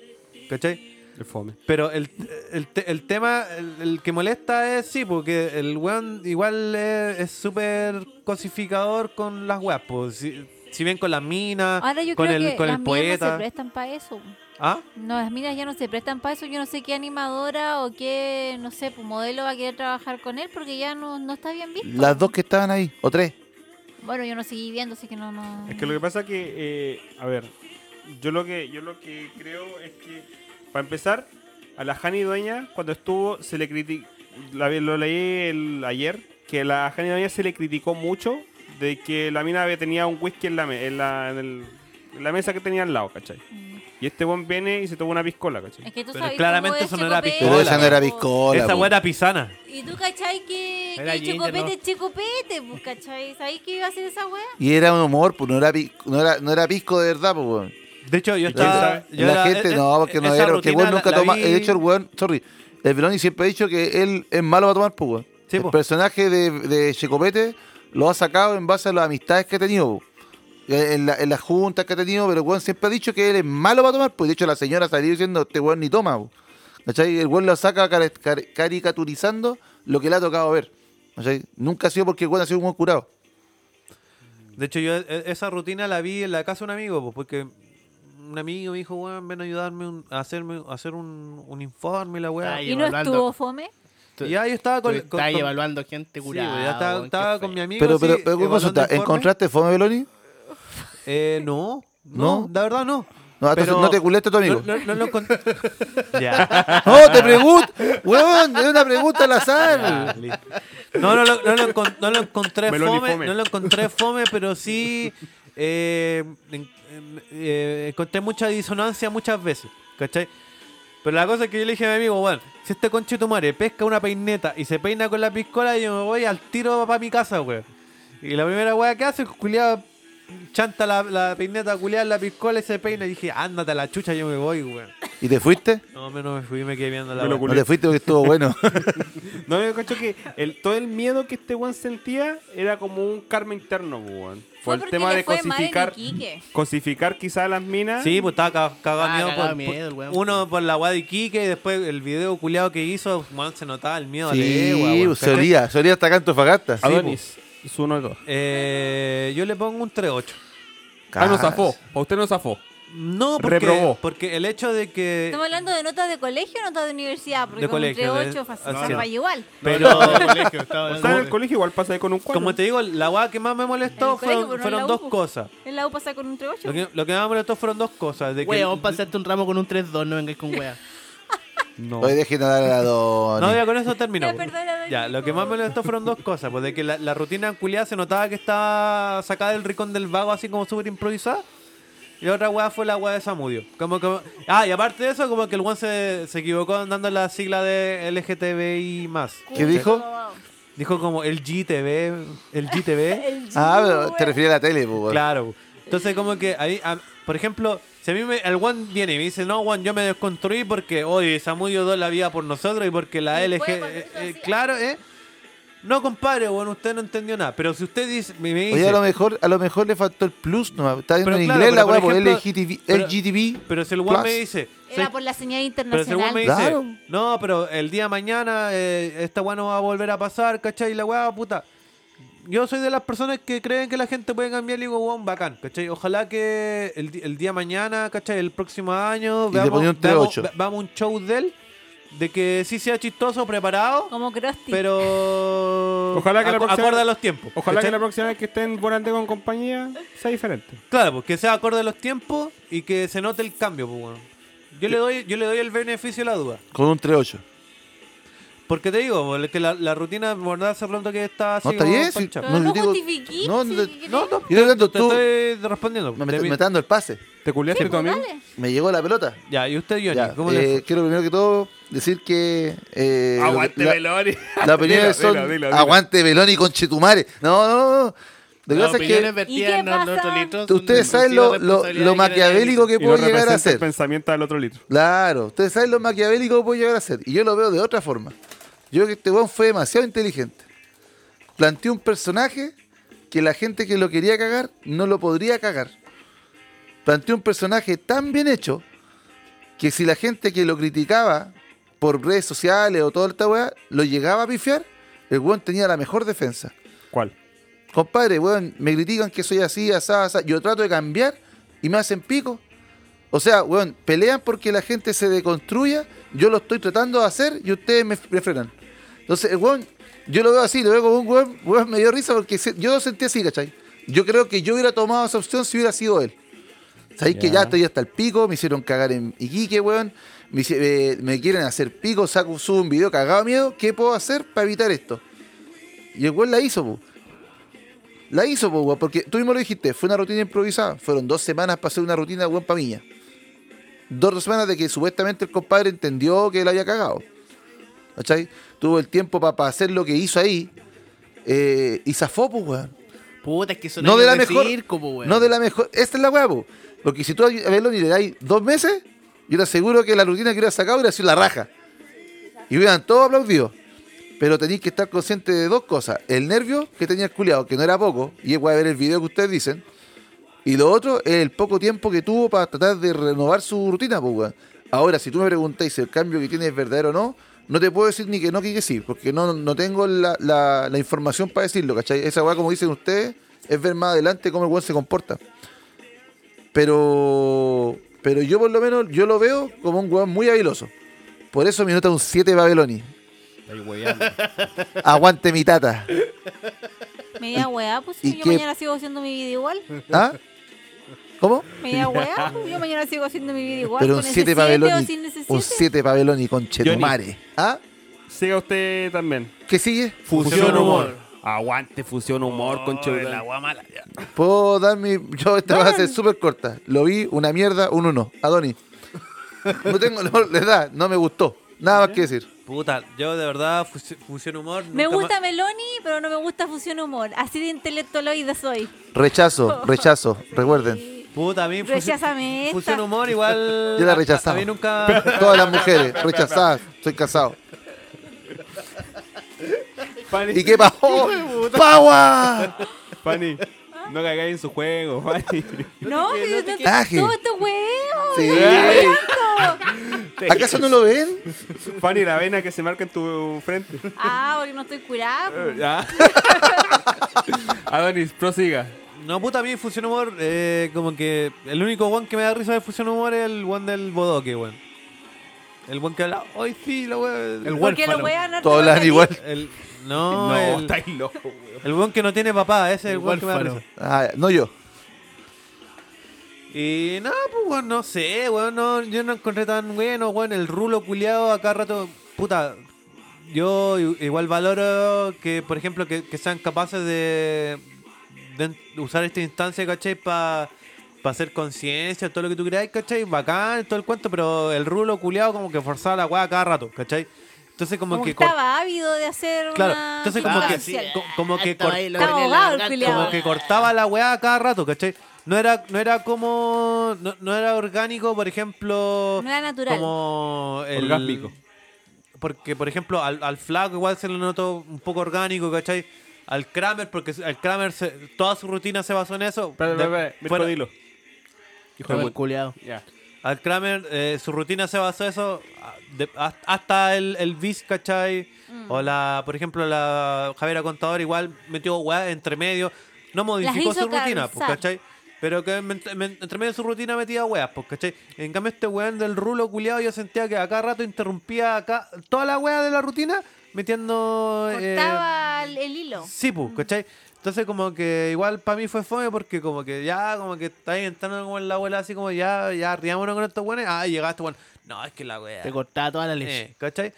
Speaker 2: ¿Cachai?
Speaker 3: El fome.
Speaker 2: Pero el, el, te- el tema, el, el que molesta es, sí, porque el weón igual es es súper cosificador con las weas, pues. Si, si bien con las minas,
Speaker 4: Ahora yo
Speaker 2: con
Speaker 4: creo
Speaker 2: el,
Speaker 4: que
Speaker 2: con
Speaker 4: las
Speaker 2: el
Speaker 4: minas no se
Speaker 2: poeta.
Speaker 4: prestan para eso.
Speaker 2: ¿Ah?
Speaker 4: No, las minas ya no se prestan para eso. Yo no sé qué animadora o qué, no sé, pues, modelo va a querer trabajar con él porque ya no, no está bien visto.
Speaker 1: Las dos que estaban ahí, o tres.
Speaker 4: Bueno, yo no seguí viendo, así que no... no...
Speaker 3: Es que lo que pasa que, eh, a ver, yo lo que, yo lo que creo es que, para empezar, a la Jani Dueña, cuando estuvo, se le criticó, lo leí el- ayer, que la Jani Dueña se le criticó mucho de que la mina había- tenía un whisky en la, me- en la, en el- en la mesa que tenía al lado, ¿cachai? Y este buen viene y se toma una piscola, ¿cachai?
Speaker 4: Mm. Es que tú
Speaker 2: Pero
Speaker 4: sabes
Speaker 2: claramente
Speaker 4: cómo es
Speaker 2: eso no era
Speaker 4: Checopete,
Speaker 1: Pero
Speaker 2: Hola,
Speaker 1: esa no
Speaker 2: weón.
Speaker 1: era
Speaker 4: po.
Speaker 1: piscola.
Speaker 2: Esa
Speaker 1: po.
Speaker 2: wea era pisana.
Speaker 4: Y tú, ¿cachai? Que,
Speaker 2: Era
Speaker 4: que
Speaker 2: ginger,
Speaker 4: chocopete
Speaker 2: ¿no?
Speaker 4: es chocopete, pues, ¿cachai? ¿Sabéis que iba a hacer esa wea?
Speaker 1: Y era un humor, pues no era, pi- no era, no era pisco de verdad, pues, weón.
Speaker 2: De hecho, yo
Speaker 1: Entonces,
Speaker 2: estaba. yo
Speaker 1: la
Speaker 2: era-
Speaker 1: gente
Speaker 2: e-
Speaker 1: no,
Speaker 2: e-
Speaker 1: porque no
Speaker 2: esa
Speaker 1: era, porque el
Speaker 2: rutina
Speaker 1: weón
Speaker 2: la-
Speaker 1: nunca
Speaker 2: la
Speaker 1: toma.
Speaker 2: vi-
Speaker 1: De hecho, el weón, sorry, el Beloni siempre ha dicho que él es malo para tomar, pues, weón.
Speaker 2: Sí,
Speaker 1: el
Speaker 2: po.
Speaker 1: personaje de, de Checopete lo ha sacado en base a las amistades que ha tenido, po. Eh, En, la- en las juntas que ha tenido, pero el weón siempre ha dicho que él es malo para tomar, pues. De hecho, la señora salió diciendo, este weón ni toma, po". ¿Cachai? El weón lo saca cari- cari- caricaturizando lo que le ha tocado ver. ¿Cachai? Nunca ha sido porque el weón ha sido un buen curado.
Speaker 2: De hecho, yo e- esa rutina la vi en la casa de un amigo, pues, porque un amigo me dijo, weón, ven a ayudarme un- a, hacerme, a hacer un, un informe y la weá.
Speaker 5: Ay,
Speaker 4: Y no
Speaker 5: evaluando.
Speaker 4: estuvo fome.
Speaker 5: Tú-
Speaker 2: Y ahí estaba con.
Speaker 5: tú
Speaker 2: con-
Speaker 5: estás
Speaker 2: con-
Speaker 5: evaluando gente
Speaker 2: sí,
Speaker 5: curada.
Speaker 2: pues, ya estaba,
Speaker 5: weón, qué
Speaker 2: estaba
Speaker 5: feo.
Speaker 2: con mi amigo.
Speaker 1: Pero,
Speaker 2: sí,
Speaker 1: pero, pero,
Speaker 2: evaluando
Speaker 1: consulta,
Speaker 2: informes.
Speaker 1: ¿encontraste fome, Beloni?
Speaker 2: Eh, no,
Speaker 1: ¿No?
Speaker 2: no, la verdad no.
Speaker 1: No, entonces
Speaker 2: Pero-
Speaker 1: no te culeste a tu amigo.
Speaker 2: No, no, no lo con-
Speaker 5: *laughs*
Speaker 2: ya.
Speaker 1: *laughs* No, te pregunto. Weón, es una pregunta al
Speaker 2: ya,
Speaker 1: azar.
Speaker 2: listo. No, no, lo- no lo encon- no lo encontré
Speaker 3: Meloni
Speaker 2: fome,
Speaker 3: fome.
Speaker 2: no lo encontré fome, pero
Speaker 3: *laughs*
Speaker 2: sí eh, en- en- eh, encontré mucha disonancia muchas veces, ¿cachai? Pero la cosa es que yo le dije a mi amigo, bueno, si este conche tu madre pesca una peineta y se peina con la piscola, yo me voy al tiro para mi casa, weón. Y la primera weá que hace, culiado, chanta la, la peineta, culiada en la piscola y se peina. Y dije, ándate a la chucha, yo me voy, weón.
Speaker 1: ¿Y te fuiste?
Speaker 2: No, menos me fui, me quedé viendo la
Speaker 3: Me lo
Speaker 2: weá.
Speaker 1: No te fuiste porque estuvo *laughs* bueno.
Speaker 3: No, yo cacho que el, todo el miedo que este weón sentía era como un karma interno, po, weón. Fue, el
Speaker 4: porque
Speaker 3: tema
Speaker 4: le
Speaker 3: de
Speaker 4: fue mal en
Speaker 3: cosificar.
Speaker 4: Iquique.
Speaker 3: Cosificar quizá a las minas.
Speaker 2: Sí, pues estaba ca- cagado
Speaker 5: Ah,
Speaker 2: miedo
Speaker 5: cagado
Speaker 2: por,
Speaker 5: miedo,
Speaker 2: por-
Speaker 5: el weón. pues.
Speaker 2: uno por la weá de Quique y después el video culiado que hizo, weón, se notaba el miedo a la
Speaker 1: Sí,
Speaker 2: yegua,
Speaker 1: pues,
Speaker 2: weón,
Speaker 1: se
Speaker 2: ¿cachai?
Speaker 1: olía, se olía hasta canto fagasta.
Speaker 3: Adonis, es uno de dos.
Speaker 2: Eh, yo le pongo un 3-8.
Speaker 1: pues,
Speaker 3: Ah, no zafó. A usted no zafó.
Speaker 2: No, porque,
Speaker 3: Reprobó.
Speaker 2: porque el hecho de que...
Speaker 4: Estamos hablando de notas de colegio o notas de universidad, porque
Speaker 2: De
Speaker 4: con un
Speaker 2: colegio, de-
Speaker 4: 3-8 fácil,
Speaker 2: Ah,
Speaker 4: se
Speaker 2: sí.
Speaker 4: falla igual.
Speaker 2: Pero,
Speaker 3: Está en el colegio, igual pasa ahí con un cuadro.
Speaker 2: como te digo, la weá que más me molestó
Speaker 4: El colegio,
Speaker 2: fueron,
Speaker 4: pero no
Speaker 2: fueron
Speaker 4: la
Speaker 2: dos
Speaker 4: U.
Speaker 2: cosas.
Speaker 4: En la U pasa con un 3-8.
Speaker 2: Lo que, lo que más me molestó fueron dos cosas. De que
Speaker 5: Weón, pasaste un ramo con un 3-2, no vengáis con wea.
Speaker 3: No.
Speaker 1: Oye, dejen hablar a Adonis.
Speaker 2: No, ya con eso terminó.
Speaker 4: Ya, perdón, Adonis.
Speaker 2: Ya, lo que más me molestó fueron dos cosas. Pues de que la, la rutina culiada se notaba que estaba sacada del rincón del vago, así como súper improvisada. Y la otra weá fue la weá de Samudio. Como, como- Ah, y aparte de eso, como que el one se, se equivocó dando la sigla de LGTBI.
Speaker 1: ¿Qué dijo?
Speaker 2: Dijo como el GTB. El
Speaker 4: *laughs*
Speaker 2: GTB.
Speaker 4: El
Speaker 1: Ah, pero
Speaker 4: G,
Speaker 1: te
Speaker 4: weón.
Speaker 1: refieres a la tele, pues, weón.
Speaker 2: Claro. Entonces, como que ahí, a- por ejemplo, si a mí me, el Juan viene y me dice, no, Juan, yo me desconstruí porque, oye, Samudio dio la vida por nosotros y porque la
Speaker 4: Y
Speaker 2: LG.
Speaker 4: después, cuando
Speaker 2: eh,
Speaker 4: hizo
Speaker 2: eh,
Speaker 4: así,
Speaker 2: claro, ¿eh? No, compadre, bueno, usted no entendió nada. Pero si usted dice, me, me
Speaker 1: Oye,
Speaker 2: dice,
Speaker 1: a lo mejor, a lo mejor le faltó el plus, no está viendo
Speaker 2: Pero
Speaker 1: en
Speaker 2: claro,
Speaker 1: inglés la
Speaker 2: pero
Speaker 1: weá,
Speaker 2: por
Speaker 1: por
Speaker 2: ejemplo,
Speaker 1: LGTB,
Speaker 2: pero-
Speaker 1: LGTB.
Speaker 2: pero si el Juan me
Speaker 1: plus.
Speaker 2: dice,
Speaker 4: Era
Speaker 2: soy-
Speaker 4: por la señal
Speaker 2: pero si el Juan
Speaker 4: internacional.
Speaker 2: me dice,
Speaker 1: Claro.
Speaker 2: no, pero el día de mañana eh, esta weá no va a volver a pasar, ¿cachai? La weá, puta. Yo soy de las personas que creen que la gente puede cambiar y digo, weón, bacán, ¿cachai? Ojalá que el, di- el día de mañana, ¿cachai? El próximo año,
Speaker 1: Y le ponía un
Speaker 2: veamos,
Speaker 1: 3-8.
Speaker 2: ve- veamos un show de él, de que sí sea chistoso, preparado,
Speaker 4: Como
Speaker 2: *laughs*
Speaker 4: Krusty.
Speaker 2: pero.
Speaker 3: Ojalá que la
Speaker 2: acu-
Speaker 3: próxima-
Speaker 2: Acorde a los tiempos.
Speaker 3: Ojalá que
Speaker 2: ¿cachai?
Speaker 3: la próxima vez que esté en volante con compañía sea diferente.
Speaker 2: Claro, pues que sea acorde a los tiempos y que se note el cambio, pues, weón. Yo le doy, yo le doy el beneficio de la duda.
Speaker 1: Con un 3-8.
Speaker 2: Porque te digo, po, es que la, la rutina, por verdad, hace pronto que está así.
Speaker 1: No, está
Speaker 2: como
Speaker 1: bien, sí.
Speaker 2: pancha.
Speaker 4: Pero
Speaker 1: no,
Speaker 4: no,
Speaker 1: yo digo-
Speaker 4: justifiqué,
Speaker 1: no, no,
Speaker 4: sí, ¿qué
Speaker 2: No,
Speaker 4: crees?
Speaker 2: no,
Speaker 1: Yo le digo,
Speaker 2: te
Speaker 1: tú-
Speaker 2: estoy respondiendo.
Speaker 1: Me, met-
Speaker 2: De
Speaker 1: me
Speaker 2: mi-
Speaker 1: está dando el pase.
Speaker 3: ¿Te culiaste
Speaker 4: Sí,
Speaker 3: tú a mí?
Speaker 4: pues, dale.
Speaker 1: Me llegó la pelota.
Speaker 2: Ya, y usted, Johnny,
Speaker 1: Ya,
Speaker 2: ¿cómo
Speaker 1: eh,
Speaker 2: le fue?
Speaker 1: quiero primero que todo decir que. eh, lo que- *laughs* la-
Speaker 3: Meloni.
Speaker 1: La opinión
Speaker 3: Dilo,
Speaker 1: es son.
Speaker 3: dilo, dilo, dilo.
Speaker 1: Aguante Meloni con Chetumare. No, no, no. Lo que
Speaker 5: Las
Speaker 1: pasa es que
Speaker 5: opiniones vertidas
Speaker 4: ¿Y qué
Speaker 5: en los- los
Speaker 4: pasa?
Speaker 5: litros son
Speaker 1: ustedes saben lo,
Speaker 5: exclusiva
Speaker 1: lo-
Speaker 5: responsabilidad
Speaker 1: lo
Speaker 5: de quienes
Speaker 1: maquiavélico que
Speaker 3: Y lo
Speaker 1: puedo llegar a
Speaker 3: representa el
Speaker 1: ser.
Speaker 3: pensamiento del otro litro.
Speaker 1: Claro, ustedes saben lo maquiavélico que puedo llegar a ser. Y yo lo veo de otra forma. Yo creo que este weón fue demasiado inteligente. Planteó un personaje que la gente que lo quería cagar no lo podría cagar. Planteó un personaje tan bien hecho que si la gente que lo criticaba por redes sociales o toda esta weá lo llegaba a pifiar, el weón tenía la mejor defensa.
Speaker 3: ¿Cuál?
Speaker 1: Compadre, weón, me critican que soy así, asá, asá. Yo trato de cambiar y me hacen pico. O sea, weón, pelean porque la gente se deconstruya. Yo lo estoy tratando de hacer y ustedes me, me frenan. Entonces, el weón, yo lo veo así, lo veo como un weón, weón, me dio risa porque se- yo lo sentí así, ¿cachai? Yo creo que yo hubiera tomado esa opción si hubiera sido él. Sabéis que ya estoy hasta el pico, me hicieron cagar en Iquique, weón. Me, hice- eh, me quieren hacer pico, saco, subo un video cagado de miedo. ¿Qué puedo hacer para evitar esto? Y el weón la hizo, po. La hizo, po, weón, porque tú mismo lo dijiste, fue una rutina improvisada. Fueron dos semanas para hacer una rutina, weón, para mía. Dos, dos semanas de que supuestamente el compadre entendió que él había cagado. ¿Cachai? Tuvo el tiempo para hacer lo que hizo ahí. eh, y zafó, pues, weón.
Speaker 5: Puta, es que son
Speaker 1: No de la
Speaker 5: años
Speaker 1: mejor.
Speaker 5: circo, po, weón.
Speaker 1: No de la mejor. Esta es la weá, po. Porque si tú a Beloni le dais dos meses, yo te aseguro que la rutina que hubiera sacado hubiera sido la raja. Y hubieran todos aplaudido. Pero tenéis que estar consciente de dos cosas. El nervio que tenía el culiado, que no era poco, y es weá ver el video que ustedes dicen. Y lo otro es el poco tiempo que tuvo para tratar de renovar su rutina, pues, weón. Ahora, si tú me preguntáis si el cambio que tiene es verdadero o no, no te puedo decir ni que no, ni que sí, porque no, no tengo la, la- la información para decirlo, ¿cachai? Esa weá, como dicen ustedes, es ver más adelante cómo el weón se comporta. Pero, pero yo por lo menos, yo lo veo como un weón muy habiloso. Por eso mi nota es un 7 Babeloni. Aguante mi tata.
Speaker 4: Media weá, pues
Speaker 1: ¿Y
Speaker 4: yo
Speaker 1: qué?
Speaker 4: mañana sigo haciendo mi vida igual.
Speaker 1: ¿Ah? ¿Cómo?
Speaker 4: Media weá, pues, yo mañana sigo haciendo mi vida igual.
Speaker 1: Pero un
Speaker 4: con ese
Speaker 1: 7
Speaker 4: siete o
Speaker 1: Pabelloni.
Speaker 4: sin ese
Speaker 1: Un
Speaker 4: siete.
Speaker 1: 7 Pabelloni con Chetumare. ¿Ah?
Speaker 3: Siga usted también.
Speaker 1: ¿Qué sigue?
Speaker 2: Fusión humor.
Speaker 3: Aguante, fusión humor, conche.
Speaker 2: Oy, la weá mala.
Speaker 1: Puedo dar mi. Yo, esta va a ser súper corta. Lo vi, una mierda, un 1. Adonis. No tengo. No, la verdad, no me gustó. Nada más que decir.
Speaker 2: Puta, yo de verdad, fusi- fusión humor.
Speaker 4: Me
Speaker 2: nunca
Speaker 4: gusta Meloni, pero no me gusta Fusión Humor. Así de intelectualoide soy. *laughs*
Speaker 1: Rechazo, rechazo. Recuerden.
Speaker 4: Sí.
Speaker 2: más- Puta, a mí. fusi-
Speaker 4: Recházame esta.
Speaker 2: Fusión humor igual.
Speaker 1: Yo la
Speaker 2: a- a-
Speaker 1: rechazaba.
Speaker 2: A mí
Speaker 1: *laughs*
Speaker 2: nunca. *laughs*
Speaker 1: Todas las mujeres, rechazadas. Soy casado. ¿Y qué pasó?
Speaker 4: *laughs*
Speaker 1: ¡Paua!
Speaker 3: Fanny, no cagáis en su juego, *laughs* Fanny.
Speaker 4: No, pero yo
Speaker 1: te quejes.
Speaker 4: todo esto huevo.
Speaker 1: Sí. *laughs* ¿Acaso no lo ven?
Speaker 3: Fanny, la vena que se marca en tu frente.
Speaker 4: Ah, porque no estoy
Speaker 2: Eh,
Speaker 4: curada. pues.
Speaker 3: Ah. Adonis, prosiga.
Speaker 2: No, puta, a mí Fusión Humor, eh, como que el único one que me da risa de Fusión Humor es el one del Bodoque, weón. El one que habla, hoy sí, la weá. El
Speaker 4: Porque lo
Speaker 2: huérfano.
Speaker 4: wean harto
Speaker 1: Todos
Speaker 4: con
Speaker 1: hablan
Speaker 4: cariño.
Speaker 1: igual.
Speaker 2: El, no,
Speaker 3: No,
Speaker 2: el,
Speaker 3: estáis loco, weón.
Speaker 2: el weón que no tiene papá, ese es el,
Speaker 5: El
Speaker 2: weón que me da
Speaker 5: huérfano.
Speaker 2: risa.
Speaker 1: Ah, no yo.
Speaker 2: Y no, pues weón, no sé, weón, no, yo no encontré tan bueno, weón, el rulo culiado acá rato, puta, yo i- igual valoro que, por ejemplo, que, que sean capaces de, de en- usar esta instancia, ¿cachai? Para hacer conciencia, todo lo que tú queráis, ¿cachai? Bacán, todo el cuento, pero el rulo culiado como que forzaba la weá cada rato, ¿cachai? Entonces como,
Speaker 4: Como
Speaker 2: que... cor-
Speaker 4: estaba ávido de hacer
Speaker 2: Claro,
Speaker 4: una
Speaker 2: entonces como que,
Speaker 4: social.
Speaker 2: co- como que
Speaker 5: Estaba
Speaker 2: cor-
Speaker 5: ahí, lo
Speaker 4: Está
Speaker 5: tenía en la
Speaker 4: abogado el
Speaker 5: garganta,
Speaker 4: culiao.
Speaker 5: weón.
Speaker 2: como que cortaba la weá cada rato, ¿cachai? No era, no era como. No, no era orgánico, por ejemplo.
Speaker 4: No era natural.
Speaker 2: Como. El,
Speaker 3: Orgásmico.
Speaker 2: Porque, por ejemplo, al, al flaco igual se le notó un poco orgánico, ¿cachai? Al Kramer, porque al Kramer se- toda su rutina se basó en eso.
Speaker 3: Espera,
Speaker 2: De-
Speaker 3: espera, espera. Mirko,
Speaker 2: fuera-
Speaker 3: dilo.
Speaker 5: Hijo del culiao.
Speaker 3: Ya.
Speaker 2: al Kramer, eh, su rutina se basó en eso. ah, de- has- hasta el, el Viz, ¿cachai?
Speaker 4: Mm.
Speaker 2: O la, por ejemplo, la Javiera Contador igual metió weá entre medio. No modificó
Speaker 4: hizo
Speaker 2: su rutina, pues,
Speaker 4: calzar.
Speaker 2: ¿cachai? Pero que me- me- entre medio de su rutina metía weas, pues, ¿cachai? En cambio, este weón del rulo culiado, yo sentía que a cada rato interrumpía acá toda la wea de la rutina metiendo. eh,
Speaker 4: cortaba el, el hilo.
Speaker 2: Sí, pues, ¿cachai? Entonces como que igual para mí fue fome porque como que ya, como que estáis entrando como en la abuela así como ya, ya riámonos con estos buenos, ah, llegaste bueno. No, es que la wea.
Speaker 5: Te cortaba toda la leche.
Speaker 2: eh, ¿Cachai?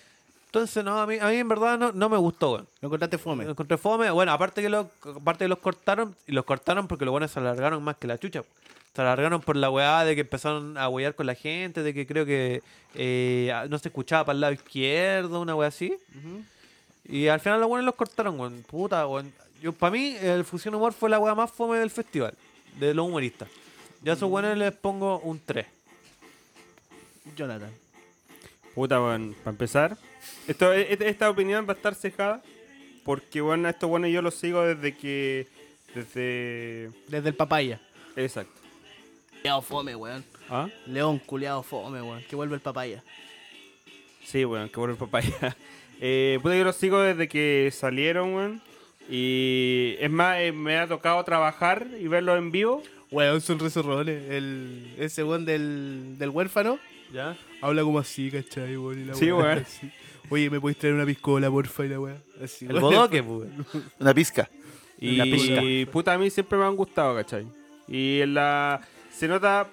Speaker 2: Entonces no, a mí, a mí en verdad no, no me gustó, weón.
Speaker 5: No cortaste
Speaker 2: Me
Speaker 5: fome.
Speaker 2: encontré fome. Bueno, aparte que los, aparte que los cortaron, y los cortaron porque los buenos se alargaron más que la chucha. Se alargaron por la weá de que empezaron a huear con la gente, de que creo que eh, no se escuchaba para el lado izquierdo, una weá así. Y al final los buenos los cortaron, weón. Puta, weón. Yo, para mí, el Fusión Humor fue la weá más fome del festival, de los humoristas. Yo a esos buenos les pongo un 3.
Speaker 5: Jonathan.
Speaker 3: Puta, weón, para empezar. Esto, e- e- esta opinión va a estar cejada. Porque, bueno, esto, bueno, yo lo sigo desde que. Desde.
Speaker 5: Desde el papaya.
Speaker 3: Exacto.
Speaker 5: Culeado fome, weón.
Speaker 3: ¿Ah?
Speaker 5: León, culeado fome, weón. Que vuelve el papaya.
Speaker 3: Sí, weón, que bueno el papaya. *laughs* Eh, puta, yo los sigo desde que salieron, weón. Y es más, eh, me ha tocado trabajar y verlo en vivo.
Speaker 5: Weón, sonrisa robles. El, ese weón del, del huérfano
Speaker 2: ¿Ya?
Speaker 5: habla como así, ¿cachai, weón? Y la
Speaker 3: Sí,
Speaker 5: weá
Speaker 3: weón.
Speaker 5: así. Oye, ¿me podéis traer una piscola, porfa? Y la weá. Así,
Speaker 2: *laughs* El
Speaker 5: weón. *laughs*
Speaker 2: bodoque, pues. weón.
Speaker 1: Una pizca.
Speaker 3: Y
Speaker 2: La pizca.
Speaker 3: puta, a mí siempre me han gustado, ¿cachai? Y en la. Se nota.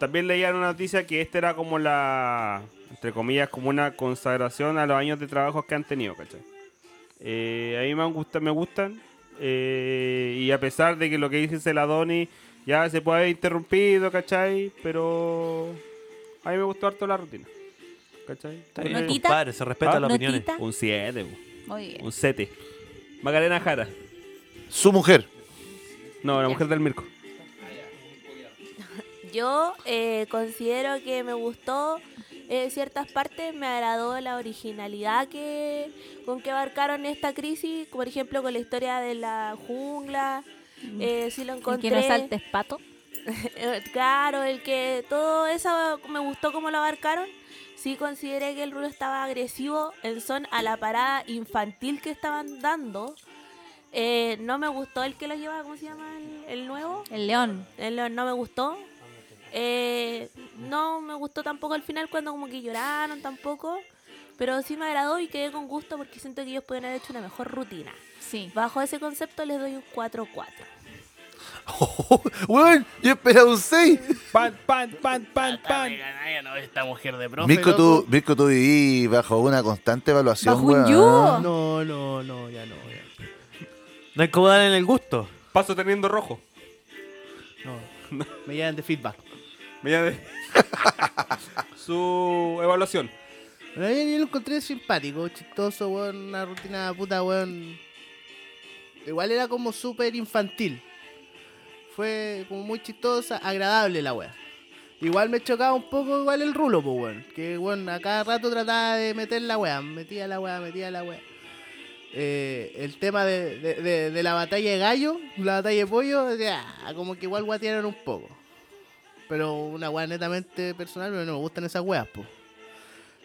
Speaker 3: También leía en una noticia que esta era como la. Entre comillas, como una consagración a los años de trabajo que han tenido, ¿cachai? Eh, a mí me, han gusta, me gustan. eh, y a pesar de que lo que dice la Doni ya se puede haber interrumpido, ¿cachai? Pero. A mí me gustó harto la rutina. ¿cachai?
Speaker 4: bien.
Speaker 3: Eh,
Speaker 4: Notita.
Speaker 2: Compadre, se respeta
Speaker 3: ¿Ah?
Speaker 2: las opiniones.
Speaker 4: Notita.
Speaker 3: Un 7,
Speaker 4: Muy bien.
Speaker 3: un 7. Macarena Jara.
Speaker 1: Su mujer.
Speaker 3: No, la
Speaker 6: Ya.
Speaker 3: mujer del Mirko.
Speaker 6: Yo eh, considero que me gustó eh, ciertas partes, me agradó la originalidad que con que abarcaron esta crisis, por ejemplo con la historia de la jungla, eh, sí lo
Speaker 4: Con
Speaker 6: encontré.
Speaker 4: Mm. que no saltes pato.
Speaker 6: *laughs* Eh, Claro, el que todo eso me gustó como lo abarcaron. Sí consideré que el rulo estaba agresivo en son a la parada infantil que estaban dando. Eh, no me gustó el que lo llevaba, ¿cómo se llama? El, el nuevo.
Speaker 4: El león.
Speaker 6: El león no me gustó. Eh, no me gustó tampoco al final cuando como que lloraron tampoco. Pero sí me agradó y quedé con gusto porque siento que ellos pueden haber hecho una mejor rutina.
Speaker 4: Sí.
Speaker 6: Bajo ese concepto les doy un 4-4.
Speaker 1: Weón, yo esperaba un 6.
Speaker 3: Pan, pan, pan, pan, pan.
Speaker 2: esta mujer de profe.
Speaker 1: Mirko, tú, Mirko, tú vivís bajo una constante evaluación,
Speaker 4: Bajo un
Speaker 1: weón.
Speaker 4: yugo.
Speaker 5: No, no, no, ya no. ya.
Speaker 2: No hay como darle en el gusto.
Speaker 3: Paso teniendo rojo.
Speaker 5: No. Me llegan de feedback.
Speaker 3: Mira de- *laughs* su evaluación.
Speaker 5: Pero ayer yo lo encontré simpático, chistoso, weón, una rutina puta, weón. Igual era como súper infantil. Fue como muy chistosa, agradable la weá. Igual me chocaba un poco igual el rulo, pues weón. Que weón, a cada rato trataba de meter la weá, metía la weá, metía la weá. Eh, el tema de, de- de- de la batalla de gallo, la batalla de pollo, ya, como que igual guatearon un poco. Pero una weá netamente personal, pero no me gustan esas weas, pues.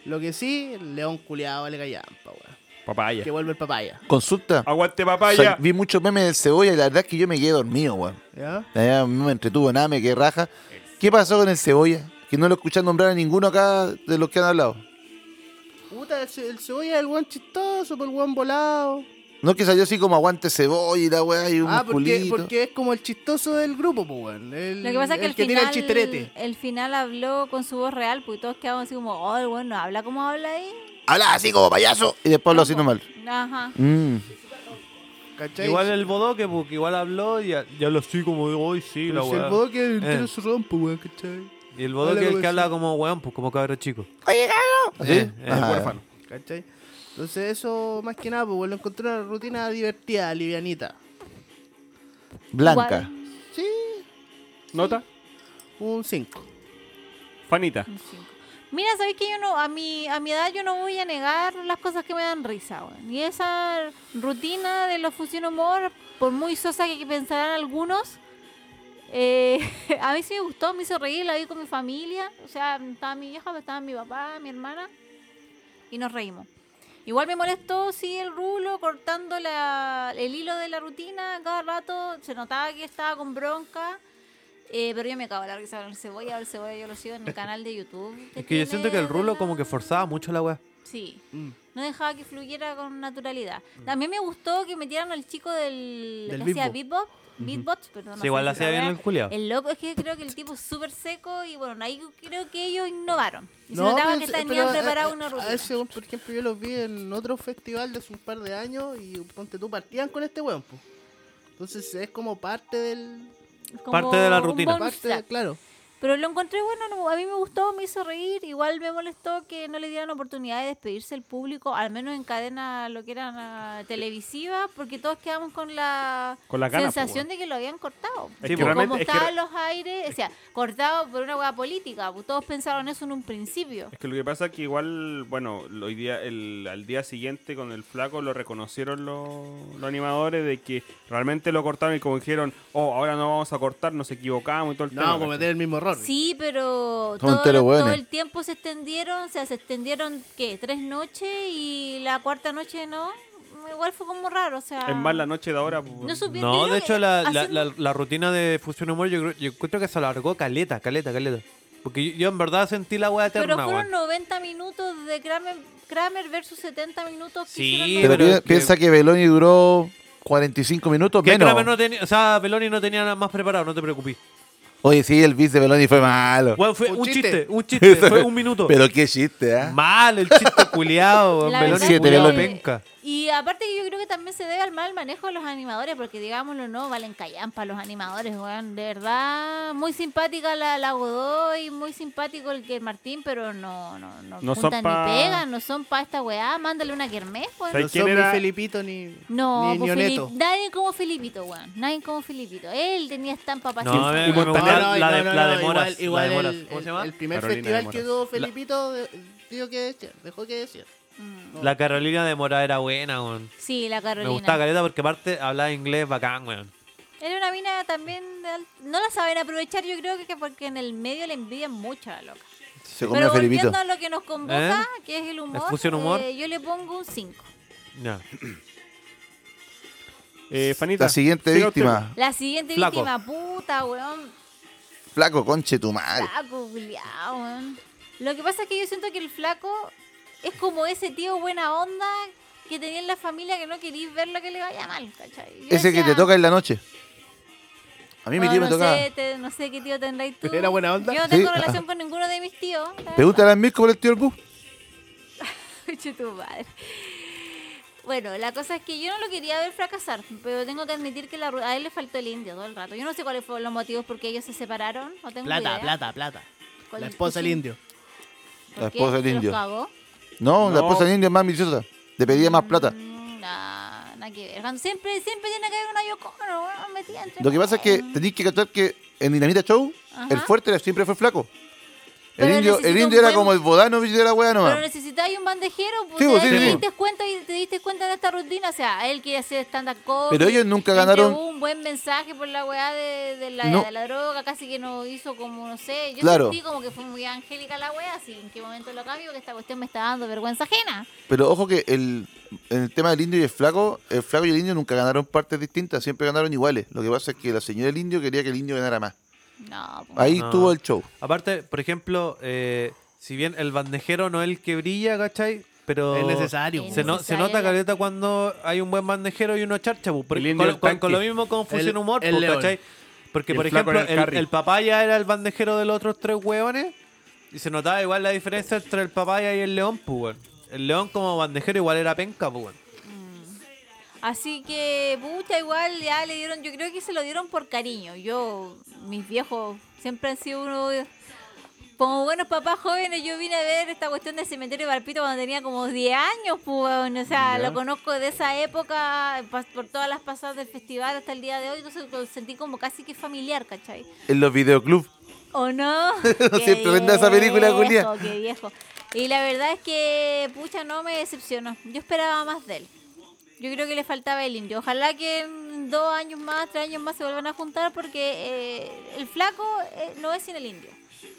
Speaker 5: Lo que sí, León culiado vale callampa, weón.
Speaker 3: Papaya.
Speaker 5: Que vuelve el papaya.
Speaker 1: Consulta.
Speaker 2: Ah,
Speaker 3: Aguante
Speaker 1: O
Speaker 3: papaya.
Speaker 1: sea, vi muchos memes del cebolla y la verdad es que yo me quedé dormido, weón.
Speaker 5: ¿Ya?
Speaker 1: La verdad, No me entretuvo nada, me quedé raja. ¿Qué pasó con el cebolla? Que no lo escuché nombrar a ninguno acá de los que han hablado.
Speaker 5: Puta, el, ce- el cebolla es el weón chistoso, por el weón volado.
Speaker 1: No que salió así como aguante cebolla y la weá y un
Speaker 5: Ah, porque,
Speaker 1: culito.
Speaker 5: porque es como el chistoso del grupo, pues weón. El-
Speaker 4: Lo que pasa es que
Speaker 5: el
Speaker 4: al
Speaker 5: que
Speaker 4: final,
Speaker 5: tira el chisterete.
Speaker 4: el final habló con su voz real, pues y todos quedamos así como, oh, bueno, habla como habla ahí.
Speaker 1: Habla así como payaso. Y después
Speaker 2: Ah,
Speaker 1: lo así
Speaker 4: Ojo.
Speaker 1: normal.
Speaker 4: Ajá.
Speaker 2: Eh,
Speaker 1: Mm.
Speaker 5: ¿Cachai?
Speaker 2: Igual el bodoque, porque igual habló y ya, ya lo sí como hoy sí,
Speaker 5: Pero
Speaker 2: la
Speaker 5: si el
Speaker 2: weá.
Speaker 5: bodo que tira
Speaker 2: Eh.
Speaker 5: su rompo, weón, ¿cachai?
Speaker 2: Y el bodoque
Speaker 5: Hola,
Speaker 2: es el
Speaker 5: ¿cómo
Speaker 2: que
Speaker 5: es?
Speaker 2: habla como weón, pues como cabro chico.
Speaker 1: ¿Así?
Speaker 2: Eh, eh,
Speaker 1: Ajá.
Speaker 3: huérfano.
Speaker 5: ¿Cachai? Entonces eso, más que nada, pues weón, lo encontré una rutina divertida, livianita.
Speaker 1: Blanca.
Speaker 5: Sí,
Speaker 3: Nota.
Speaker 5: un 5.
Speaker 3: Fanita.
Speaker 4: Un cinco. Mira, sabéis que yo no, a mi, a mi edad yo no voy a negar las cosas que me dan risa, weón. Y esa rutina de la fusión humor, por muy sosa que pensarán algunos, eh, *laughs* a mí sí me gustó, me hizo reír, la vi con mi familia. O sea, estaba mi vieja, estaba mi papá, mi hermana, y nos reímos. Igual me molestó, sí, el rulo cortando la- el hilo de la rutina cada rato. Se notaba que estaba con bronca. Eh, pero yo me cago en la risa con el cebolla. El cebolla yo lo sigo en mi canal de YouTube.
Speaker 2: *laughs* Es que yo siento que el rulo como que Mm. forzaba mucho la weá.
Speaker 4: Sí. No dejaba que fluyera con naturalidad.
Speaker 2: Mm.
Speaker 4: También me gustó que metieran al chico del,
Speaker 5: Del
Speaker 4: que hacía beatbox. Beatbox, perdón, no
Speaker 2: Sí, igual
Speaker 4: sé
Speaker 2: la
Speaker 4: si
Speaker 2: hacía bien
Speaker 4: era.
Speaker 2: el culiao.
Speaker 4: El loco es que creo que el tipo es súper seco y bueno, ahí creo que ellos innovaron. Y se
Speaker 5: No,
Speaker 4: notaba
Speaker 5: pero
Speaker 4: que
Speaker 5: se-
Speaker 4: tenían
Speaker 5: pero,
Speaker 4: preparado
Speaker 5: eh,
Speaker 4: una
Speaker 5: eh,
Speaker 4: rutina.
Speaker 5: A ese weón, por ejemplo, yo los vi en otro festival de hace un par de años y ponte tú partían con este weón, pues. Entonces es como parte del.
Speaker 4: Como
Speaker 2: Parte de la
Speaker 4: un
Speaker 2: rutina.
Speaker 4: bonus
Speaker 5: Parte, de-
Speaker 4: track.
Speaker 5: claro.
Speaker 4: Pero lo encontré bueno, no- a mí me gustó, me hizo reír. Igual me molestó que no le dieran oportunidad de despedirse el público, al menos en cadena lo que era ah, televisiva, porque todos quedamos con la,
Speaker 3: Con las ganas,
Speaker 4: sensación de que lo habían cortado.
Speaker 3: Es
Speaker 2: que
Speaker 4: Como
Speaker 3: realmente- es que
Speaker 4: estaba
Speaker 3: re-
Speaker 4: en los aires, o sea, cortado por una hueá política. pues, Todos pensaron eso en un principio.
Speaker 3: Es que lo que pasa es que igual, bueno, lo- hoy día, el, al día siguiente con el flaco lo reconocieron los, los animadores de que realmente lo cortaron y como dijeron, oh, ahora no vamos a cortar, nos equivocamos y todo el tema.
Speaker 5: No, cometer el mismo error.
Speaker 4: Sí, pero
Speaker 1: Son
Speaker 4: todo,
Speaker 1: telos
Speaker 4: lo-
Speaker 1: buenos.
Speaker 4: todo el tiempo se extendieron, o sea, se extendieron, ¿qué? Tres noches y la cuarta noche no. Igual fue como raro, o sea.
Speaker 3: Es más la noche de ahora. pues,
Speaker 4: No supi- yo
Speaker 2: No,
Speaker 4: creo
Speaker 2: de
Speaker 4: que
Speaker 2: hecho la, la,
Speaker 4: hacer-
Speaker 2: la- la rutina de Fusión Humor yo, creo- yo encuentro que se alargó caleta, caleta, caleta. Porque yo, yo en verdad sentí la weá
Speaker 4: Pero
Speaker 2: eterna, weón.
Speaker 4: fueron 90 minutos de Kramer, Kramer versus 70 minutos que
Speaker 2: Sí,
Speaker 4: hicieron
Speaker 1: Pero,
Speaker 2: pero
Speaker 1: pi-
Speaker 2: que-
Speaker 1: piensa que Beloni duró 45 minutos
Speaker 2: Que
Speaker 1: menos.
Speaker 2: Kramer no tenía, o sea, Beloni no tenía nada más preparado, no te preocupes.
Speaker 1: Oye, sí, el bis de Beloni fue malo.
Speaker 2: Weón, fue
Speaker 5: Un
Speaker 2: un
Speaker 5: chiste.
Speaker 2: chiste, un chiste, fue un
Speaker 1: *laughs*
Speaker 2: minuto.
Speaker 1: Pero qué chiste, ¿ah?
Speaker 2: Mal el chiste culiado,
Speaker 4: La
Speaker 2: Beloni
Speaker 4: verdad
Speaker 1: Siete
Speaker 2: culiao
Speaker 1: Beloni.
Speaker 2: penca.
Speaker 4: Y aparte que yo creo que también se debe al mal manejo de los animadores, porque digámoslo no, valen callampa los animadores, weón. De verdad, muy simpática la, la Godoy, muy simpático el que Martín, pero no, no, no,
Speaker 3: No son
Speaker 4: juntan
Speaker 3: pa-
Speaker 4: ni pegan, no son pa' esta weá, mándale una kermés, weón.
Speaker 3: ¿Sabes
Speaker 5: No
Speaker 3: quién
Speaker 5: son
Speaker 3: era?
Speaker 5: ni Felipito ni.
Speaker 4: No,
Speaker 5: ni
Speaker 4: pues,
Speaker 5: Nioneto.
Speaker 4: Fili- nadie como Felipito, weón. Nadie como Felipito. Él tenía estampa para
Speaker 2: No, a ver, me gusta
Speaker 5: No, no,
Speaker 2: la
Speaker 5: no,
Speaker 2: de-
Speaker 5: no,
Speaker 2: la
Speaker 5: no,
Speaker 2: de Moras.
Speaker 5: Igual, igual
Speaker 2: la de Moras.
Speaker 5: El,
Speaker 2: ¿Cómo
Speaker 5: el-
Speaker 2: se llama?
Speaker 5: el primer
Speaker 3: Carolina de
Speaker 5: festival
Speaker 3: Moras.
Speaker 5: que dio Felipito, de- dijo que decía, dejó que decía.
Speaker 2: La Carolina de Mora era buena, weón.
Speaker 4: Sí, la
Speaker 2: Me
Speaker 4: Carolina.
Speaker 2: gustaba caleta porque aparte hablaba inglés bacán, weón.
Speaker 4: Era una mina también. de al- No la saben aprovechar, yo creo que porque en el medio le envidian mucho a la loca.
Speaker 1: Se comió
Speaker 4: Pero
Speaker 1: Felipito.
Speaker 4: volviendo a lo que nos
Speaker 2: ¿Eh?
Speaker 4: convoca, que es el humor,
Speaker 2: ¿Es fusión humor?
Speaker 4: eh, yo le pongo un 5.
Speaker 2: Ya.
Speaker 3: Eh, Fanita.
Speaker 1: La siguiente
Speaker 3: siga
Speaker 1: víctima.
Speaker 4: La siguiente
Speaker 2: Flaco.
Speaker 4: víctima, puta, weón.
Speaker 1: Flaco, conche tu madre.
Speaker 4: Flaco, Ah, culiao, weón. Lo que pasa es que yo siento que el flaco es como ese tío buena onda que tenía en la familia que no queréis ver lo que le vaya mal, ¿cachai? Yo
Speaker 1: Ese que
Speaker 4: decía,
Speaker 1: te toca en la noche. A mí mi
Speaker 4: O
Speaker 1: tío me
Speaker 4: no
Speaker 1: tocaba.
Speaker 4: Sé, te- no sé qué tío tendrás tú.
Speaker 5: ¿Era buena onda?
Speaker 4: Yo no tengo
Speaker 1: Sí.
Speaker 4: relación con ninguno de mis
Speaker 1: *laughs*
Speaker 4: tíos. la verdad.
Speaker 1: Pregúntale a Mirko por el tío del bus.
Speaker 4: *laughs* Conche tu madre. Bueno, la cosa es que yo no lo quería ver fracasar, pero tengo que admitir que la, ru- a él le faltó el indio todo el rato. Yo no sé cuáles fueron los motivos por qué ellos se separaron. No tengo
Speaker 5: Plata,
Speaker 4: idea.
Speaker 5: plata, plata.
Speaker 4: ¿Cuál
Speaker 5: La
Speaker 4: es-
Speaker 5: esposa del indio.
Speaker 4: ¿Por
Speaker 1: La
Speaker 4: qué?
Speaker 1: esposa del
Speaker 4: ¿Se los
Speaker 1: indio.
Speaker 4: cagó?
Speaker 1: No, la
Speaker 3: No.
Speaker 1: esposa del indio es más ambiciosa. Le pedía más plata.
Speaker 4: Mm, nah, nada que ver. Cuando Siempre, siempre tiene que haber una Yoko, Ono, weón, metida entre
Speaker 1: Lo que pasa es que
Speaker 4: medio.
Speaker 1: tenéis que cachar que en Dinamita Show,
Speaker 4: Ajá.
Speaker 1: el fuerte era- siempre fue flaco. El
Speaker 4: Pero
Speaker 1: indio,
Speaker 4: necesita
Speaker 1: el
Speaker 4: un
Speaker 1: indio era
Speaker 4: buen-
Speaker 1: como el bodano de la wea nomás.
Speaker 4: Pero necesitáis un bandejero, porque
Speaker 1: Sí, pues, sí,
Speaker 4: te
Speaker 1: sí.
Speaker 4: diste cuenta y te diste cuenta de esta rutina. O sea, él quiere hacer stand-up comedy.
Speaker 1: Pero ellos nunca
Speaker 4: él
Speaker 1: ganaron-
Speaker 4: llevó un buen mensaje por la weá de, de la,
Speaker 1: No.
Speaker 4: de la droga, casi que nos hizo como, no sé. Yo
Speaker 1: Claro.
Speaker 4: sentí como que fue muy angélica la weá, así en qué momento lo cambio, porque esta cuestión me está dando vergüenza ajena.
Speaker 1: Pero ojo que el, en el tema del indio y el flaco, el flaco y el indio nunca ganaron partes distintas, siempre ganaron iguales. Lo que pasa es que la señora del indio quería que el indio ganara más.
Speaker 4: No, pues.
Speaker 1: Ahí
Speaker 2: Ah.
Speaker 1: tuvo el show.
Speaker 2: Aparte, por ejemplo, eh, si bien el bandejero no es el que brilla, ¿cachai? Pero
Speaker 5: Es necesario.
Speaker 4: Sí,
Speaker 2: Se, no- se
Speaker 4: Necesaria
Speaker 2: nota,
Speaker 4: la-
Speaker 2: Caleta, cuando hay un buen bandejero y uno charcha, pu, porque
Speaker 3: El indio
Speaker 2: con,
Speaker 3: del
Speaker 2: con-
Speaker 3: tanque.
Speaker 2: con lo mismo con Fusión
Speaker 5: El-
Speaker 2: Humor,
Speaker 5: el
Speaker 2: pu,
Speaker 5: león.
Speaker 2: ¿cachai? Porque,
Speaker 3: Y el
Speaker 2: por
Speaker 3: flaco
Speaker 2: ejemplo,
Speaker 3: en el
Speaker 2: el,
Speaker 3: carry.
Speaker 2: el papaya era el bandejero de los otros tres hueones y se notaba igual la diferencia entre el papaya y el león, pu, weón. El león como bandejero igual era penca, pu, weón.
Speaker 4: Así que, pucha, igual ya le dieron, yo creo que se lo dieron por cariño. Yo, mis viejos siempre han sido uno de- Como buenos papás jóvenes, yo vine a ver esta cuestión del cementerio de Palpito cuando tenía como 10 años, pues, weón. o sea, lo conozco de esa época, pas- por todas las pasadas del festival hasta el día de hoy, entonces lo sentí como casi que familiar, ¿cachai?
Speaker 1: En los videoclubs.
Speaker 4: ¿O no?
Speaker 1: *laughs*
Speaker 4: Qué
Speaker 1: Siempre vende esa película, Julia.
Speaker 4: viejo, Qué viejo. Y la verdad es que, pucha, no me decepcionó. Yo esperaba más de él. Yo creo que le faltaba el indio. Ojalá que en dos años más, tres años más se vuelvan a juntar porque eh, el flaco eh, no es sin el indio.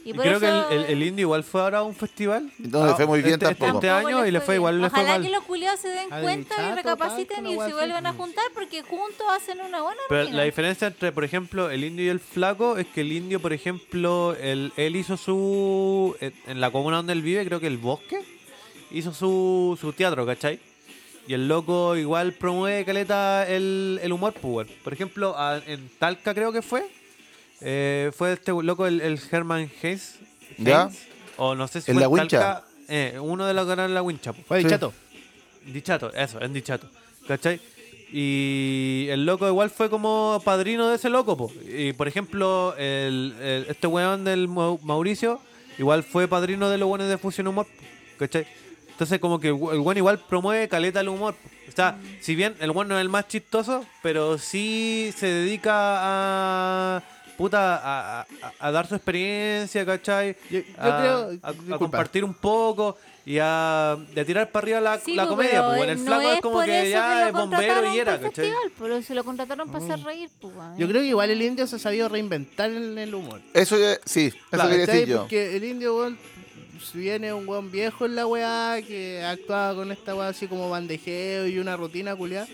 Speaker 4: Y
Speaker 2: Y
Speaker 4: por
Speaker 2: creo
Speaker 4: eso
Speaker 2: que el, el- el indio igual fue ahora a un festival.
Speaker 1: No, le fue muy bien
Speaker 2: este, este-
Speaker 1: tampoco.
Speaker 2: Este año y le fue igual, le fue
Speaker 4: Ojalá
Speaker 2: mal.
Speaker 4: que los culiados se den
Speaker 5: Ay,
Speaker 4: cuenta y
Speaker 5: chato,
Speaker 4: recapaciten
Speaker 5: talco,
Speaker 4: y
Speaker 5: una
Speaker 4: se
Speaker 5: wea
Speaker 4: vuelvan a
Speaker 5: así.
Speaker 4: juntar porque juntos hacen una buena
Speaker 2: Pero
Speaker 4: rutina.
Speaker 2: la diferencia entre, por ejemplo, el indio y el flaco es que el indio, por ejemplo, él, él hizo su. en- En la comuna donde él vive, creo que el bosque, hizo su, su teatro, ¿cachai? Y el loco igual promueve caleta el, el humor, pues, weón. Por ejemplo, a- en Talca creo que fue. eh, fue este loco, el, el Herman Hayes.
Speaker 1: ¿Ya?
Speaker 2: Hayes, O no sé si
Speaker 1: ¿En
Speaker 2: fue
Speaker 1: La Wincha?
Speaker 2: Talca, eh, uno de los que ganaron la Wincha, pues.
Speaker 5: Fue el
Speaker 1: Sí.
Speaker 5: chato.
Speaker 2: Dichato, eso, en Dichato. ¿Cachai? Y el loco igual fue como padrino de ese loco, po. Y por ejemplo, el, el- este weón del Mau- Mauricio igual fue padrino de los buenos de Fusión Humor, po, ¿cachai? Entonces como que el we- el weón igual promueve caleta el humor. po. O sea, si bien el weón no es el más chistoso, pero sí se dedica a... Puta, a, a- a dar su experiencia, ¿cachai?
Speaker 5: Yo- yo
Speaker 2: a,
Speaker 5: creo-
Speaker 2: a- a
Speaker 5: disculpa.
Speaker 2: compartir un poco y a, y a tirar para arriba la,
Speaker 4: Sí,
Speaker 2: la
Speaker 4: po,
Speaker 2: comedia,
Speaker 4: pero
Speaker 2: pues, bueno,
Speaker 4: él
Speaker 2: el
Speaker 4: no
Speaker 2: flaco es
Speaker 4: es
Speaker 2: como
Speaker 4: por eso
Speaker 2: que ya
Speaker 4: lo
Speaker 2: es bombero
Speaker 4: contrataron
Speaker 2: y
Speaker 4: para
Speaker 2: era,
Speaker 4: el
Speaker 2: ¿cachai?
Speaker 4: festival, pero se lo contrataron para
Speaker 2: Mm.
Speaker 4: hacer reír, pues, weón.
Speaker 5: Yo creo que igual el indio se ha sabido reinventar en el humor.
Speaker 1: Eso ya- sí, eso
Speaker 2: Claro,
Speaker 1: quería
Speaker 5: ¿Cachai?
Speaker 1: decir yo.
Speaker 5: Porque el indio, weón, si viene un weón viejo en la weá, que actuaba con esta weá así como bandejeo y una rutina culiada,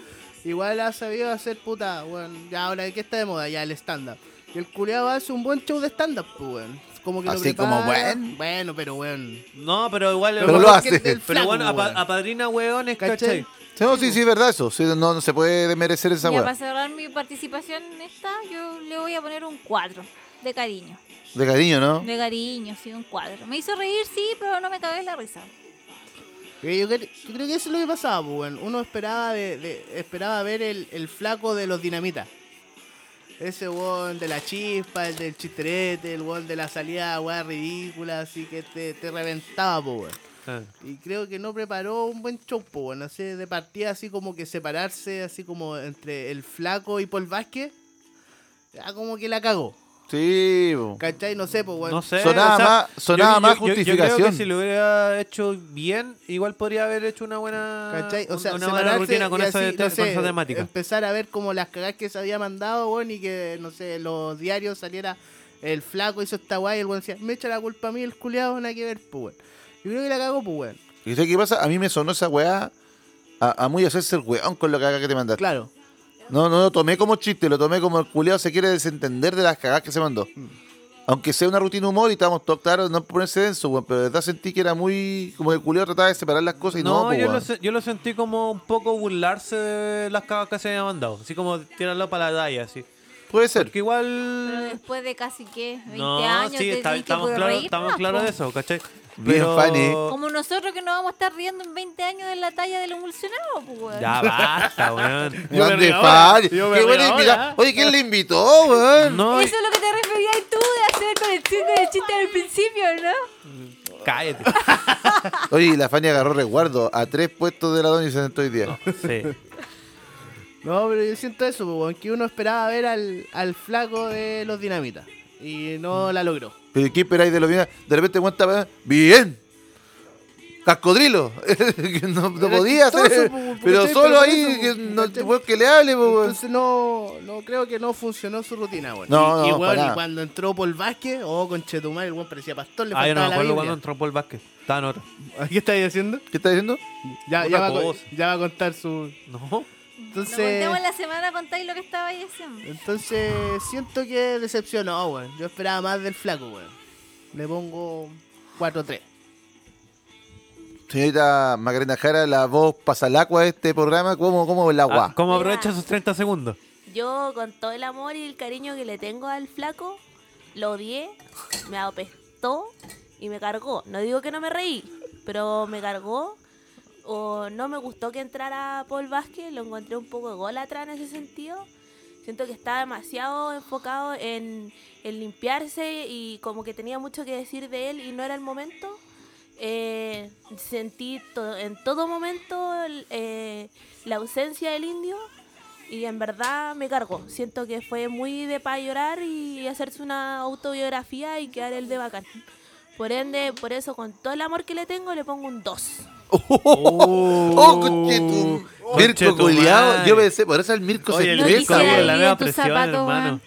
Speaker 5: igual ha sabido hacer puta, weón. Ya ahora, ¿qué está de moda? Ya el stand-up. Y el culiado hace un buen show de stand-up, pues, weón. Como que lo
Speaker 1: Así como
Speaker 5: prepara.
Speaker 1: buen.
Speaker 5: Bueno, pero weón.
Speaker 2: No, pero igual...
Speaker 1: Pero lo
Speaker 5: mejor
Speaker 1: hace.
Speaker 5: que el del
Speaker 2: pero
Speaker 5: flaco,
Speaker 2: bueno, apa-
Speaker 5: weón.
Speaker 2: apadrina hueones, ¿cachai?
Speaker 5: ¿Cachai?
Speaker 1: No, sí, sí, es verdad eso. Sí, no, no se puede desmerecer esa
Speaker 4: Ya para
Speaker 1: weá.
Speaker 4: cerrar mi participación en esta, yo le voy a poner un 4 de cariño.
Speaker 1: De cariño, ¿no?
Speaker 4: De cariño, sí, un 4. Me hizo reír, sí, pero no me cagué en la risa.
Speaker 5: Eh, Yo, cre- yo creo que eso es lo que pasaba, pues, weón. Uno esperaba de, de- esperaba ver el, el flaco de los dinamitas. Ese weón de la chispa, el del chisterete, el weón de la salida, weón ridícula, así que te, te reventaba, pues, weón.
Speaker 2: Ah.
Speaker 5: Y creo que no preparó un buen show, pues, weón. Así de partida, así como que separarse, así como entre el flaco y Paul Vázquez, ya como que la cagó.
Speaker 1: Sí, po.
Speaker 5: ¿Cachai? No sé, pues, weón.
Speaker 2: Ah, No sé.
Speaker 1: Sonaba
Speaker 2: o sea,
Speaker 1: más- sonaba más
Speaker 2: yo creo
Speaker 1: justificación.
Speaker 2: que si lo hubiera hecho bien, igual podría haber hecho una buena,
Speaker 5: ¿Cachai? O sea,
Speaker 2: una buena
Speaker 5: separarse
Speaker 2: rutina con,
Speaker 5: y
Speaker 2: esa,
Speaker 5: así,
Speaker 2: te-
Speaker 5: no
Speaker 2: con
Speaker 5: sé,
Speaker 2: esa temática.
Speaker 5: Empezar a ver como las cagadas que se había mandado, weón, y que, no sé, los diarios saliera el flaco, hizo esta guay, el weón decía, me echa la culpa a mí, el culiado, nada que ver, pues, weón. Yo creo que la cagó, pues, weón.
Speaker 1: ¿Y usted qué pasa? A mí me sonó esa weá a, a muy hacerse el weón con lo que que te mandaste.
Speaker 5: Claro.
Speaker 1: No, no lo tomé como chiste, lo tomé como el culiado se quiere desentender de las cagadas que se mandó. Aunque sea una rutina de humor y estamos todos claros, no ponerse denso, weón, pero de verdad sentí que era muy. como que el culiado trataba de separar las cosas y no,
Speaker 2: No,
Speaker 1: po,
Speaker 2: yo, lo,
Speaker 1: weón.
Speaker 2: se- yo lo sentí como un poco burlarse de las cagas que se había mandado. Así como tirarlo para la talla, así.
Speaker 1: Puede ser.
Speaker 2: Porque
Speaker 4: Pero
Speaker 2: igual.
Speaker 4: después de casi que 20
Speaker 2: No,
Speaker 4: años,
Speaker 2: sí,
Speaker 4: te
Speaker 2: está-
Speaker 4: tenés que
Speaker 2: estamos
Speaker 4: poder
Speaker 2: claros
Speaker 4: reír
Speaker 2: estamos
Speaker 4: más, *laughs*
Speaker 2: claros
Speaker 4: po.
Speaker 2: de eso, ¿cachai?
Speaker 1: Bien, Fanny.
Speaker 4: Como nosotros que nos vamos a estar riendo en 20 años de la talla de los emulsionados, pues, weón.
Speaker 2: Ya basta, weón.
Speaker 3: *laughs* Yo me
Speaker 1: Grande
Speaker 3: río ahora,
Speaker 1: Fanny.
Speaker 3: yo me
Speaker 1: Qué
Speaker 3: río
Speaker 1: buena
Speaker 3: ahora.
Speaker 1: invita- Oye, ¿quién le invitó, weón?
Speaker 2: No,
Speaker 4: Eso es lo que te referías tú de hacer conexión con el chiste del principio, ¿no?
Speaker 2: cállate.
Speaker 1: Oye, y la Fanny agarró resguardo a tres puestos de la Doña y se sentó hoy día. *laughs*
Speaker 2: Sí.
Speaker 5: No, pero yo siento eso, po, weón, que uno esperaba ver al, al flaco de los dinamitas y
Speaker 2: Mm.
Speaker 5: no la logró.
Speaker 1: Pero ¿qué esperáis de lo bien? De repente cuenta, weón, bien. Cascodrilo. Que *laughs* no, no
Speaker 5: Era
Speaker 1: podía
Speaker 5: chistoso,
Speaker 1: hacer.
Speaker 5: po, porque
Speaker 1: Pero
Speaker 5: estoy
Speaker 1: solo
Speaker 5: perdiendo,
Speaker 1: ahí,
Speaker 5: po,
Speaker 1: que no
Speaker 5: ¿cachai?
Speaker 1: te puedo que le hable, po, weón.
Speaker 5: Entonces no, no creo que no funcionó su rutina, weón.
Speaker 1: No,
Speaker 5: y, y,
Speaker 1: no,
Speaker 5: weón,
Speaker 1: para
Speaker 5: y
Speaker 1: nada.
Speaker 5: cuando entró Paul Vázquez, oh, conchetumar, el weón parecía pastor, le
Speaker 2: Ah, yo no
Speaker 5: faltaba
Speaker 2: me acuerdo
Speaker 5: la
Speaker 2: cuando
Speaker 5: Biblia.
Speaker 2: entró Paul Vázquez. Estaba en otra.
Speaker 5: *laughs* ¿Qué estáis haciendo?
Speaker 1: ¿Qué estás diciendo?
Speaker 5: Ya,
Speaker 2: Otra
Speaker 5: ya, va, a co-
Speaker 2: cosa.
Speaker 5: ya va a contar su...
Speaker 2: No.
Speaker 4: Nos
Speaker 5: Entonces...
Speaker 4: contemos la semana, contáis lo que estaba ahí *laughs* haciendo.
Speaker 5: Entonces siento que decepcionó, weón. Yo esperaba más del flaco, weón. Le pongo 4-3.
Speaker 1: Señorita Macarena Jara, la voz pasa al agua de este programa. ¿Cómo, cómo el agua?
Speaker 2: Ah, ¿Cómo aprovecha esos 30 segundos?
Speaker 6: Yo, con todo el amor y el cariño que le tengo al flaco, lo odié, me apestó y me cargó. No digo que no me reí, pero me cargó. O no me gustó que entrara Paul Vázquez, lo encontré un poco golatra en ese sentido. Siento que estaba demasiado enfocado en, en limpiarse y como que tenía mucho que decir de él y no era el momento. Eh, sentí to- en todo momento el- eh, la ausencia del indio y en verdad me cargó. Siento que fue muy de para llorar y hacerse una autobiografía y quedar el de bacán. Por ende, por eso, con todo el amor que le tengo, le pongo un 2.
Speaker 2: Uh,
Speaker 1: ¡Oh, conchetum! Mirko
Speaker 2: Conchetumare.
Speaker 1: culiao. Yo pensé, por eso el Mirko
Speaker 2: Oye,
Speaker 1: se
Speaker 2: el
Speaker 4: no
Speaker 2: Mirko,
Speaker 1: estresa,
Speaker 4: quisiera
Speaker 1: weón.
Speaker 2: weón, la
Speaker 4: vivir
Speaker 2: nueva
Speaker 4: en tus
Speaker 2: presión,
Speaker 4: zapatos,
Speaker 2: hermano.
Speaker 4: weón.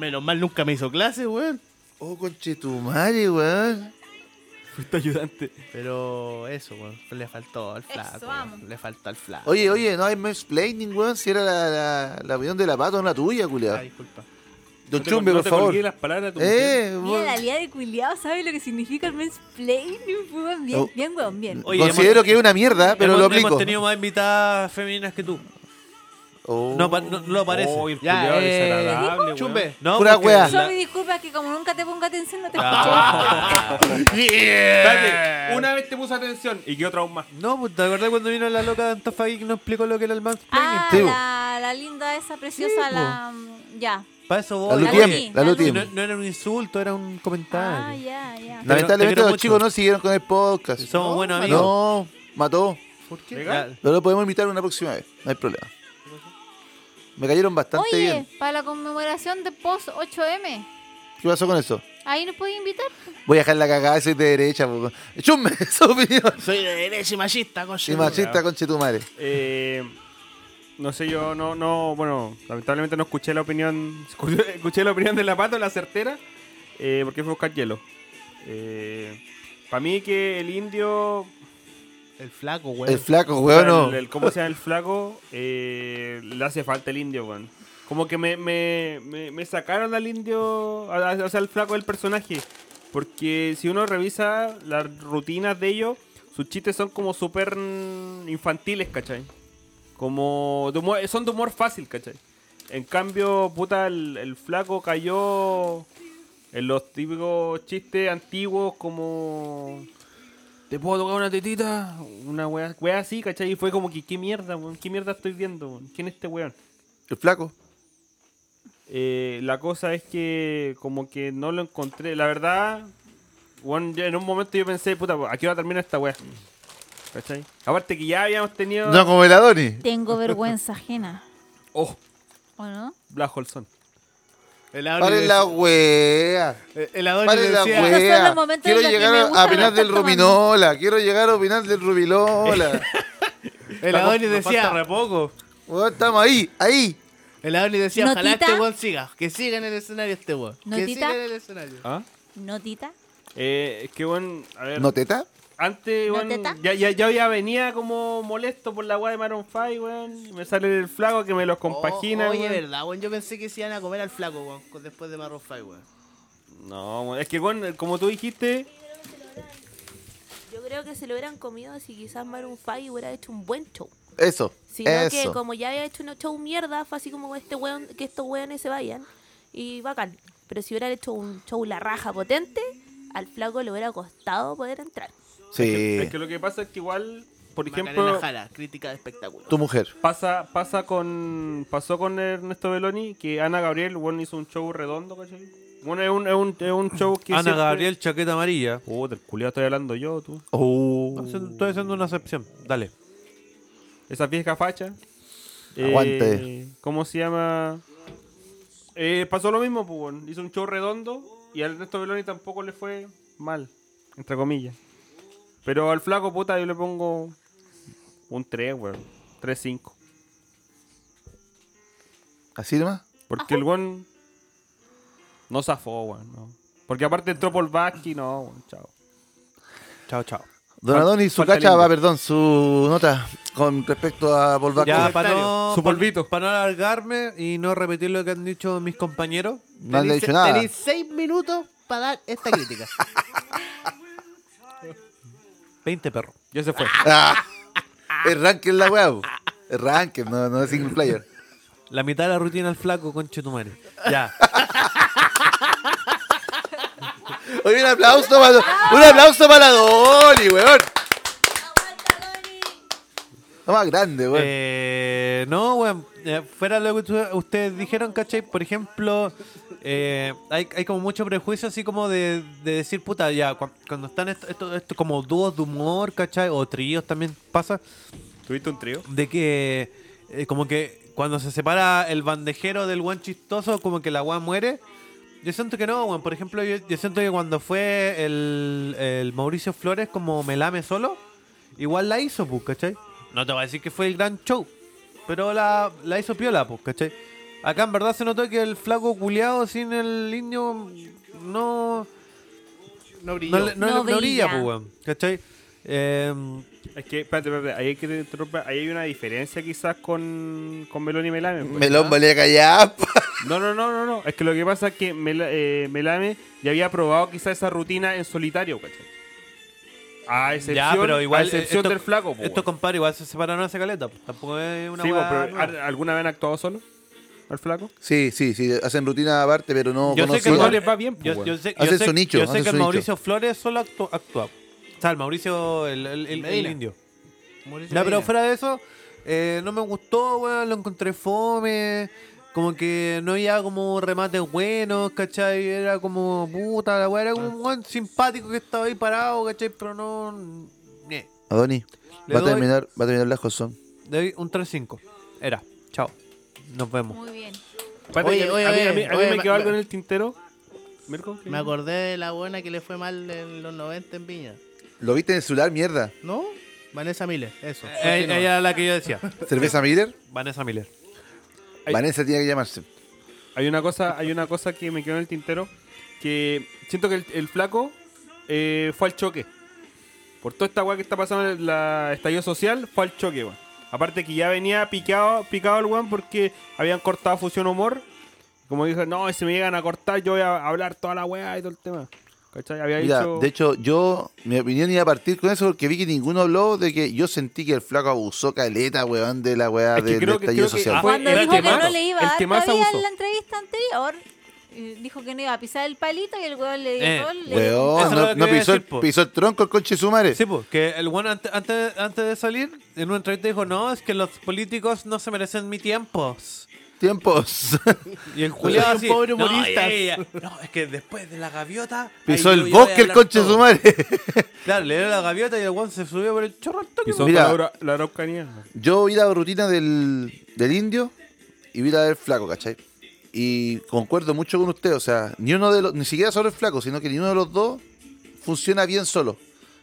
Speaker 5: Menos mal nunca me hizo clase, weón.
Speaker 1: ¡Oh, conchetumare, weón!
Speaker 3: Fuiste ayudante.
Speaker 5: Pero eso, weón. Le faltó al flaco.
Speaker 4: Eso,
Speaker 5: weón.
Speaker 4: vamos.
Speaker 5: Le faltó al flaco.
Speaker 1: Oye, oye, no hay mansplaining, weón. Si era la, la, la opinión de la pata, no la tuya,
Speaker 5: Ah,
Speaker 1: culiao.
Speaker 5: disculpa.
Speaker 1: Don
Speaker 3: No te-
Speaker 1: Chumbe,
Speaker 3: no
Speaker 1: por
Speaker 3: te
Speaker 1: favor.
Speaker 3: colgué las palabras a tu mujer.
Speaker 1: Eh,
Speaker 4: Mira,
Speaker 1: weón.
Speaker 4: la liada de culiao, ¿sabes lo que significa el mansplaining? Weón,
Speaker 1: Oh.
Speaker 4: Bien, bien, weón, bien.
Speaker 2: Oye,
Speaker 1: Considero
Speaker 2: hemos-
Speaker 1: que es una mierda, pero
Speaker 2: hemos,
Speaker 1: lo aplico.
Speaker 2: Hemos tenido más invitadas femeninas que tú.
Speaker 1: Oh.
Speaker 2: No, pa- no, no lo parece.
Speaker 3: Oh, el
Speaker 5: Ya,
Speaker 3: culiao
Speaker 5: eh,
Speaker 3: desagradable, weón.
Speaker 5: Chumbe.
Speaker 2: no,
Speaker 1: Pura
Speaker 2: porque-
Speaker 1: wea.
Speaker 4: Yo me disculpas que como nunca te pongo atención, no te
Speaker 2: *laughs* Ah.
Speaker 3: Espérate, una vez te puse atención y que otra aún más.
Speaker 2: No, pues, ¿te acordás cuando vino la loca de Antofagui que nos explicó lo que era el mansplaining?
Speaker 4: Ah,
Speaker 1: Sí, bo.
Speaker 4: la, la linda esa preciosa,
Speaker 2: Sí,
Speaker 4: la... mm, Ya.
Speaker 2: Para eso
Speaker 1: La
Speaker 2: voy.
Speaker 1: Lutiem,
Speaker 4: Luti,
Speaker 1: la
Speaker 4: la
Speaker 2: Oye,
Speaker 1: Lutiem.
Speaker 2: No, no era un insulto, era un
Speaker 4: Ah,
Speaker 2: comentario.
Speaker 4: ya, ya.
Speaker 2: quiero- te
Speaker 1: Lamentablemente
Speaker 2: quiero
Speaker 1: los
Speaker 2: mucho.
Speaker 1: chicos no siguieron con el podcast.
Speaker 2: Somos buenos amigos.
Speaker 1: No, mató.
Speaker 5: ¿Por qué?
Speaker 2: Ya,
Speaker 1: Pero lo podemos invitar una próxima vez, no hay problema. Me cayeron bastante
Speaker 4: Oye,
Speaker 1: bien.
Speaker 4: para la conmemoración de post 8M,
Speaker 1: ¿Qué pasó con eso?
Speaker 4: ahí nos puedes invitar.
Speaker 1: Voy a dejar la cagada, soy de derecha. po. Chumbe, *laughs* esa opinión.
Speaker 5: Soy de derecha y machista, coche.
Speaker 1: Y
Speaker 2: ah.
Speaker 1: machista con madre.
Speaker 3: Eh, no sé, yo no, no, bueno, lamentablemente no escuché la opinión, *laughs* escuché, escuché la opinión de la pato, la certera, eh, porque fue a buscar hielo. Para mí que el indio,
Speaker 5: El flaco, weón.
Speaker 1: El flaco, weón.
Speaker 3: el,
Speaker 1: no.
Speaker 3: el- ¿cómo se llama el flaco? Eh, le hace falta el indio, weón. Como que me, me, me- me sacaron al indio, a- a- o sea, al flaco del personaje. Porque si uno revisa las rutinas de ellos, sus chistes son como súper mm, infantiles, ¿cachai? Como de humor- son de humor fácil, ¿cachai? En cambio, puta, el, el flaco cayó en los típicos chistes antiguos como... ¿Te puedo tocar una tetita? Una wea, wea así, ¿cachai? Y fue como que, ¿qué mierda, weón? ¿Qué mierda estoy viendo, weón? ¿Quién es este weón?
Speaker 1: El flaco.
Speaker 3: Eh, la cosa es que como que no lo encontré. La verdad, weón, yo en un momento yo pensé, puta, ¿a qué hora termina esta wea? ¿Cachai? Aparte que ya habíamos tenido...
Speaker 1: No, como el Adonis.
Speaker 4: Tengo vergüenza ajena,
Speaker 3: Oh,
Speaker 4: ¿o no?
Speaker 3: Black Holson.
Speaker 5: El Adonis
Speaker 1: Paren la wea.
Speaker 3: eh,
Speaker 5: de- El Adonis
Speaker 1: Paren la
Speaker 5: decía-
Speaker 4: Esos son los
Speaker 1: wea.
Speaker 4: momentos
Speaker 1: Quiero
Speaker 4: en los que
Speaker 1: llegar
Speaker 4: me
Speaker 1: a-
Speaker 4: gusta
Speaker 1: a opinar
Speaker 4: cuando
Speaker 1: del
Speaker 4: estás tomando.
Speaker 1: Rubinola. Quiero llegar a opinar del
Speaker 3: *laughs*
Speaker 1: Rubilola.
Speaker 5: El Adonis
Speaker 2: nos falta re
Speaker 5: decía...
Speaker 2: poco.
Speaker 1: Weón, estamos ahí, ahí.
Speaker 5: El Adonis decía, ojalá
Speaker 4: Notita.
Speaker 5: este weón siga. Que siga en el escenario este weón. Que
Speaker 4: Notita.
Speaker 5: siga en el escenario.
Speaker 3: ¿Ah?
Speaker 4: ¿Notita?
Speaker 3: Eh, es que, weón, a ver...
Speaker 1: ¿No teta?
Speaker 3: Antes,
Speaker 4: ¿No
Speaker 3: weón,
Speaker 4: teta?
Speaker 3: ya, ya, yo ya venía como molesto por la weá de Maroon 5, weón. Me sale el flaco que me los compagina,
Speaker 5: Oh, Oye,
Speaker 3: weón.
Speaker 5: verdad, weón. Yo pensé que se iban a comer al flaco, weón. con- Después de Marro Five, weón.
Speaker 3: No, weón, es que, weón, como tú dijiste,
Speaker 6: Yo creo que se lo hubieran comido si quizás Maroon 5 hubiera hecho un buen show.
Speaker 1: Eso.
Speaker 6: Sino que
Speaker 1: eso.
Speaker 6: como ya había hecho un show mierda, fue así como este weón, que estos weones se vayan. Y bacán. Pero si hubiera hecho un show la raja potente, al flaco le hubiera costado poder entrar.
Speaker 1: Sí.
Speaker 3: Es que lo que pasa es que igual, por
Speaker 5: Macarena
Speaker 3: ejemplo,
Speaker 5: Jara, crítica de espectáculo.
Speaker 1: Tu mujer.
Speaker 3: pasa, pasa con. pasó con Ernesto Beloni que Ana Gabriel, bueno, hizo un show redondo, ¿cachai? Bueno, es un, es un, es un show que.
Speaker 2: Ana
Speaker 3: siempre- Uh.
Speaker 2: Gabriel, chaqueta amarilla.
Speaker 3: Puta, el culiao estoy hablando yo, tú.
Speaker 1: Oh.
Speaker 2: Estoy haciendo una excepción. Dale.
Speaker 3: Esa vieja facha. Eh,
Speaker 1: Aguante.
Speaker 3: ¿Cómo se llama? Eh, pasó lo mismo, pues, weón. hizo un show redondo y al Ernesto Beloni tampoco le fue mal, entre comillas. Pero al flaco, puta, yo le pongo un 3, weón. 3-5.
Speaker 1: ¿Así nomás?
Speaker 3: Porque el weón no zafó, weón. no. Porque aparte entró por Basqui, no, weón, chao.
Speaker 2: Chao, chao.
Speaker 1: Don Adonis, su
Speaker 3: falta
Speaker 1: cacha,
Speaker 3: lengua.
Speaker 1: va, perdón, su nota con respecto a Volvaco.
Speaker 2: Ya, para no,
Speaker 3: Su polvito.
Speaker 2: Para no alargarme y no repetir lo que han dicho mis compañeros.
Speaker 1: no le he
Speaker 5: Tenéis
Speaker 1: dicho
Speaker 5: se-
Speaker 1: nada. *laughs*
Speaker 5: Tenéis seis minutos para dar esta crítica.
Speaker 2: 20 perros.
Speaker 3: Ya se fue.
Speaker 1: Ah, el ranking la weá. po. El ranking, no, no es single player.
Speaker 2: La mitad de la rutina al flaco, conche tu madre. Ya.
Speaker 1: Oye, un aplauso para, un aplauso para Doni, weón. Lo más grande, weón.
Speaker 2: Eh, no, weón. eh, fuera lo que tu- ustedes dijeron, ¿cachai? Por ejemplo, eh, hay, hay como mucho prejuicio así como de, de decir, puta, ya, cu- cuando están estos esto, esto como dúos de humor, ¿cachai? O tríos también pasa.
Speaker 3: ¿Tuviste un trío?
Speaker 2: de que eh, como que cuando se separa el bandejero del guan chistoso, como que la guan muere. Yo siento que no, weón. Por ejemplo, yo, yo siento que cuando fue el, el Mauricio Flores como Melame solo, igual la hizo, pues, ¿cachai? No te voy a decir que fue el gran show, pero la, la hizo piola, pues, ¿cachai? Acá en verdad se notó que el flaco culiado sin el indio no,
Speaker 5: *laughs* No brilló.
Speaker 2: no, le- no,
Speaker 6: No
Speaker 2: le- no brilla,
Speaker 6: brilla.
Speaker 2: pues, weón, ¿cachai? Em,
Speaker 3: Es que, espérate, espérate, ahí hay que te interrumpa. Ahí hay una diferencia quizás con, con Meloni y Melame. pues.
Speaker 1: Melón volé callar.
Speaker 3: No, no, no, no, no. Es que lo que pasa es que Mel- eh, Melame ya había probado quizá esa rutina en solitario, ¿cachai? A excepción,
Speaker 2: Ya, pero igual.
Speaker 3: a excepción
Speaker 2: esto-
Speaker 3: del flaco, po,
Speaker 2: Estos
Speaker 3: weón.
Speaker 2: compadres igual se separaron hace caleta. po. Tampoco es una
Speaker 3: Sí, po,
Speaker 2: weá
Speaker 3: pero,
Speaker 2: nueva.
Speaker 3: ¿al- ¿alguna vez han actuado solo? ¿Al flaco?
Speaker 1: *laughs* Sí, sí, sí, hacen rutina aparte, pero no
Speaker 2: Yo sé que
Speaker 1: conocido.
Speaker 3: no le- les va bien, po,
Speaker 2: Yo,
Speaker 3: weón.
Speaker 2: yo sé, yo
Speaker 1: Hacen
Speaker 2: sé-
Speaker 1: su nicho,
Speaker 2: yo sé
Speaker 1: hacen su
Speaker 2: que el
Speaker 1: nicho.
Speaker 2: Mauricio Flores solo actu- actúa. O sea, el Mauricio, el, el- el- el
Speaker 5: Medina.
Speaker 2: indio.
Speaker 5: Mauricio
Speaker 2: Ya, pero
Speaker 5: Medina.
Speaker 2: fuera de eso, eh, no me gustó, weón. Lo encontré fome. Como que no había como remates buenos, ¿cachai? Era como puta, la weá. Era como un weón simpático que estaba ahí parado, ¿cachai? Pero no. ne.
Speaker 1: Adonis,
Speaker 2: Le
Speaker 1: va a
Speaker 2: doy-
Speaker 1: terminar, va a terminar la Josón.
Speaker 2: Le doy un 3-5. Era. Chao. Nos vemos.
Speaker 4: Muy bien.
Speaker 3: Espérate,
Speaker 5: Oye,
Speaker 3: que a mí-
Speaker 5: oye,
Speaker 3: a mí, a mí-
Speaker 5: oye,
Speaker 3: a mí
Speaker 5: oye,
Speaker 3: me
Speaker 5: ma-
Speaker 3: quedó algo
Speaker 5: ma-
Speaker 3: en el tintero. Mirko, ¿qué?
Speaker 5: Me acordé de la buena que le fue mal en los 90 en Viña.
Speaker 1: ¿Lo viste en el celular, mierda?
Speaker 5: ¿No? Vanessa Miles, eso.
Speaker 2: Eh, Ella era la que yo decía. Eh,
Speaker 1: ¿Cerveza Miller?
Speaker 2: Vanessa Miller.
Speaker 3: Ay.
Speaker 1: Vanessa tiene que llamarse.
Speaker 3: Hay una cosa, hay una cosa que me quedó en el tintero que siento que el, el flaco eh, fue al choque. Por toda esta weá que está pasando en la estallido social, fue al choque, weón. Aparte que ya venía picado, picado el weón porque habían cortado fusión humor. Como dijo, no, si me llegan a cortar, yo voy a hablar toda la weá y todo el tema. ¿Cachai? Había
Speaker 1: Mira,
Speaker 3: dicho.
Speaker 1: de hecho, yo, mi opinión iba a partir con eso porque vi que ninguno habló de que yo sentí que el flaco abusó caleta, weón, de la weá
Speaker 3: Es que
Speaker 1: del
Speaker 3: creo que-
Speaker 1: estallido
Speaker 3: creo que-
Speaker 1: social.
Speaker 3: Fue
Speaker 4: Cuando
Speaker 3: el
Speaker 4: dijo
Speaker 3: que
Speaker 4: que no
Speaker 3: más-
Speaker 4: le iba a
Speaker 3: el
Speaker 4: dar
Speaker 3: que más
Speaker 4: cabida
Speaker 3: abusó.
Speaker 4: en la entrevista anterior, eh, dijo que no iba a pisar el palito y el huevón le dio
Speaker 2: Eh,
Speaker 4: gol. le dio-
Speaker 1: Weón,
Speaker 2: Eso es lo
Speaker 1: no,
Speaker 2: que
Speaker 1: no
Speaker 2: iba a
Speaker 1: pisó, el-
Speaker 2: decir, po.
Speaker 1: pisó el tronco el conche de su madre.
Speaker 2: Sí, pues, que el bueno antes, antes, antes de salir, en una entrevista dijo, no, es que los políticos no se merecen mi tiempo. *laughs*
Speaker 1: Tiempos.
Speaker 2: Y el culiado
Speaker 5: un
Speaker 2: así,
Speaker 5: pobre
Speaker 2: "No,
Speaker 5: humorista".
Speaker 2: ya, ya, ya. No, es que después de la gaviota...
Speaker 1: pisó
Speaker 2: ahí
Speaker 1: el
Speaker 2: yo ya voy a
Speaker 1: bosque el
Speaker 2: hablar
Speaker 1: conche de
Speaker 2: todo".
Speaker 1: su madre. *laughs*
Speaker 2: Claro, le dio la gaviota y el guan se subió por el chorro al toque.
Speaker 3: Pisó
Speaker 1: Mira.
Speaker 3: la, Aura- la Araucanía.
Speaker 1: Yo vi la rutina del, del indio y vi la del flaco, ¿cachai? Y concuerdo mucho con usted, o sea, ni uno de los, ni siquiera solo el flaco, sino que ni uno de los dos funciona bien solo.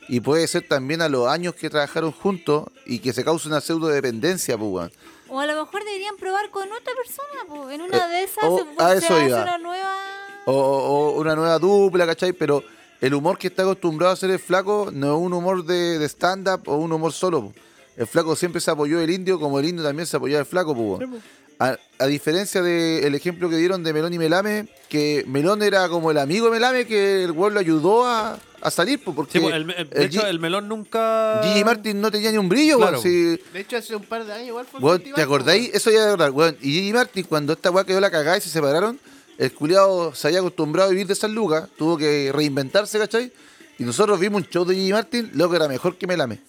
Speaker 1: Y puede ser también a los años que trabajaron juntos y que se cause una pseudo dependencia, pues, weón.
Speaker 4: O a lo mejor deberían probar con otra persona, po. en una
Speaker 1: Eh,
Speaker 4: de esas
Speaker 1: o-
Speaker 4: se,
Speaker 1: a
Speaker 4: se
Speaker 1: eso
Speaker 4: hace
Speaker 1: iba.
Speaker 4: una nueva...
Speaker 1: O, o- o una nueva dupla, ¿cachai? Pero el humor que está acostumbrado a hacer el flaco no es un humor de, de stand-up o un humor solo. po. El flaco siempre se apoyó del indio, como el indio también se apoyó del flaco, pues. weón. A, a diferencia del ejemplo que dieron de Melón y Melame, que Melón era como el amigo de Melame que el weón lo ayudó a, a salir, pues, porque
Speaker 2: Sí, pues, el, el- de
Speaker 1: el
Speaker 2: hecho,
Speaker 1: G-
Speaker 2: el melón nunca.
Speaker 1: Gigi Martin no tenía ni un brillo,
Speaker 2: Claro.
Speaker 1: weón, si-
Speaker 5: De hecho, hace un par de años igual fue un
Speaker 1: Weón, ¿te
Speaker 5: festival,
Speaker 1: acordáis? Eso ya de verdad, weón. Y Gigi Martin, cuando esta weá quedó la cagada y se separaron, el culiado se había acostumbrado a vivir de San Lucas, tuvo que reinventarse, ¿cachai? Y nosotros vimos un show de Gigi Martin, lo que era mejor que Melame.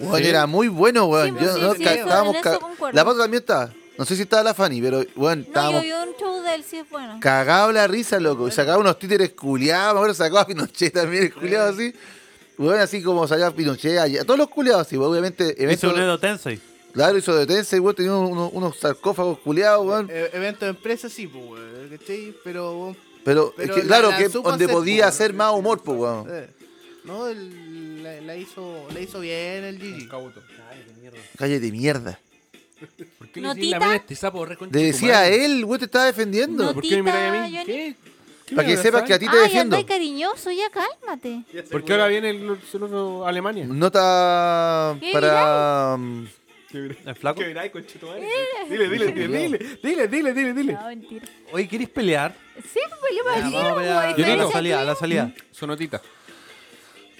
Speaker 1: Weón, era muy bueno, weón.
Speaker 4: Sí, pues
Speaker 1: Yo-
Speaker 4: sí,
Speaker 1: no,
Speaker 4: sí,
Speaker 1: ca-
Speaker 4: eso-
Speaker 1: estábamos
Speaker 4: en
Speaker 1: ca-
Speaker 4: eso concuerdo.
Speaker 1: la pata también estaba. No sé si estaba la Fanny, pero weón,
Speaker 4: No, yo
Speaker 1: estábamos
Speaker 4: vi un show de él, sí es bueno.
Speaker 1: cagados la risa, loco. Y sacaba unos títeres culiados, me acuerdo, sacaba a Pinochet también, el culiado así. Weón, así como sacaba Pinochet, a a todos los culiados así, weón, obviamente.
Speaker 2: Hizo
Speaker 1: eventos-
Speaker 2: un Edo Tensei.
Speaker 1: Claro, hizo de Tensei, weón, tenía unos, unos sarcófagos culiados,
Speaker 5: po.
Speaker 1: weón.
Speaker 5: Eh, evento de empresa sí, pues, weón, ¿cachai? Pero, weón,
Speaker 1: Pero, es
Speaker 5: pero
Speaker 1: que,
Speaker 5: la-
Speaker 1: claro,
Speaker 5: la
Speaker 1: que
Speaker 5: supo
Speaker 1: donde
Speaker 5: hacer,
Speaker 1: podía
Speaker 5: po.
Speaker 1: hacer más humor, pues, weón.
Speaker 5: eh, no, el- la, la hizo, la hizo bien el Gigi.
Speaker 1: Calle de mierda.
Speaker 7: ¿Por qué
Speaker 4: Notita.
Speaker 7: le decís la mina a este sapo re concha
Speaker 1: Le
Speaker 7: de tu
Speaker 1: decía a
Speaker 7: madre?
Speaker 1: él, weón, te estaba defendiendo.
Speaker 7: ¿Por qué me miráis a mí?
Speaker 4: Notita,
Speaker 7: ¿Qué? ¿Qué
Speaker 1: Para
Speaker 7: me
Speaker 1: que sepas
Speaker 7: abrazás?
Speaker 1: que a ti te
Speaker 4: Ay,
Speaker 1: defiendo.
Speaker 4: andai cariñoso, ya cálmate.
Speaker 3: ¿Por qué ahora viene el, el otro Alemania?
Speaker 1: Mm. Nota
Speaker 4: ¿Qué
Speaker 1: para. um,
Speaker 2: El flaco.
Speaker 3: Dile, dile, dile, dile, dile, dile, dile, dile.
Speaker 4: No, mentira.
Speaker 2: Oye, ¿querés pelear?
Speaker 4: Sí, pues yo
Speaker 2: Ya,
Speaker 4: me
Speaker 2: vamos a pelear.
Speaker 4: imagino, pues,
Speaker 2: Yo
Speaker 4: diferencia
Speaker 2: digo,
Speaker 4: de
Speaker 2: la salida, la salida.
Speaker 7: Su notita.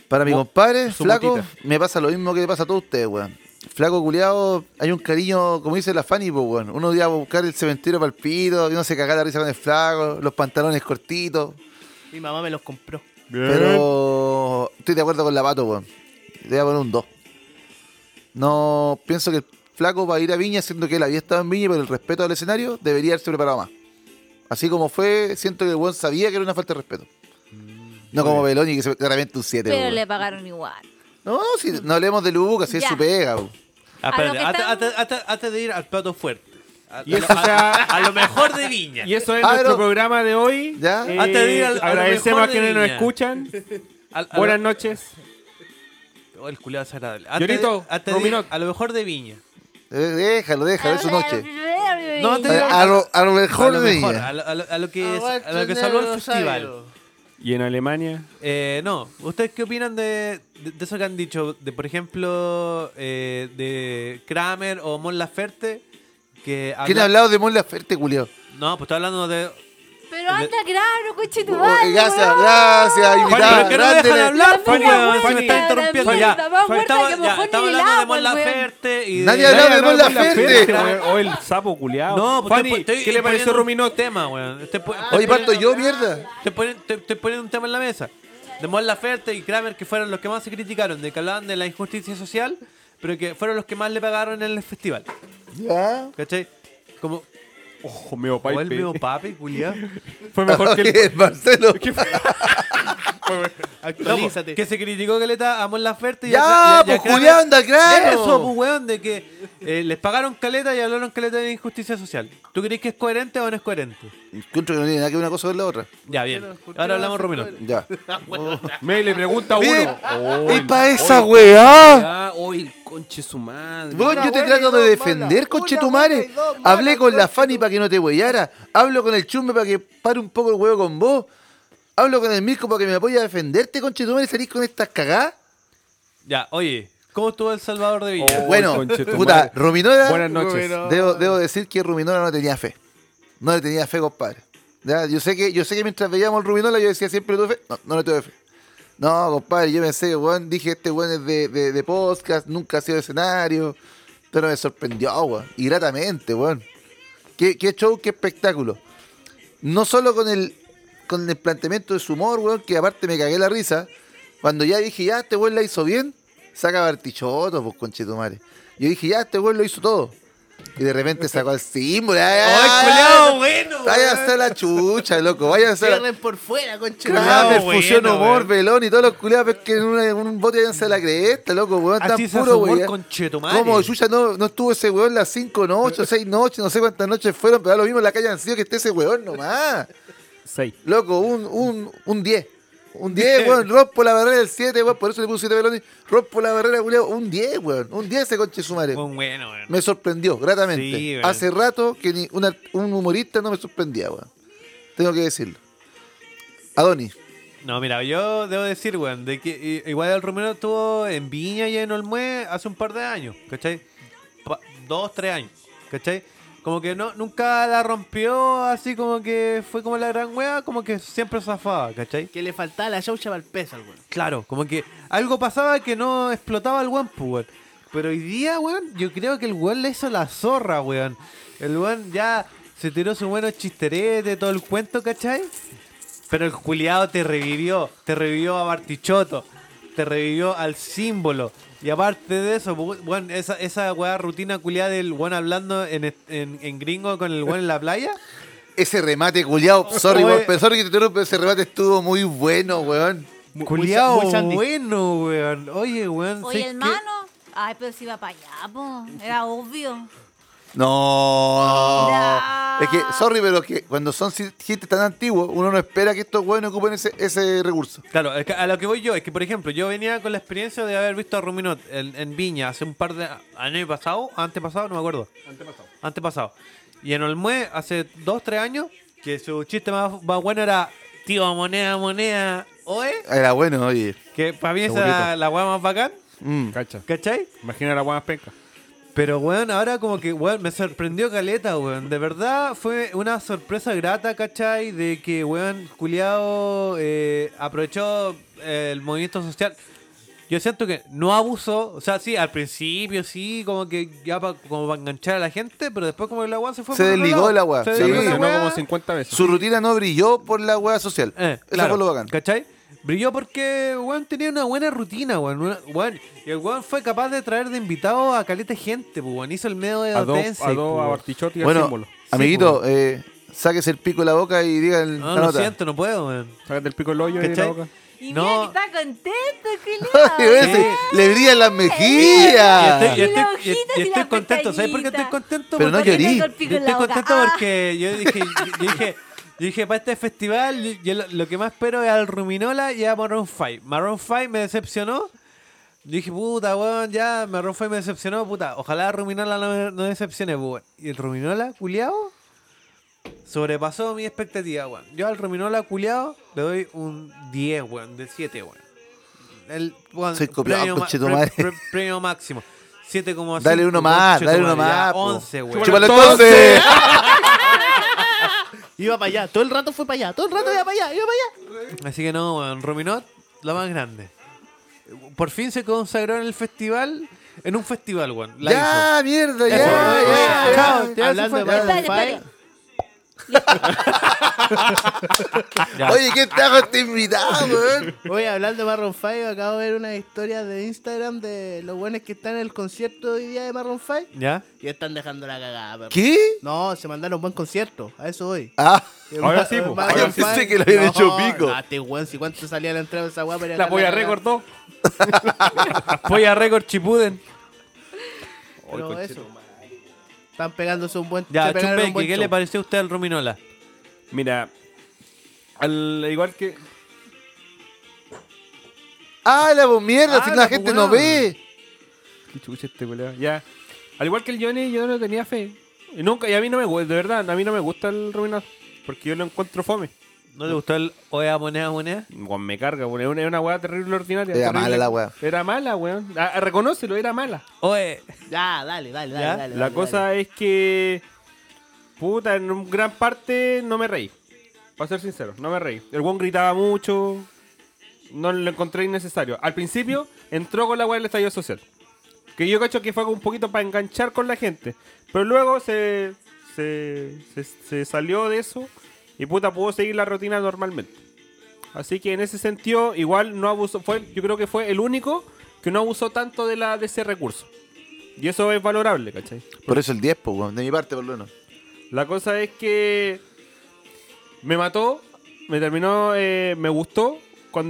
Speaker 1: Para mi compadre,
Speaker 2: su
Speaker 1: flaco,
Speaker 2: motita.
Speaker 1: me pasa lo mismo que le pasa a todos ustedes, weón. Flaco culiado, hay un cariño, como dice la Fanny, pues, weón. Uno iba a buscar el cementerio para el pito, y uno se cagaba la risa con el flaco, los pantalones cortitos.
Speaker 5: Mi mamá me los compró.
Speaker 2: Ah,
Speaker 1: Pero estoy de acuerdo con la pato, weón. Le voy a poner un 2. No pienso que el flaco va a ir a Viña, siendo que él había estado en Viña, pero el respeto al escenario debería haberse preparado más. Así como fue, siento que el weón sabía que era una falta de respeto. No como Beloni, que se claramente un 7.
Speaker 4: Pero
Speaker 1: weón.
Speaker 4: le pagaron igual.
Speaker 1: No, si, no hablemos de Lucas, si es
Speaker 4: Ya.
Speaker 1: su pega. weón.
Speaker 2: Ah,
Speaker 4: A
Speaker 2: espérate,
Speaker 4: lo que
Speaker 2: antes-
Speaker 4: están-
Speaker 2: antes- antes- antes de ir al plato fuerte. A,
Speaker 3: Y
Speaker 2: a-
Speaker 3: eso
Speaker 2: a-
Speaker 3: sea-
Speaker 2: a lo mejor de Viña.
Speaker 3: Y eso es
Speaker 1: Ah,
Speaker 3: nuestro
Speaker 1: pero-
Speaker 3: programa de hoy.
Speaker 1: Ya.
Speaker 3: Eh,
Speaker 2: Antes de ir al- a lo
Speaker 3: agradecemos a
Speaker 2: mejor de
Speaker 3: quienes nos
Speaker 2: Viña.
Speaker 3: escuchan.
Speaker 2: *laughs* A- a lo-
Speaker 3: Buenas noches.
Speaker 2: Oh, el culiado desagradable. Antes de-
Speaker 3: Llorito,
Speaker 2: antes de ir
Speaker 3: Rominot.
Speaker 2: a lo mejor de Viña.
Speaker 1: Eh, Déjalo, déjalo, es su noche.
Speaker 2: No,
Speaker 1: A, a lo, a lo mejor de
Speaker 2: mejor,
Speaker 1: ella.
Speaker 2: a lo- a lo- a lo que, es- a lo que salvó el festival.
Speaker 3: Y en Alemania.
Speaker 2: Eh, no, ¿ustedes qué opinan de, de- de eso que han dicho? De, por ejemplo, eh, de Kramer o Mon Laferte. Que
Speaker 1: ¿Quién
Speaker 2: habla-
Speaker 1: ha hablado de Mon Laferte, culiado?
Speaker 2: No, pues estoy hablando de.
Speaker 4: Pero anda, claro, coche tu
Speaker 1: Oh,
Speaker 4: madre.
Speaker 1: gracias,
Speaker 4: weón.
Speaker 1: gracias,
Speaker 2: ¿Pero
Speaker 1: invitada.
Speaker 2: que no me
Speaker 1: grande.
Speaker 2: dejan hablar?
Speaker 4: La
Speaker 2: Fanny,
Speaker 4: mía hueá,
Speaker 2: Fanny, me está
Speaker 4: la
Speaker 2: interrumpiendo.
Speaker 4: mierda,
Speaker 2: Ya,
Speaker 4: más muerta
Speaker 2: estamos
Speaker 4: que
Speaker 2: ya,
Speaker 4: mojón
Speaker 2: estamos
Speaker 4: en el
Speaker 2: hablando de
Speaker 4: agua,
Speaker 2: Mon
Speaker 4: el weón.
Speaker 2: Laferte y de-
Speaker 1: Nadie habla- Hablamos de Mon Laferte.
Speaker 3: O el sapo culiado.
Speaker 2: No, pues
Speaker 3: Fanny,
Speaker 2: estoy- estoy
Speaker 3: ¿qué le pareció
Speaker 2: poniendo-
Speaker 3: Rumino tema, weón?
Speaker 2: Te pu- te
Speaker 1: Oye,
Speaker 2: ponen-
Speaker 1: parto yo, mierda.
Speaker 2: Te ponen, te, te ponen un tema en la mesa. De Mon Laferte y Kramer, que fueron los que más se criticaron, de que hablaban de la injusticia social, pero que fueron los que más le pagaron en el festival.
Speaker 1: Ya.
Speaker 2: ¿Cachai? Como,
Speaker 3: Ojo, meo
Speaker 2: o el
Speaker 3: pipe.
Speaker 2: mío papi, culiao.
Speaker 3: Fue
Speaker 1: *laughs*
Speaker 3: mejor que el.
Speaker 1: Oye, Marcelo.
Speaker 5: Actualízate.
Speaker 2: que se criticó Caleta a Mon Laferte y
Speaker 1: Ya,
Speaker 2: a- y a- y a
Speaker 1: pues,
Speaker 2: Kramer.
Speaker 1: Julián, da claro.
Speaker 2: Eso, pues, weón, de que eh, les pagaron Caleta y hablaron Caleta de injusticia social. ¿Tú crees que es coherente o no es coherente?
Speaker 1: Encuentro que no tiene nada que ver una cosa con la otra.
Speaker 2: Ya, bien.
Speaker 5: ¿por qué
Speaker 2: Ahora
Speaker 5: no vas
Speaker 2: hablamos,
Speaker 5: a
Speaker 2: Romino.
Speaker 5: poder?
Speaker 1: Ya.
Speaker 3: Me le pregunta a
Speaker 1: Bien.
Speaker 3: uno.
Speaker 1: ¡Es pa' esa weá!
Speaker 7: Ah, hoy el conche su madre.
Speaker 1: Vos,
Speaker 5: Una
Speaker 1: yo te
Speaker 5: buena y
Speaker 1: trato de
Speaker 5: dos
Speaker 1: defender,
Speaker 5: malas. Una
Speaker 1: conchetumare.
Speaker 5: buena y dos malas,
Speaker 1: Hablé con la
Speaker 5: conche
Speaker 1: Fanny para que no te huellara. Hablo con el chumbe para que pare un poco el huevo con vos. Hablo con el Mirko para que me apoye a defenderte, conchetumare, y salís con estas cagadas.
Speaker 2: Ya, oye, ¿cómo estuvo El Salvador de Villa?
Speaker 3: Oh,
Speaker 1: Bueno,
Speaker 3: conchetumare.
Speaker 1: puta, Ruminora.
Speaker 3: Buenas noches.
Speaker 5: Rumino.
Speaker 1: Debo, debo decir que Ruminora no tenía fe. No le tenía fe, compadre. Ya, Yo, sé que, yo sé que mientras veíamos al Ruminola yo decía siempre, ¿le tuve fe? No, no le tuve fe. No, compadre, yo pensé que, weón, dije, este weón es de, de, de podcast, nunca ha sido de escenario. Pero me sorprendió, weón. Y gratamente, weón. Qué, qué show, qué espectáculo. No solo con el, con el planteamiento de su humor, weón, que aparte me cagué la risa. Cuando ya dije, ya, este weón la hizo bien, saca Bartichoto, pues, conchetumare. Yo dije, ya, este weón lo hizo todo. Y de repente sacó al símbolo. ¡Ay, ay,
Speaker 2: culiao, bueno!
Speaker 1: Vaya a hacer la chucha, loco. Vaya a hacer la...
Speaker 5: Cierren por fuera, conche.
Speaker 1: Kramer,
Speaker 2: bueno,
Speaker 1: fusión humor,
Speaker 2: weón.
Speaker 1: velón y todos los culiados que en, una- en un bote hayan salido la cresta, loco, weón, tan
Speaker 2: Así se hace
Speaker 1: puro,
Speaker 2: humor,
Speaker 1: weón.
Speaker 2: conchetumare.
Speaker 1: Como chucha no, no estuvo ese weón las 5 noches, 6 noches, no sé cuántas noches fueron, pero da lo mismo en la calle han sido que esté ese weón nomás.
Speaker 3: Seis.
Speaker 1: Loco, un, un, un 10. Un 10, weón, rompo la barrera del 7, weón, por eso le puse 7 velones, rompo la barrera, culiao, un 10, weón, un 10 ese conche su madre.
Speaker 2: Bueno, bueno, weón.
Speaker 1: Me sorprendió, gratamente.
Speaker 2: Sí, weón.
Speaker 1: Hace rato que ni una- un humorista no me sorprendía, weón. Tengo que decirlo. Adonis.
Speaker 2: No, mira, yo debo decir, weón, de que i- igual el Romero estuvo en Viña y en Olmué hace un par de años, ¿cachai? Pa- dos, tres años, ¿cachai? Como que no, nunca la rompió así como que fue como la gran wea, como que siempre zafaba, ¿cachai?
Speaker 5: Que le faltaba la chaucha para el peso al weón.
Speaker 2: Claro, como que algo pasaba que no explotaba el weón, pues, weón. Pero hoy día, weón, yo creo que el weón le hizo la zorra, weón. El weón ya se tiró su bueno chisterete, todo el cuento, ¿cachai? Pero el culiado te revivió, te revivió a Bartichoto, te revivió al símbolo. Y aparte de eso, pu- weón, esa, esa weá rutina culiada del weón hablando en, est- en, en gringo con el weón en la playa.
Speaker 1: Ese remate, culiao. Sorry,
Speaker 2: Oye.
Speaker 1: weón, sorry que te interrumpa, ese remate estuvo muy bueno, weón.
Speaker 2: Culiado
Speaker 5: mucha- mucha Andy.
Speaker 2: bueno, weón. Oye, weón.
Speaker 4: Oye,
Speaker 2: ¿sabes qué?
Speaker 4: hermano. Ay, pero si iba para allá, po. Era obvio.
Speaker 1: No.
Speaker 4: No.
Speaker 1: Es que, sorry, pero es que cuando son si- gente tan antigua, uno no espera que estos weones ocupen ese, ese recurso.
Speaker 2: Claro, es que a lo que voy yo es que, por ejemplo, yo venía con la experiencia de haber visto a Ruminot en, en Viña hace un par de años pasado, antepasado, no me acuerdo. Antepasado. Antepasado. Y en Olmué hace dos, tres años, que su chiste más, más bueno era, tío, moneda, moneda, oe,
Speaker 1: Era bueno, oye.
Speaker 2: que para mí esa
Speaker 3: Segurito.
Speaker 2: era la weá más bacán,
Speaker 1: Mm.
Speaker 3: Cacha.
Speaker 2: ¿cachai?
Speaker 3: Imagina la buena penca.
Speaker 2: Pero, weón, ahora como que, weón, me sorprendió Caleta, weón. De verdad fue una sorpresa grata, ¿cachai? De que, weón, Culeado aprovechó eh, el movimiento social. Yo siento que no abusó, o sea, sí, al principio sí, como que ya pa- como para enganchar a la gente, pero después como que la weá se fue
Speaker 1: Se
Speaker 2: por otro
Speaker 1: desligó
Speaker 2: lado.
Speaker 1: de la weá.
Speaker 2: Se
Speaker 1: Sí.
Speaker 3: Se
Speaker 2: desligó de la
Speaker 3: mencionó
Speaker 2: weá.
Speaker 3: como 50 veces.
Speaker 1: Su rutina no brilló por la weá social.
Speaker 2: Eh,
Speaker 1: Eso
Speaker 2: claro,
Speaker 1: fue lo bacán.
Speaker 2: ¿Cachai? Brilló porque, weón, tenía una buena rutina, weón. una- weón, y el weón fue capaz de traer de invitado a caleta de gente, pues, weón. Hizo el medio de
Speaker 3: a dos,
Speaker 2: Otense,
Speaker 3: a
Speaker 2: pues,
Speaker 3: dos, a
Speaker 2: weón.
Speaker 3: Bartichotti y al
Speaker 1: Bueno,
Speaker 3: símbolo.
Speaker 1: amiguito, eh, sáquese el pico de la boca y diga el,
Speaker 2: No,
Speaker 1: la
Speaker 2: lo
Speaker 1: nota.
Speaker 2: siento, no puedo, weón.
Speaker 3: Sácate el pico del hoyo y
Speaker 2: ¿Cachai?
Speaker 3: la boca.
Speaker 4: Y
Speaker 2: No.
Speaker 4: mira que está contento,
Speaker 1: *laughs*
Speaker 2: *laughs*
Speaker 1: Ay,
Speaker 4: Julián.
Speaker 1: ese, Le brillan las
Speaker 2: Y
Speaker 1: mejillas.
Speaker 2: estoy, este, y este, estoy-
Speaker 4: la
Speaker 2: y- y
Speaker 4: hojita y
Speaker 2: estoy
Speaker 4: la
Speaker 2: contento, ¿sabes por qué estoy
Speaker 4: pestañita.
Speaker 2: contento?
Speaker 1: Pero no
Speaker 2: Porque-
Speaker 1: llorí.
Speaker 4: Con el pico
Speaker 2: Yo
Speaker 4: en la
Speaker 2: estoy
Speaker 4: boca.
Speaker 2: contento
Speaker 4: Ah.
Speaker 2: porque yo dije, yo dije, yo dije, para este festival, yo- yo lo, lo que más espero es al Ruminola y a Maroon 5. Maroon 5 me decepcionó. Yo dije, puta, weón, ya, Maroon 5 me decepcionó, puta. Ojalá Ruminola no me no decepcione, pues, weón. Y el Ruminola, culiao, sobrepasó mi expectativa, weón. Yo al Ruminola, culiao, le doy un 10, weón, de 7, weón. El, weón,
Speaker 1: Soy copiado,
Speaker 2: premio, ma-
Speaker 1: conchetumare.
Speaker 2: pre- pre- premio máximo. 7,5.
Speaker 1: Dale uno más, dale uno
Speaker 2: conchetumare, ya,
Speaker 1: más. po.
Speaker 2: 11, weón.
Speaker 1: Chúpalo entonces.
Speaker 5: Iba para allá, todo el rato fue para allá, todo el rato iba para allá, iba para allá.
Speaker 2: Así que no, weón, Ruminot, la más grande. Por fin se consagró en el festival, en un festival, weón. La hizo.
Speaker 1: Ya, mierda, ya.
Speaker 2: Eso,
Speaker 1: ya,
Speaker 2: eso.
Speaker 1: ya.
Speaker 2: Chao, te vas a
Speaker 5: Hablando de
Speaker 2: fue-
Speaker 5: Maroon
Speaker 4: Espérate,
Speaker 5: five,
Speaker 2: Ya.
Speaker 1: Oye, ¿qué trajo te este invitado, eh? weón?
Speaker 5: Oye, hablando de Marron 5, acabo de ver unas historias de Instagram de los buenos que están en el concierto hoy día de Marron 5
Speaker 2: ¿Ya?
Speaker 5: y están dejando la cagada, perro.
Speaker 1: ¿Qué?
Speaker 5: No, se mandaron buen concierto, a eso voy.
Speaker 1: Ah,
Speaker 3: Ahora sí, po.
Speaker 1: Ah, yo
Speaker 5: Maroon
Speaker 1: pensé
Speaker 5: five-
Speaker 1: que le habían
Speaker 5: No,
Speaker 1: hecho pico.
Speaker 5: No, este weón, si cuánto salía la entrada de esa weá para
Speaker 3: La polla
Speaker 5: récord.
Speaker 3: recortó.
Speaker 2: *laughs* Polla Record Chipuden.
Speaker 5: Pero eso. Están pegándose un buen
Speaker 2: Ya,
Speaker 5: se pegaron un
Speaker 2: Chumbequi,
Speaker 5: buen
Speaker 2: ¿qué
Speaker 5: show.
Speaker 2: le pareció a usted al Ruminola?
Speaker 3: Mira, al igual que
Speaker 1: ah, la vos mierda, si
Speaker 3: Habla,
Speaker 1: la
Speaker 3: po,
Speaker 1: gente no
Speaker 3: weón.
Speaker 1: ve.
Speaker 3: Qué chucha este culiao. Ya. Al igual que el Johnny, yo no tenía fe. Y nunca, y a mí no me gusta, de verdad, a mí no me gusta el Ruinado. Porque yo lo encuentro fome.
Speaker 2: ¿No le gustó el Oea Moneda Moneda?
Speaker 3: Weón, me carga, weón. Es una, es una weá terrible ordinaria.
Speaker 1: Era
Speaker 3: terrible.
Speaker 1: mala la weá.
Speaker 3: Era mala, weón. Ah, reconócelo, era mala.
Speaker 2: Oe.
Speaker 5: Ya, dale, dale, dale.
Speaker 2: Ya,
Speaker 5: dale,
Speaker 3: la
Speaker 5: dale,
Speaker 3: cosa
Speaker 5: dale.
Speaker 3: es que. Puta, en un gran parte no me reí. Para ser sincero, no me reí. El weón gritaba mucho. No lo encontré innecesario. Al principio entró con la weá del estallido social. Que yo cacho que fue un poquito para enganchar con la gente. Pero luego se, se, se, se salió de eso y puta pudo seguir la rutina normalmente. Así que en ese sentido, igual no abusó. Fue, yo creo que fue el único que no abusó tanto de, la, de ese recurso. Y eso es valorable, ¿cachai?
Speaker 1: Por eso el 10, po, weón, de mi parte, por lo menos.
Speaker 3: La cosa es que me mató, me terminó, eh, me gustó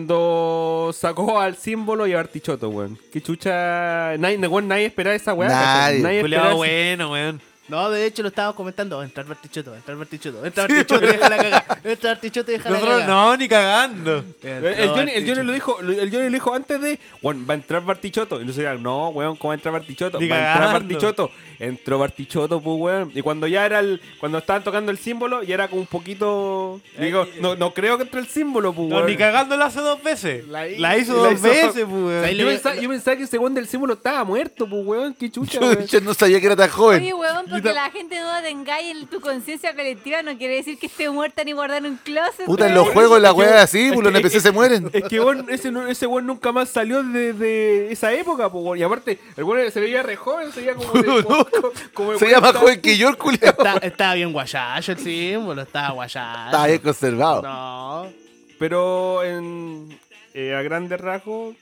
Speaker 3: cuando sacó al símbolo y a Bartichoto, weón. Que chucha. Nadie, weón, nadie esperaba esa weá. ¿cachai?
Speaker 1: Nadie.
Speaker 3: esperaba
Speaker 2: Culeado
Speaker 3: esa-
Speaker 2: bueno, weón.
Speaker 5: No, de hecho lo estábamos comentando. Va a Entrar Bartichotto, va a entrar Bartichotto, va a entrar Bartichotto, deja la cagada. Va a entrar Bartichotto, deja la
Speaker 2: Nosotros
Speaker 5: cagada.
Speaker 2: no, ni cagando.
Speaker 3: El, Eh, el Johnny, el Johnny lo dijo, el Johnny lo dijo antes de, weón, va a entrar Bartichoto. Y nosotros decíamos, no, weón, ¿cómo va a entrar Bartichoto?
Speaker 2: Ni
Speaker 3: va a entrar
Speaker 2: cagando.
Speaker 3: Bartichoto. Entró Bartichoto, pues, weón. Y cuando ya era el, cuando estaban tocando el símbolo, ya era como un poquito, digo, no, no creo que entre el símbolo, pues,
Speaker 2: Eh, No,
Speaker 3: weón.
Speaker 2: ni cagando la hace dos veces.
Speaker 3: La
Speaker 2: La,
Speaker 3: hi-
Speaker 2: hizo
Speaker 3: la
Speaker 2: dos
Speaker 3: hizo-
Speaker 2: veces, pues, weón.
Speaker 5: Ahí
Speaker 3: Yo este
Speaker 5: le-
Speaker 3: pensaba, yo pensaba que ese weón del símbolo estaba muerto, pues, weón, qué chucha,
Speaker 1: Yo,
Speaker 3: weón.
Speaker 1: yo no sabía que era tan joven.
Speaker 4: Oye, huevón, porque la gente duda de Engai en tu conciencia colectiva no quiere decir que esté muerta ni guardada en un closet.
Speaker 1: Puta, en
Speaker 4: weón.
Speaker 1: los juegos la
Speaker 3: Es que-
Speaker 1: weá es así,
Speaker 3: es
Speaker 1: pues, los
Speaker 3: que-
Speaker 1: NPC
Speaker 3: es-
Speaker 1: se mueren.
Speaker 3: *laughs* Es que weón, ese, no- ese weón nunca más salió desde esa época, po, weón. Y aparte, el weón se veía re joven, se veía como.
Speaker 2: *laughs*
Speaker 3: de- como- como de
Speaker 1: Se llama
Speaker 3: 40.
Speaker 1: joven que yo, el
Speaker 5: *laughs*
Speaker 1: culiao.
Speaker 5: Está- estaba bien guayayo el símbolo, estaba guayayo.
Speaker 1: Está bien conservado.
Speaker 5: Ah, No.
Speaker 3: Pero en, eh, a grandes rasgos,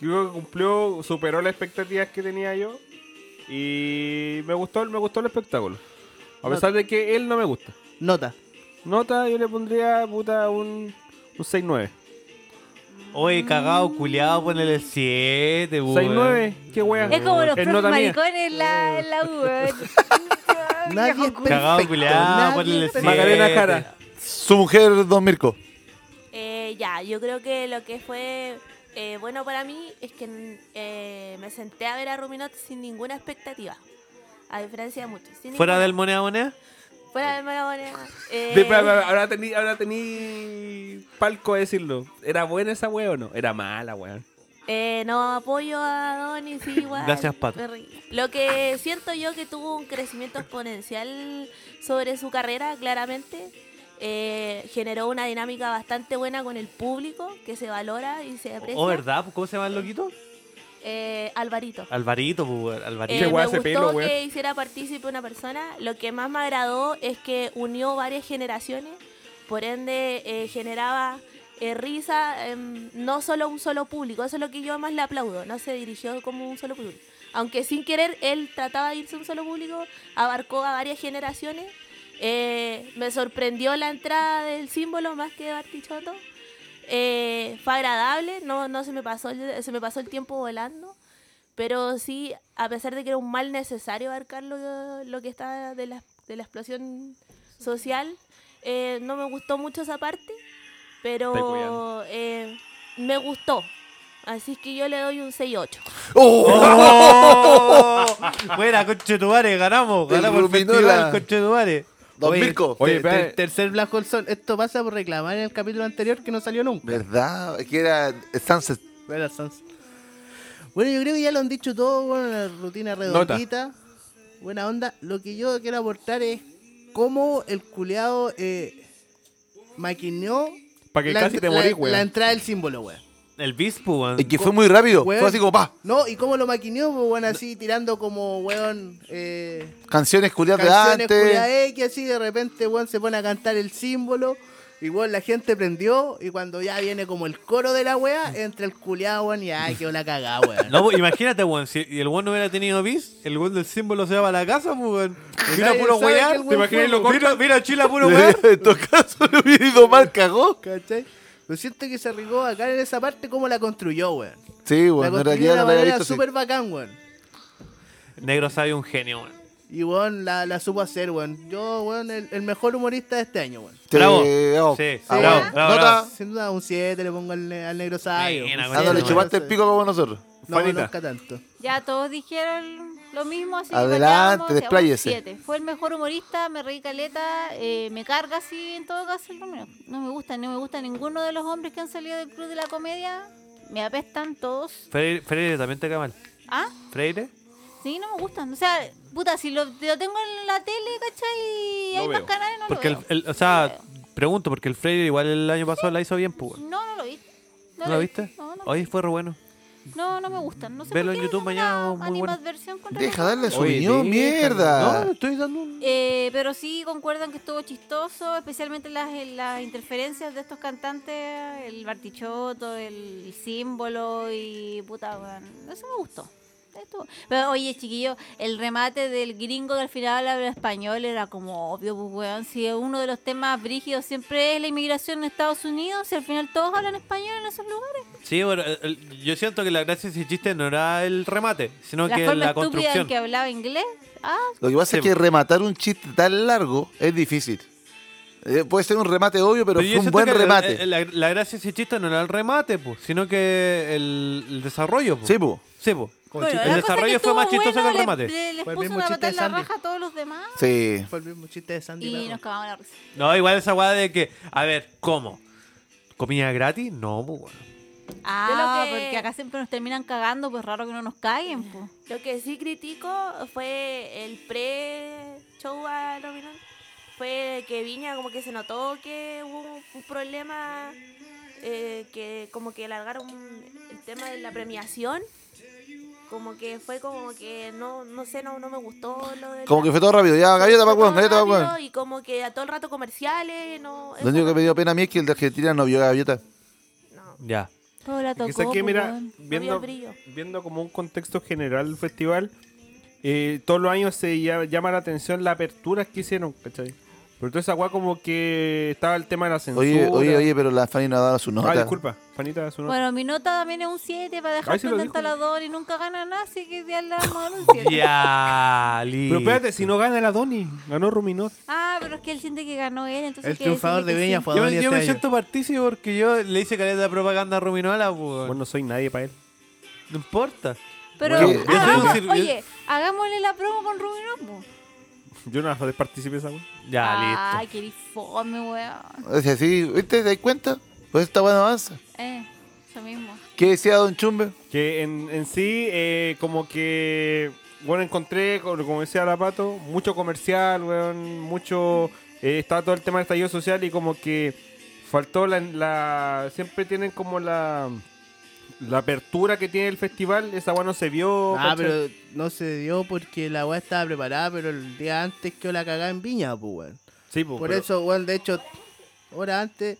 Speaker 3: creo que cumplió, superó las expectativas que tenía yo. Y me gustó, me gustó el espectáculo. A
Speaker 5: No-
Speaker 3: pesar de que él no me gusta.
Speaker 5: Nota.
Speaker 3: Nota, yo le pondría puta un, un 6-9.
Speaker 2: Oye, cagado, culiado, ponele el 7, weón.
Speaker 3: 6-9, qué wea. Eh,
Speaker 4: Es como los
Speaker 3: Es
Speaker 4: profes
Speaker 3: nota mía.
Speaker 4: maricones en la, en la U, weón.
Speaker 2: *laughs*
Speaker 5: Nadie es
Speaker 2: Cagado,
Speaker 5: perfecto,
Speaker 2: culiado,
Speaker 5: nadie
Speaker 2: ponele el
Speaker 5: es
Speaker 2: 7.
Speaker 5: perfecto.
Speaker 3: Macarena Jara.
Speaker 1: Su mujer, Don Mirko.
Speaker 6: Eh, ya, yo creo que lo que fue eh, bueno para mí es que eh, me senté a ver a Ruminot sin ninguna expectativa. A diferencia de muchos. sin
Speaker 2: Fuera
Speaker 6: ninguna-
Speaker 2: del moneda moneda.
Speaker 6: Fuera del Maradona.
Speaker 2: *laughs*
Speaker 6: eh,
Speaker 3: De- pa- pa- ahora tení, ahora tení palco a decirlo. ¿Era buena esa wea o no? Era mala, weón.
Speaker 6: eh, no apoyo a Adonis
Speaker 2: *laughs*
Speaker 6: sí, igual.
Speaker 2: Gracias, Pato.
Speaker 6: me reí. Lo que siento yo que tuvo un crecimiento exponencial sobre su carrera, claramente. eh, generó una dinámica bastante buena con el público que se valora y se aprecia.
Speaker 2: Oh, ¿verdad? ¿Cómo se llama el loquito?
Speaker 6: Eh, Alvarito.
Speaker 2: Alvarito, pues, weón,
Speaker 6: Eh,
Speaker 3: Qué
Speaker 2: Alvarito.
Speaker 6: me
Speaker 3: guay ese
Speaker 6: gustó
Speaker 3: pelo, güey.
Speaker 6: que hiciera partícipe una persona. Lo que más me agradó es que unió varias generaciones, por ende eh, generaba eh, risa, em, no solo a un solo público. Eso es lo que yo más le aplaudo. No se dirigió como un solo público. Aunque sin querer él trataba de irse a un solo público, abarcó a varias generaciones. Eh, me sorprendió la entrada del símbolo más que de Bartichotto. Eh, fue agradable, no, no se me pasó el- se me pasó el tiempo volando. Pero sí, a pesar de que era un mal necesario abarcar lo, lo que está de la, de la explosión social, eh, no me gustó mucho esa parte,
Speaker 3: Estoy
Speaker 6: pero
Speaker 3: cuidando.
Speaker 6: eh, me gustó. Así que yo le doy un 6-8.
Speaker 2: ¡Oh! Buena, conchetuares, ganamos.
Speaker 1: El
Speaker 2: Ganamos el
Speaker 1: Ruminola.
Speaker 2: festival, conchetuares.
Speaker 1: Don
Speaker 5: Oye,
Speaker 1: Mirko.
Speaker 5: Oye,
Speaker 3: Oye, espera.
Speaker 5: tercer Black Hole Sun. Esto pasa por reclamar en el capítulo anterior que no salió nunca.
Speaker 1: ¿Verdad? Es que era Sunset.
Speaker 5: Bueno, Sans. Bueno, yo creo que ya lo han dicho todo, bueno, la rutina redondita. Buena onda. Lo que yo quiero aportar es cómo el culeado eh, maquineó
Speaker 3: Pa' que
Speaker 5: la,
Speaker 3: casi
Speaker 5: entr-
Speaker 3: te
Speaker 5: la-
Speaker 3: morís, weón.
Speaker 5: la entrada del símbolo, weón.
Speaker 2: El bispo, weón.
Speaker 1: Y que fue muy rápido.
Speaker 5: Weón.
Speaker 1: Fue así como, pa.
Speaker 5: No, y cómo lo maquineó, pues, weón, así tirando como, weón, eh,
Speaker 1: Canciones culiadas de
Speaker 5: canciones
Speaker 1: antes.
Speaker 5: culiadas X, así de repente, weón, se pone a cantar el símbolo. Y, weón, la gente prendió. Y cuando ya viene como el coro de la wea, entre el culiado, weón, y ay, quedó la cagada, weón.
Speaker 2: No, pues, imagínate, weón, si el weón no hubiera tenido bis, el weón del símbolo se va a la casa, pues, weón. Mira
Speaker 5: Nadie
Speaker 2: puro
Speaker 5: sabe que el
Speaker 2: weón.
Speaker 5: weón fue, weón.
Speaker 2: Mira, mira Chile a
Speaker 1: *laughs*
Speaker 2: puro *laughs* weón.
Speaker 1: En todo caso, *laughs* no hubiera ido mal, cagó.
Speaker 5: ¿Cachai? Lo siento que se arriesgó acá en esa parte cómo la construyó, weón.
Speaker 1: Sí,
Speaker 5: La
Speaker 1: weón, en
Speaker 5: construyó de
Speaker 1: realidad
Speaker 5: una
Speaker 1: no la había
Speaker 5: manera
Speaker 1: visto así.
Speaker 5: súper bacán, weón.
Speaker 2: Negro sabe un genio, weón.
Speaker 5: Y weón, la, la supo hacer, weón. Yo, weón, el, el mejor humorista de este año, weón.
Speaker 1: Sí,
Speaker 2: Bravo.
Speaker 1: bravo.
Speaker 2: Sí,
Speaker 1: Ah,
Speaker 5: bravo,
Speaker 1: weón.
Speaker 2: bravo,
Speaker 1: Nota.
Speaker 5: Sin duda un 7 le pongo al, ne- al negro sabio.
Speaker 2: Buena,
Speaker 5: Un
Speaker 1: Ah, no, le
Speaker 2: buena,
Speaker 5: siete,
Speaker 2: buena.
Speaker 1: chupaste
Speaker 5: weón,
Speaker 1: el pico como nosotros.
Speaker 5: No,
Speaker 3: Juanita.
Speaker 5: nunca tanto.
Speaker 4: Ya todos dijeron lo mismo, así que
Speaker 1: Adelante,
Speaker 4: vayamos, ya,
Speaker 1: despláyese.
Speaker 4: un siete. Fue el mejor humorista, me reí caleta, eh, me carga así en todo caso. No me, no me gusta, no me gusta ninguno de los hombres que han salido del Club de la Comedia. Me apestan todos.
Speaker 2: Freire, Freire también te cae mal.
Speaker 4: ¿Ah?
Speaker 2: Freire.
Speaker 4: Sí, no me gustan. O sea, puta, si lo, lo tengo en la tele, ¿cachai? Y
Speaker 3: Lo
Speaker 4: hay
Speaker 3: veo.
Speaker 4: más canales, no
Speaker 2: Porque
Speaker 4: lo
Speaker 2: el,
Speaker 4: veo.
Speaker 2: el- o sea, pregunto, porque el Freire igual el año pasado la hizo bien, pues. weón.
Speaker 4: No, no lo vi.
Speaker 2: ¿No
Speaker 4: lo
Speaker 2: la
Speaker 4: vi.
Speaker 2: viste?
Speaker 4: No, no,
Speaker 2: Hoy fue re bueno.
Speaker 4: no, no me gustan. No sé
Speaker 2: Velo
Speaker 4: por
Speaker 2: en
Speaker 4: qué,
Speaker 2: YouTube
Speaker 4: tengo
Speaker 2: mañana,
Speaker 4: una
Speaker 2: muy bueno.
Speaker 4: animadversión contra
Speaker 1: Deja
Speaker 4: los
Speaker 1: darle su
Speaker 3: Oye,
Speaker 1: opinión,
Speaker 3: deja-
Speaker 1: mierda.
Speaker 2: No, estoy dando un.
Speaker 4: Eh, pero sí concuerdan que estuvo chistoso, especialmente las, eh, las interferencias de estos cantantes, el bartichoto, el símbolo y puta, weón. Eso me gustó. Estuvo- Pero, oye, chiquillo, el remate del gringo que al final habla español era como obvio, pues, weón. Si uno de los temas brígidos siempre es la inmigración en Estados Unidos, y al final todos hablan español en esos lugares.
Speaker 2: Sí, bueno, el- el- yo siento que la gracia de ese chiste no era el remate, sino
Speaker 4: la
Speaker 2: que
Speaker 4: forma
Speaker 2: la
Speaker 4: estúpida en
Speaker 2: construcción.
Speaker 4: que hablaba inglés. Ah,
Speaker 1: Lo que pasa es
Speaker 2: Sí.
Speaker 1: que rematar un chiste tan largo es difícil. Eh, puede ser un remate obvio, pero,
Speaker 2: yo
Speaker 1: fue un
Speaker 2: siento
Speaker 1: buen
Speaker 2: que la- eh,
Speaker 1: remate.
Speaker 2: La, la, gracia de ese chiste no era el remate, pues, sino que el, el desarrollo. Pues.
Speaker 1: Sí, po.
Speaker 2: Sí, pues.
Speaker 4: bueno,
Speaker 2: el
Speaker 4: la cosa es que
Speaker 2: desarrollo fue
Speaker 4: estuvo
Speaker 2: más chistoso
Speaker 4: bueno,
Speaker 2: que el remate.
Speaker 4: Le, le- les
Speaker 5: Fue el
Speaker 4: puso
Speaker 5: mismo
Speaker 4: una
Speaker 5: chiste
Speaker 4: patada
Speaker 5: de
Speaker 4: en la
Speaker 5: Sandy.
Speaker 4: raja a todos los demás.
Speaker 1: Sí.
Speaker 5: Fue el mismo chiste de Sandy.
Speaker 4: Y
Speaker 5: Berro.
Speaker 4: nos cagamos la risa.
Speaker 2: No, igual esa guada de que, a ver, ¿cómo? ¿Comida gratis? No, pues bueno.
Speaker 4: Ah,
Speaker 6: que-
Speaker 4: porque acá siempre nos terminan cagando, pues raro que no nos caguen, pues.
Speaker 6: Lo que sí critico fue el pre show a Dominón fue que Viña como que se notó que hubo un, un problema eh, que como que largaron el tema de la premiación. Como que fue como que no, no sé, no, no me gustó lo de
Speaker 1: Como
Speaker 6: la-
Speaker 1: que fue todo rápido. Ya, galleta
Speaker 6: fue
Speaker 1: para weón,
Speaker 6: todo
Speaker 1: galleta para
Speaker 6: rápido
Speaker 1: weón.
Speaker 6: Y como que a todo el rato comerciales, no.
Speaker 1: Lo único que me dio pena a mí es que el de Argentina no vio galleta.
Speaker 4: *laughs*
Speaker 2: Ya.
Speaker 4: Todo la
Speaker 3: Porque saqué,
Speaker 4: tocó, pues,
Speaker 3: mira,
Speaker 6: Viendo...
Speaker 3: viendo, viendo como un contexto general del festival, eh, todos los años se ya- llama la atención las aperturas que hicieron, ¿cachai? Pero toda esa weá como que estaba el tema de la censura.
Speaker 1: Oye, oye, oye, pero la Fanny no ha dado su nota.
Speaker 3: Ah, disculpa, Fanita, su nota.
Speaker 4: Bueno, mi nota también es un 7 para
Speaker 3: Ay,
Speaker 4: dejar
Speaker 3: sí lo
Speaker 4: contenta a
Speaker 3: dijo.
Speaker 4: la Dori. Nunca gana nada, así que ya le
Speaker 3: *laughs*
Speaker 4: vamos a dar un 7.
Speaker 2: Ya, listo.
Speaker 3: Pero espérate, si no gana la Doni, ganó Ruminot.
Speaker 4: Ah, pero es que él siente que ganó él, entonces
Speaker 5: El
Speaker 4: quiere
Speaker 5: triunfador de
Speaker 4: decirle que
Speaker 5: Viña
Speaker 4: sí.
Speaker 5: fue
Speaker 2: Yo,
Speaker 5: Adonis
Speaker 2: yo me
Speaker 5: este año.
Speaker 2: siento partícipe porque yo le hice caleta de propaganda a Ruminola, pues.
Speaker 3: Bueno, no soy nadie para él. *laughs*
Speaker 2: No importa.
Speaker 4: Pero
Speaker 1: Bueno,
Speaker 2: yo soy un
Speaker 4: hagamos-
Speaker 2: sirvi-
Speaker 4: oye, hagámosle la promo con Rubinosmo.
Speaker 3: Yo no participé de esa weá.
Speaker 2: Ya,
Speaker 4: Ay,
Speaker 2: listo.
Speaker 4: qué fome, weón.
Speaker 1: Es así, ¿viste? ¿Te das cuenta? Pues esta buena avanza.
Speaker 4: Eh, eso mismo.
Speaker 1: ¿Qué decía Don Chumbe?
Speaker 3: Que en, en sí, eh, como que, bueno, encontré, como como decía la Pato, mucho comercial, weón, mucho, eh, estaba todo el tema del estallido social y como que faltó la, la- siempre tienen como la, la apertura que tiene el festival, esa weá no se vio.
Speaker 5: Ah,
Speaker 3: ¿cachai?
Speaker 5: pero no se dio porque la weá estaba preparada, pero el día antes que la cagada en Viña, pues, weón.
Speaker 3: Sí, po,
Speaker 5: Por
Speaker 3: pero-
Speaker 5: eso, weón, de hecho, hora antes,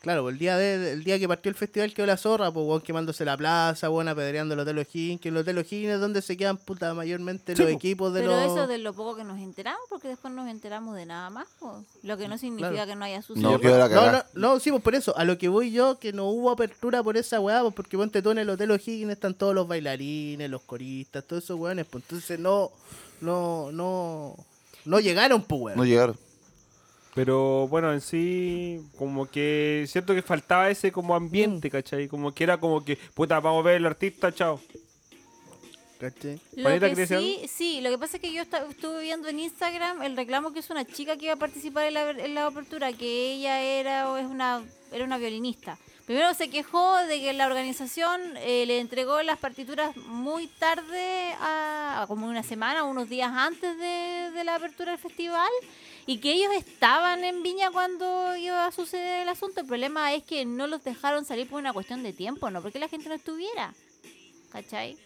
Speaker 5: claro, pues, el día de, el día que partió el festival quedó la zorra, pues, weón, quemándose la plaza, weón, apedreando el Hotel O'Higgins, que el Hotel O'Higgins es donde se quedan, puta, mayormente
Speaker 3: Sí,
Speaker 5: los
Speaker 3: po.
Speaker 5: equipos de
Speaker 4: Pero
Speaker 5: los...
Speaker 4: eso de lo poco que nos enteramos, porque después nos enteramos de nada más, po. lo que no significa
Speaker 5: Claro.
Speaker 4: que no haya sucedido.
Speaker 1: No, quedó la
Speaker 5: No,
Speaker 1: cagada.
Speaker 5: no, no, sí, pues por eso, a lo que voy yo, que no hubo apertura por esa weá, pues porque ponte tú en el Hotel O'Higgins están todos los bailarines, los coristas, todos esos weones, pues entonces no, no, no, no llegaron, pues
Speaker 1: No,
Speaker 5: weón.
Speaker 1: llegaron.
Speaker 3: Pero bueno, en sí, como que siento que faltaba ese como
Speaker 4: Mm.
Speaker 3: ambiente, ¿cachai? Como que era como que, puta, vamos a ver el artista, chao.
Speaker 5: ¿cachai?
Speaker 4: Lo
Speaker 3: ¿Juanita
Speaker 4: que
Speaker 3: quería decir
Speaker 4: sí, sí, lo que pasa es que yo esta- estuve viendo en Instagram el reclamo que hizo una chica que iba a participar en la, en la apertura, que ella era o es una era una violinista. Primero se quejó de que la organización eh, le entregó las partituras muy tarde, a, a como una semana, unos días antes de, de la apertura del festival, y que ellos estaban en Viña cuando iba a suceder el asunto. El problema es que no los dejaron salir por una cuestión de tiempo, ¿no? Porque la gente no estuviera, ¿cachai?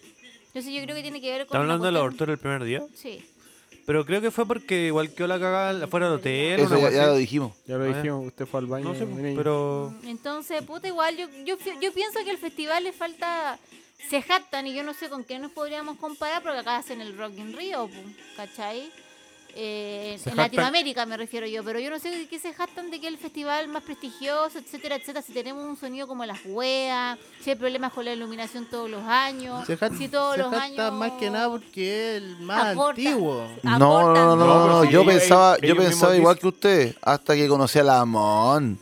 Speaker 4: Entonces yo creo que tiene que ver con...
Speaker 2: ¿Está hablando de la
Speaker 4: una cuestión-
Speaker 2: abertura el primer día?
Speaker 4: Sí.
Speaker 2: Pero creo que fue porque igual quedó la cagada fuera del hotel.
Speaker 1: Eso
Speaker 2: una
Speaker 1: ya,
Speaker 2: wea
Speaker 1: ya lo
Speaker 2: así.
Speaker 1: dijimos.
Speaker 3: Ya lo
Speaker 2: Ah, ya.
Speaker 3: dijimos, usted fue al baño.
Speaker 2: No sé,
Speaker 3: mire.
Speaker 2: pero...
Speaker 4: Entonces, puta, igual yo, yo, fi- yo pienso que el festival le falta... Se jactan y yo no sé con qué nos podríamos comparar porque acá hacen el Rock in Rio, pu, ¿cachai? Eh,
Speaker 3: Se
Speaker 4: en
Speaker 3: jactan-
Speaker 4: Latinoamérica me refiero yo, pero yo no sé de qué se jactan de que el festival más prestigioso, etcétera, etcétera, si tenemos un sonido como las weas, si hay problemas con la iluminación todos los años,
Speaker 5: Se jacta-
Speaker 4: Ah, si todos
Speaker 5: se
Speaker 4: los
Speaker 5: jacta
Speaker 4: años...
Speaker 5: más que nada porque es el más
Speaker 4: Aportan.
Speaker 5: antiguo.
Speaker 1: No,
Speaker 4: Aportan.
Speaker 1: no, no, no,
Speaker 3: No,
Speaker 1: no,
Speaker 3: pero
Speaker 1: no,
Speaker 3: sí,
Speaker 1: Yo
Speaker 3: ellos-
Speaker 1: pensaba,
Speaker 3: ellos
Speaker 1: yo
Speaker 3: mismos
Speaker 1: pensaba igual que usted, hasta que conocí a Lamón.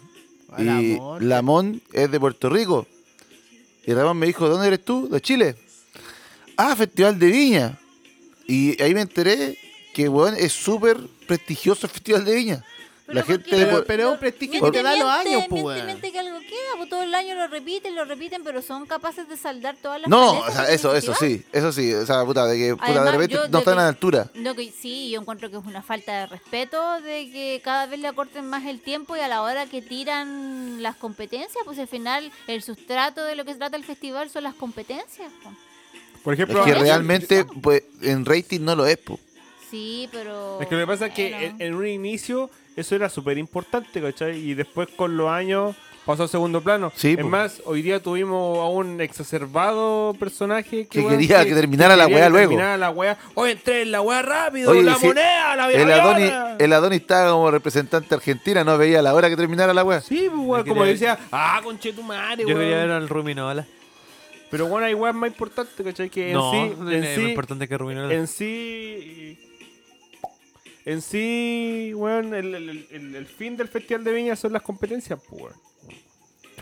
Speaker 5: A
Speaker 1: Y
Speaker 5: Lamón.
Speaker 1: Lamón es de Puerto Rico. Y Ramón me dijo, ¿dónde eres tú? De Chile. Ah, Festival de Viña. Y ahí me enteré que, weón, es súper prestigioso el Festival de Viña. La
Speaker 4: ¿por
Speaker 1: gente
Speaker 4: qué?
Speaker 1: de
Speaker 5: Pero-
Speaker 1: Puer-
Speaker 5: pero es un prestigio
Speaker 4: Miente,
Speaker 5: que te da los
Speaker 4: miente,
Speaker 5: años, po,
Speaker 4: miente,
Speaker 5: weón.
Speaker 4: miente que algo queda, po, todo el año lo repiten, lo repiten, pero son capaces de saldar todas las
Speaker 1: No,
Speaker 4: falencias
Speaker 1: o sea,
Speaker 4: del
Speaker 1: eso, eso
Speaker 4: festival.
Speaker 1: sí, eso sí. O sea, puta, de que puta, de
Speaker 4: Además,
Speaker 1: repente
Speaker 4: yo
Speaker 1: no
Speaker 4: de
Speaker 1: están a la
Speaker 4: que-
Speaker 1: altura.
Speaker 4: Lo que sí, yo encuentro que es una falta de respeto de que cada vez le acorten más el tiempo y a la hora que tiran las competencias, pues al final el sustrato de lo que se trata el festival son las competencias. po.
Speaker 3: Por
Speaker 1: Es
Speaker 3: ejemplo,
Speaker 1: que
Speaker 4: eso-
Speaker 1: realmente, pues, en rating no lo es, po.
Speaker 4: Sí, pero...
Speaker 3: es que lo que pasa es que
Speaker 4: bueno.
Speaker 3: en, en un inicio eso era súper importante, ¿cachai? Y después con los años pasó a segundo plano.
Speaker 1: Sí,
Speaker 3: es
Speaker 1: po.
Speaker 3: más, hoy día tuvimos a un exacerbado personaje que,
Speaker 1: Que quería que terminara la
Speaker 3: quería
Speaker 1: weá
Speaker 3: que
Speaker 1: luego.
Speaker 3: terminara la weá. Oye, entren la weá rápido,
Speaker 1: Oye,
Speaker 3: la
Speaker 1: sí,
Speaker 3: moneda, la
Speaker 1: El Adonis,
Speaker 3: violadora.
Speaker 1: el Adonis estaba como representante argentina, no veía la hora que terminara la wea.
Speaker 3: Sí, pues, weá,
Speaker 2: Yo
Speaker 3: como
Speaker 2: quería-
Speaker 3: decía, ah, conchetumare,
Speaker 2: Yo quería ver
Speaker 3: weón.
Speaker 2: al Ruminola.
Speaker 3: Pero bueno, hay weá más importante, ¿cachai? Que
Speaker 2: No,
Speaker 3: en sí, en
Speaker 2: es
Speaker 3: sí,
Speaker 2: más importante que
Speaker 5: Ah.
Speaker 2: Ruminola.
Speaker 3: En sí. En sí, weón, el, el- el- el fin del Festival de Viña son las competencias, pues, weón.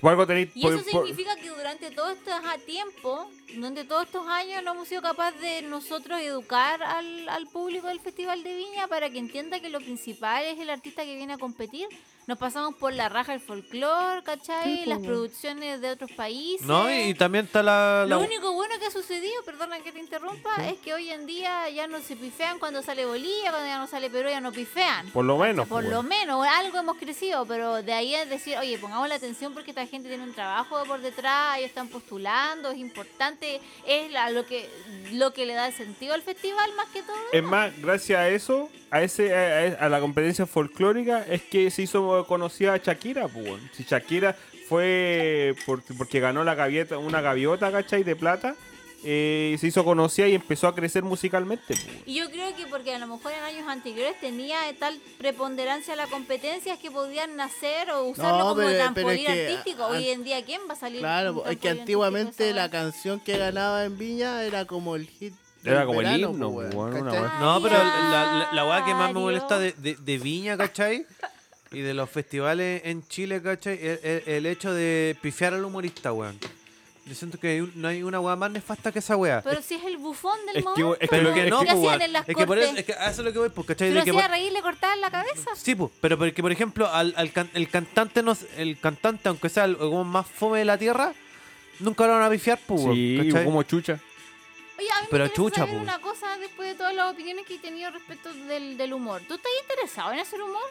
Speaker 3: Por algo tenéis.
Speaker 4: Y
Speaker 3: por-
Speaker 4: eso
Speaker 3: por-
Speaker 4: significa que durante todo este ajá, tiempo donde todos estos años no hemos sido capaces de nosotros educar al, al público del Festival de Viña para que entienda que lo principal es el artista que viene a competir. Nos pasamos por la raja del folclore, ¿cachai? Las producciones de otros países.
Speaker 2: No, y, y también está la. la-
Speaker 4: Lo único bueno que ha sucedido, perdona que te interrumpa, es que hoy en día ya no se pifean cuando sale Bolivia, cuando ya no sale Perú, ya no pifean.
Speaker 3: Por lo menos.
Speaker 4: Por
Speaker 3: pues,
Speaker 4: lo
Speaker 3: weón.
Speaker 4: menos, algo hemos crecido, pero de ahí es decir, oye, pongamos la atención porque esta gente tiene un trabajo por detrás, ellos están postulando, es importante, es la- lo que lo que le da el sentido al festival más que todo.
Speaker 3: Es más, gracias a eso, a ese a, a la competencia folclórica, es que se hizo conocida a Shakira, pues. weón. Si Shakira fue por- porque ganó la gaviota, una gaviota, ¿cachai? De plata, eh, se hizo conocida y empezó a crecer musicalmente, pues. weón.
Speaker 4: Y yo creo que porque a lo mejor en años anteriores tenía tal preponderancia la competencia es que podían nacer o usarlo
Speaker 5: No,
Speaker 4: como
Speaker 5: pero- pero
Speaker 4: trampolín
Speaker 5: es que
Speaker 4: artístico.
Speaker 5: an-
Speaker 4: Hoy en día, ¿quién va a salir?
Speaker 5: Claro,
Speaker 4: con un
Speaker 5: po, es que
Speaker 4: trampolín artístico
Speaker 5: antiguamente
Speaker 4: de esa
Speaker 5: la
Speaker 4: weá?
Speaker 5: canción que ganaba en Viña era como el hit. del
Speaker 3: Era como el
Speaker 5: verano,
Speaker 3: himno,
Speaker 5: po, weón,
Speaker 3: weón, una
Speaker 5: ¿cachai?
Speaker 3: weá.
Speaker 2: No, pero la, la, la weá que más me
Speaker 4: Mario.
Speaker 2: molesta de, de- de Viña, ¿cachai? Y de los festivales en Chile, ¿cachai? El, el- el hecho de pifiar al humorista, weón. Yo siento que hay un- no hay una weá más nefasta que esa weá.
Speaker 4: Pero si es el bufón del
Speaker 3: Es que-
Speaker 4: momento.
Speaker 3: es que lo
Speaker 4: po,
Speaker 3: que- es
Speaker 4: ¿qué
Speaker 3: que-
Speaker 4: hacían en las
Speaker 2: pues, es que por
Speaker 4: cortes?
Speaker 2: eso, es que a eso es lo que voy, pues, ¿cachai?
Speaker 4: Si
Speaker 2: De
Speaker 4: lo
Speaker 2: que
Speaker 4: hacía
Speaker 2: por-
Speaker 4: reír, le cortaban la cabeza.
Speaker 2: Sí, pues, pero porque, por ejemplo, al, al can- el cantante, no, se- el cantante, aunque sea el, el weón más fome de la tierra, nunca lo van a pifiar, pues, weón,
Speaker 3: Sí,
Speaker 2: ¿cachai?
Speaker 3: como chucha.
Speaker 4: Oye, a mí
Speaker 2: Pero
Speaker 4: me interesa
Speaker 2: chucha,
Speaker 4: saber
Speaker 2: pues.
Speaker 4: una cosa después de todas las opiniones que he tenido respecto del, del humor. ¿Tú estás interesado en hacer humor?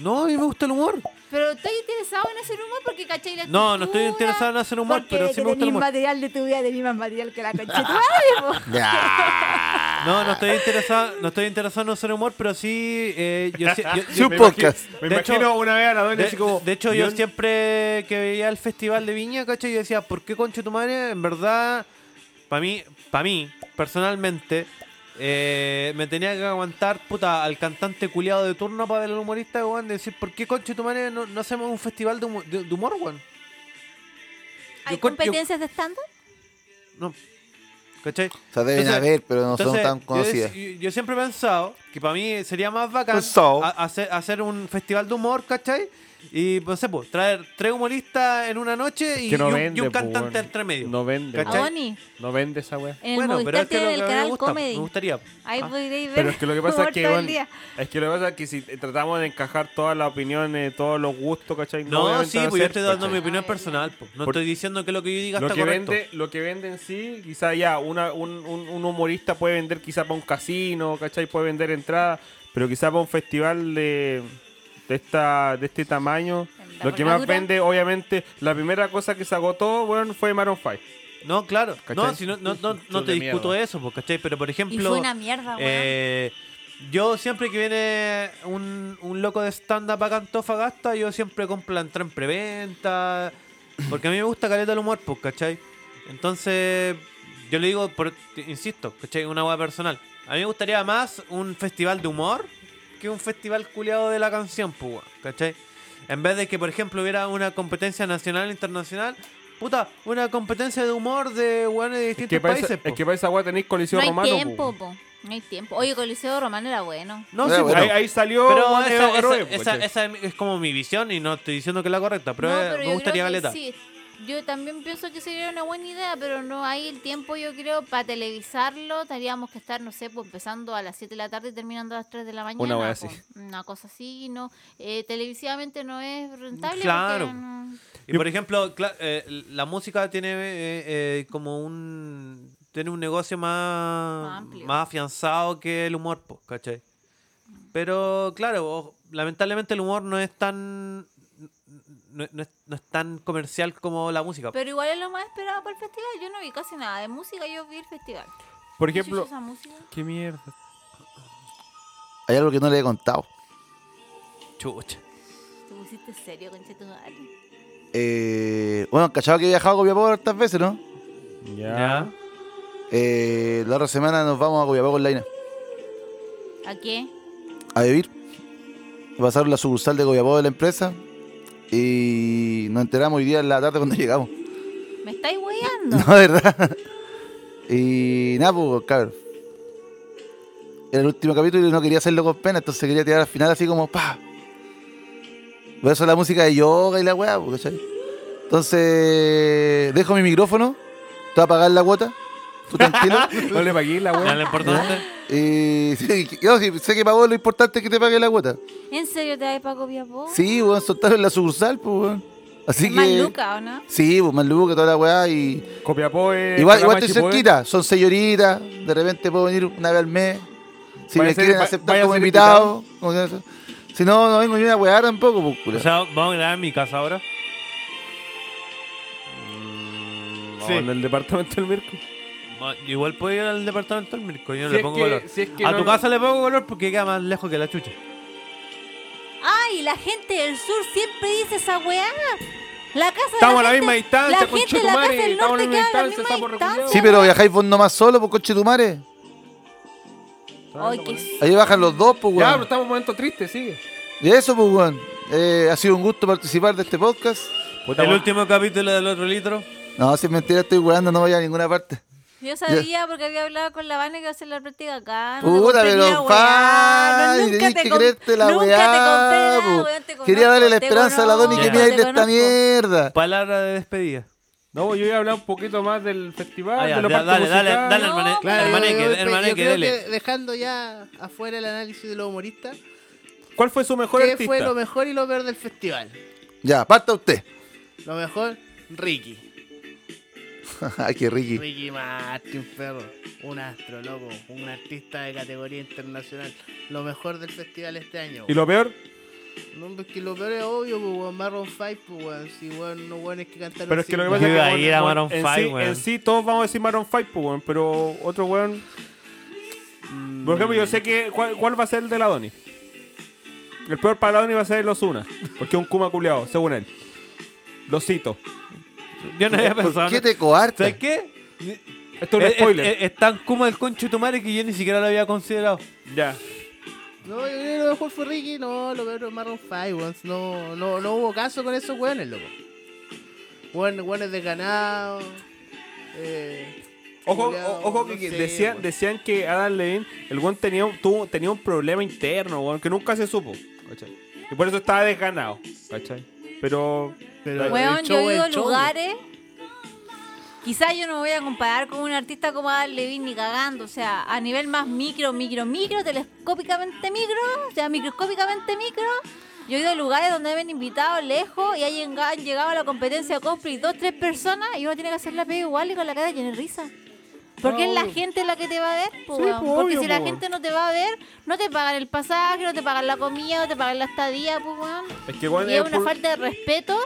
Speaker 2: No, a mí me gusta el humor.
Speaker 4: Pero estás interesado en hacer humor porque cachai la
Speaker 2: No, no estoy
Speaker 4: estructura,
Speaker 2: interesado en hacer humor,
Speaker 4: porque
Speaker 2: pero
Speaker 4: de
Speaker 2: sí
Speaker 4: que
Speaker 2: me gusta el
Speaker 4: tenís
Speaker 2: humor.
Speaker 4: material de tu vida, tenés más material que la conchita. Ay, po.
Speaker 2: No, no estoy interesado, no estoy interesado en hacer humor, pero sí, eh, yo, sí-
Speaker 3: *laughs*
Speaker 2: yo-
Speaker 1: Sí,
Speaker 2: yo-
Speaker 1: un podcast.
Speaker 3: Me
Speaker 2: De
Speaker 3: imagino
Speaker 2: hecho-
Speaker 3: una vez a la doña
Speaker 2: de,
Speaker 3: así como.
Speaker 2: de hecho, yo
Speaker 3: "Dion,
Speaker 2: siempre que veía el festival de Viña, ¿cachai? Yo decía, ¿por qué concha tu madre? En verdad, para mí, para mí, personalmente, eh, me tenía que aguantar, puta, al cantante culiado de turno para ver al humorista, weón, de decir, ¿por qué concha tu madre no, no hacemos un festival de humo- de- de humor, weón?
Speaker 4: ¿Hay
Speaker 2: Yo con- yo-
Speaker 4: competencias de stand-up?
Speaker 2: No. ¿Cachai?
Speaker 1: O sea, deben
Speaker 2: Entonces-
Speaker 1: haber, pero no
Speaker 2: entonces,
Speaker 1: son tan
Speaker 2: yo
Speaker 1: conocidas.
Speaker 2: dec- Yo, yo siempre he pensado que para mí sería más bacán
Speaker 1: Pensado.
Speaker 2: a- hacer, hacer un festival de humor, ¿cachai? Y no sé, pues, traer tres humoristas en una noche y,
Speaker 3: que no
Speaker 2: y un, y
Speaker 3: vende,
Speaker 2: un
Speaker 3: po,
Speaker 2: cantante
Speaker 3: weón.
Speaker 2: entre medio.
Speaker 3: No vende.
Speaker 2: ¿Cachai?
Speaker 4: Aoni,
Speaker 3: No vende esa weá.
Speaker 4: Ah, en el
Speaker 2: bueno, pero es
Speaker 4: Movistar
Speaker 2: que lo que
Speaker 4: tiene el
Speaker 2: a mí me
Speaker 4: canal
Speaker 2: gusta, pues, me
Speaker 4: Comedy. pues.
Speaker 2: gustaría.
Speaker 4: Ahí
Speaker 2: Ah,
Speaker 4: podréis ver
Speaker 3: Pero es
Speaker 4: *laughs*
Speaker 3: que lo que pasa es
Speaker 4: humor
Speaker 3: que,
Speaker 4: todo el
Speaker 3: weón,
Speaker 4: día.
Speaker 3: es que lo que pasa es que si tratamos de encajar todas las opiniones, todos los gustos, ¿cachay?
Speaker 2: No,
Speaker 3: obviamente
Speaker 2: sí,
Speaker 3: va a
Speaker 2: pues yo
Speaker 3: ser,
Speaker 2: estoy dando mi
Speaker 3: ¿cachai?
Speaker 2: opinión personal, po. No
Speaker 3: Por-
Speaker 2: estoy diciendo que lo que yo diga
Speaker 3: lo
Speaker 2: está
Speaker 3: que
Speaker 2: correcto.
Speaker 3: vende, lo que vende en sí, quizá ya una, un, un- un humorista puede vender quizá para un casino, ¿cachai? Puede vender entradas, pero quizá para un festival de, de esta de este tamaño,
Speaker 4: La
Speaker 3: lo que más
Speaker 4: envergadura.
Speaker 3: vende, obviamente, la primera cosa que se agotó, bueno, fue Maroon 5.
Speaker 2: No, claro. No,
Speaker 3: ¿Cachai?
Speaker 2: si no, no, no, no te
Speaker 3: de
Speaker 2: discuto
Speaker 3: mierda.
Speaker 2: eso, pues, ¿cachai? Pero por
Speaker 4: Y
Speaker 2: ejemplo.
Speaker 4: fue una mierda, weón.
Speaker 2: Eh, yo siempre que viene un, un loco de stand-up acá en Antofagasta, yo siempre compro la entrada en preventa. Porque a mí me gusta caleta el humor, pues, ¿cachai? Entonces, yo le digo, por- insisto, ¿cachai? Una hueá personal. A mí me gustaría más un festival de humor que un festival culiado de la canción, pues, weón, ¿cachai? En vez de que, por ejemplo, hubiera una competencia nacional e internacional, puta, una competencia de humor de weones de
Speaker 3: Es
Speaker 2: distintos
Speaker 3: que para
Speaker 2: países, pues.
Speaker 3: esa,
Speaker 2: po.
Speaker 3: es que para esa weá tenéis Coliseo
Speaker 4: No hay
Speaker 3: Romano.
Speaker 4: tiempo,
Speaker 3: po.
Speaker 4: po. No hay tiempo. Oye, Coliseo Romano era bueno.
Speaker 2: No,
Speaker 1: No,
Speaker 2: sí,
Speaker 1: bueno.
Speaker 2: po.
Speaker 3: Ahí, ahí salió
Speaker 2: Pero
Speaker 3: Juan
Speaker 2: esa,
Speaker 3: Evo
Speaker 2: esa,
Speaker 3: Garroe, po,
Speaker 2: esa-
Speaker 3: ¿cachai?
Speaker 2: esa es como mi visión y no estoy diciendo que es la correcta, pero,
Speaker 4: No,
Speaker 2: eh,
Speaker 4: yo
Speaker 2: me
Speaker 4: creo
Speaker 2: gustaría
Speaker 4: que
Speaker 2: caleta.
Speaker 4: sí. Yo también pienso que sería una buena idea, pero no hay el tiempo, yo creo, para televisarlo. Tendríamos que estar, no sé, pues empezando a las 7 de la tarde y terminando a las 3 de la mañana.
Speaker 3: Una wea
Speaker 4: po.
Speaker 3: así.
Speaker 4: Una cosa así, no. Eh, televisivamente no es rentable.
Speaker 2: Claro.
Speaker 4: porque no-
Speaker 2: Y por ejemplo, cla- eh, la música tiene eh, eh, como un tiene un negocio
Speaker 4: Más
Speaker 2: más,
Speaker 4: amplio.
Speaker 2: más afianzado que el humor, po, ¿cachai? Pero claro, o- lamentablemente el humor no es tan no, no es, no es tan comercial como la música. po.
Speaker 4: Pero igual es lo más esperado para el festival. Yo no vi casi nada de música, yo vi el festival.
Speaker 3: Por
Speaker 4: ¿Qué chucha
Speaker 3: ejemplo,
Speaker 4: esa música?
Speaker 3: qué mierda.
Speaker 1: Hay algo que no le he contado.
Speaker 2: Chucha.
Speaker 4: Te pusiste serio, conchetumadre.
Speaker 1: Eh, bueno, cachado que he viajado a Copiapó hartas veces, ¿no?
Speaker 3: Ya.
Speaker 1: Eh, la otra semana nos vamos a Copiapó con Laina
Speaker 4: ¿A qué?
Speaker 1: a vivir. Pasaron la sucursal de Copiapó de la empresa y nos enteramos hoy día en la tarde cuando *laughs* llegamos.
Speaker 4: ¿Me estáis hueando?
Speaker 1: No, de ¿verdad? Y nada, pues, cabrón. Era el último capítulo y no quería hacerlo con pena, entonces quería tirar al final así como pa. Por eso la música de yoga y la weá, pues, ¿cachai? Entonces, dejo mi micrófono ¿Tú vas a pagar la cuota? ¿Tú tranquilo?
Speaker 3: No le pagué la
Speaker 2: Ya, lo
Speaker 3: weón.
Speaker 2: importante.
Speaker 1: Eh, *laughs* sí, yo sí, sé que para vos lo importante es que te pague la cuota.
Speaker 4: ¿En serio te da Paco Viapó?
Speaker 1: Sí, weón, soltaron la sucursal, pues, weón. Así
Speaker 4: Es
Speaker 1: que.
Speaker 4: más Luca, ¿o no?
Speaker 1: Sí, pues, más luca, toda la weá. Y,
Speaker 3: Copiapó es.
Speaker 1: igual igual
Speaker 3: Calama,
Speaker 1: estoy
Speaker 3: Chipoé.
Speaker 1: cerquita, son señoritas, de repente puedo venir una vez al mes. Si
Speaker 3: Vaya
Speaker 1: me
Speaker 3: a ser-
Speaker 1: quieren
Speaker 3: va-
Speaker 1: aceptar
Speaker 3: vaya a
Speaker 1: como
Speaker 3: ser
Speaker 1: invitado. como que- si no, no vengo ni una weá tampoco, pues, culo.
Speaker 2: O sea, vamos a grabar en mi casa ahora.
Speaker 3: Mm, No,
Speaker 2: Sí.
Speaker 3: en el departamento del Mirko.
Speaker 2: Ma- Igual puedo ir al departamento del Mirko, yo no
Speaker 3: Si
Speaker 2: le
Speaker 3: es
Speaker 2: pongo
Speaker 3: que-
Speaker 2: valor.
Speaker 3: si es que
Speaker 2: a
Speaker 3: no-
Speaker 2: tu casa le pongo valor porque queda más lejos que la chucha.
Speaker 4: Ay, la gente del sur siempre dice esa weá. La casa de
Speaker 3: Estamos
Speaker 4: la
Speaker 3: a la
Speaker 4: gente-
Speaker 3: misma distancia,
Speaker 4: la gente de la
Speaker 3: conchetumare,
Speaker 4: casa del
Speaker 3: estamos
Speaker 4: norte
Speaker 3: a la misma
Speaker 4: queda a la
Speaker 3: distancia,
Speaker 4: misma
Speaker 3: sapo
Speaker 4: distancia.
Speaker 1: Sí, pero viajáis vos nomás solo, pues, coche tu madre.
Speaker 4: Ay, qué
Speaker 1: Ahí bajan los dos, pues,
Speaker 3: Ya, pero
Speaker 1: weón.
Speaker 3: estamos en momentos tristes, sigue.
Speaker 1: Y eso, pues, weón. Eh, ha sido un gusto participar de este podcast.
Speaker 3: Puta,
Speaker 2: el
Speaker 3: weón.
Speaker 2: último capítulo del otro litro.
Speaker 1: No, si es mentira, estoy weando, no vaya a ninguna parte.
Speaker 4: Yo sabía porque había hablado con la Vane que iba a hacer la práctica acá. Ah, No
Speaker 1: Puta,
Speaker 4: te compré
Speaker 1: pero
Speaker 4: ni la weá,
Speaker 1: Fanny,
Speaker 4: no, nunca
Speaker 1: tenés
Speaker 4: te
Speaker 1: que
Speaker 4: com-
Speaker 1: creerte la
Speaker 4: nunca
Speaker 1: weá,
Speaker 4: te compré
Speaker 1: po.
Speaker 4: nada, weón, te conozco,
Speaker 1: Quería darle la
Speaker 4: te
Speaker 1: esperanza a la Doni que
Speaker 4: conozco,
Speaker 1: me iba a ir
Speaker 4: te
Speaker 1: de esta
Speaker 4: conozco.
Speaker 1: mierda.
Speaker 2: Palabra de despedida.
Speaker 3: No, yo iba a hablar un poquito más del festival,
Speaker 2: Ah, ya,
Speaker 3: de la
Speaker 2: ya,
Speaker 3: parte
Speaker 2: dale, dale,
Speaker 3: musical.
Speaker 2: dale,
Speaker 4: No,
Speaker 2: hermane-
Speaker 4: pero-
Speaker 2: hermaneque,
Speaker 5: Yo- yo- yo
Speaker 2: hermaneque,
Speaker 5: creo
Speaker 2: dele.
Speaker 5: que dejando ya afuera el análisis de los humoristas,
Speaker 3: ¿Cuál fue su mejor
Speaker 5: ¿qué
Speaker 3: artista?
Speaker 5: fue lo mejor y lo peor del festival?
Speaker 1: Ya, parta usted. *laughs*
Speaker 5: Lo mejor, Ricky.
Speaker 1: Ay, qué Ricky.
Speaker 5: Ricky Martin, perro. Un astro, loco. Un artista de categoría internacional. Lo mejor del festival este año.
Speaker 3: ¿Y lo peor?
Speaker 5: No, pues que lo peor es obvio, pues, weón. Maroon 5, pues, weón. Si, weón, no, weón, es que cantaron.
Speaker 3: Pero es que lo que
Speaker 5: sin-
Speaker 3: pasa es
Speaker 2: Yo
Speaker 3: que
Speaker 2: iba a
Speaker 3: bueno,
Speaker 2: ir a
Speaker 3: bueno,
Speaker 2: Maroon
Speaker 3: en,
Speaker 2: five,
Speaker 3: sí,
Speaker 2: weón.
Speaker 3: en sí todos vamos a decir Maroon 5, pues, weón, pero otro weón. Por ejemplo, yo sé que cuál, cuál va a ser el de la Doni. El peor para la Doni va a ser el Osuna, porque es un Kuma culeado, según él. Lo cito.
Speaker 2: Yo no había pensado.
Speaker 1: ¿Por qué
Speaker 2: ¿no?
Speaker 1: te coartas?
Speaker 2: ¿Sabes qué?
Speaker 3: Esto
Speaker 2: Eh,
Speaker 3: es un spoiler.
Speaker 2: Es, es tan como el concho de tu madre que yo ni siquiera lo había considerado.
Speaker 3: ya.
Speaker 5: No, yo creo que lo mejor fue Ricky. No, lo peor es Maroon 5, weón. No, no, no hubo caso con esos weones, loco. Weón, weones desganados. Eh,
Speaker 3: Ojo,
Speaker 5: culiao,
Speaker 3: o- ojo que,
Speaker 5: no
Speaker 3: que
Speaker 5: sé,
Speaker 3: decían,
Speaker 5: weón.
Speaker 3: decían que Adam Levine, el weón tenía, un- tuvo, tenía un problema interno, weón, que nunca se supo. ¿cachai? Y por eso estaba desganado. ¿cachai? Pero Weón,
Speaker 5: Pero el
Speaker 4: Weón,
Speaker 5: show
Speaker 4: yo
Speaker 5: es
Speaker 4: digo
Speaker 5: el show,
Speaker 4: lugares. Quizás yo no me voy a comparar con un artista como Adam Levine ni cagando. O sea, a nivel más micro, micro, micro, telescópicamente micro, o sea, microscópicamente micro. Yo he ido a lugares donde me han invitado lejos y ahí enga- han llegado a la competencia cosplay dos, tres personas y uno tiene que hacer la pega igual y con la cara llena de risa. Porque es la gente la que te va a ver, po,
Speaker 3: Sí,
Speaker 4: weón.
Speaker 3: po,
Speaker 4: Porque
Speaker 3: obvio,
Speaker 4: si
Speaker 3: po,
Speaker 4: la
Speaker 3: weón.
Speaker 4: gente no te va a ver, no te pagan el pasaje, no te pagan la comida, no te pagan la estadía, pues, weón.
Speaker 3: Es que igual
Speaker 4: Y es
Speaker 3: es
Speaker 4: una
Speaker 3: por-
Speaker 4: falta de respeto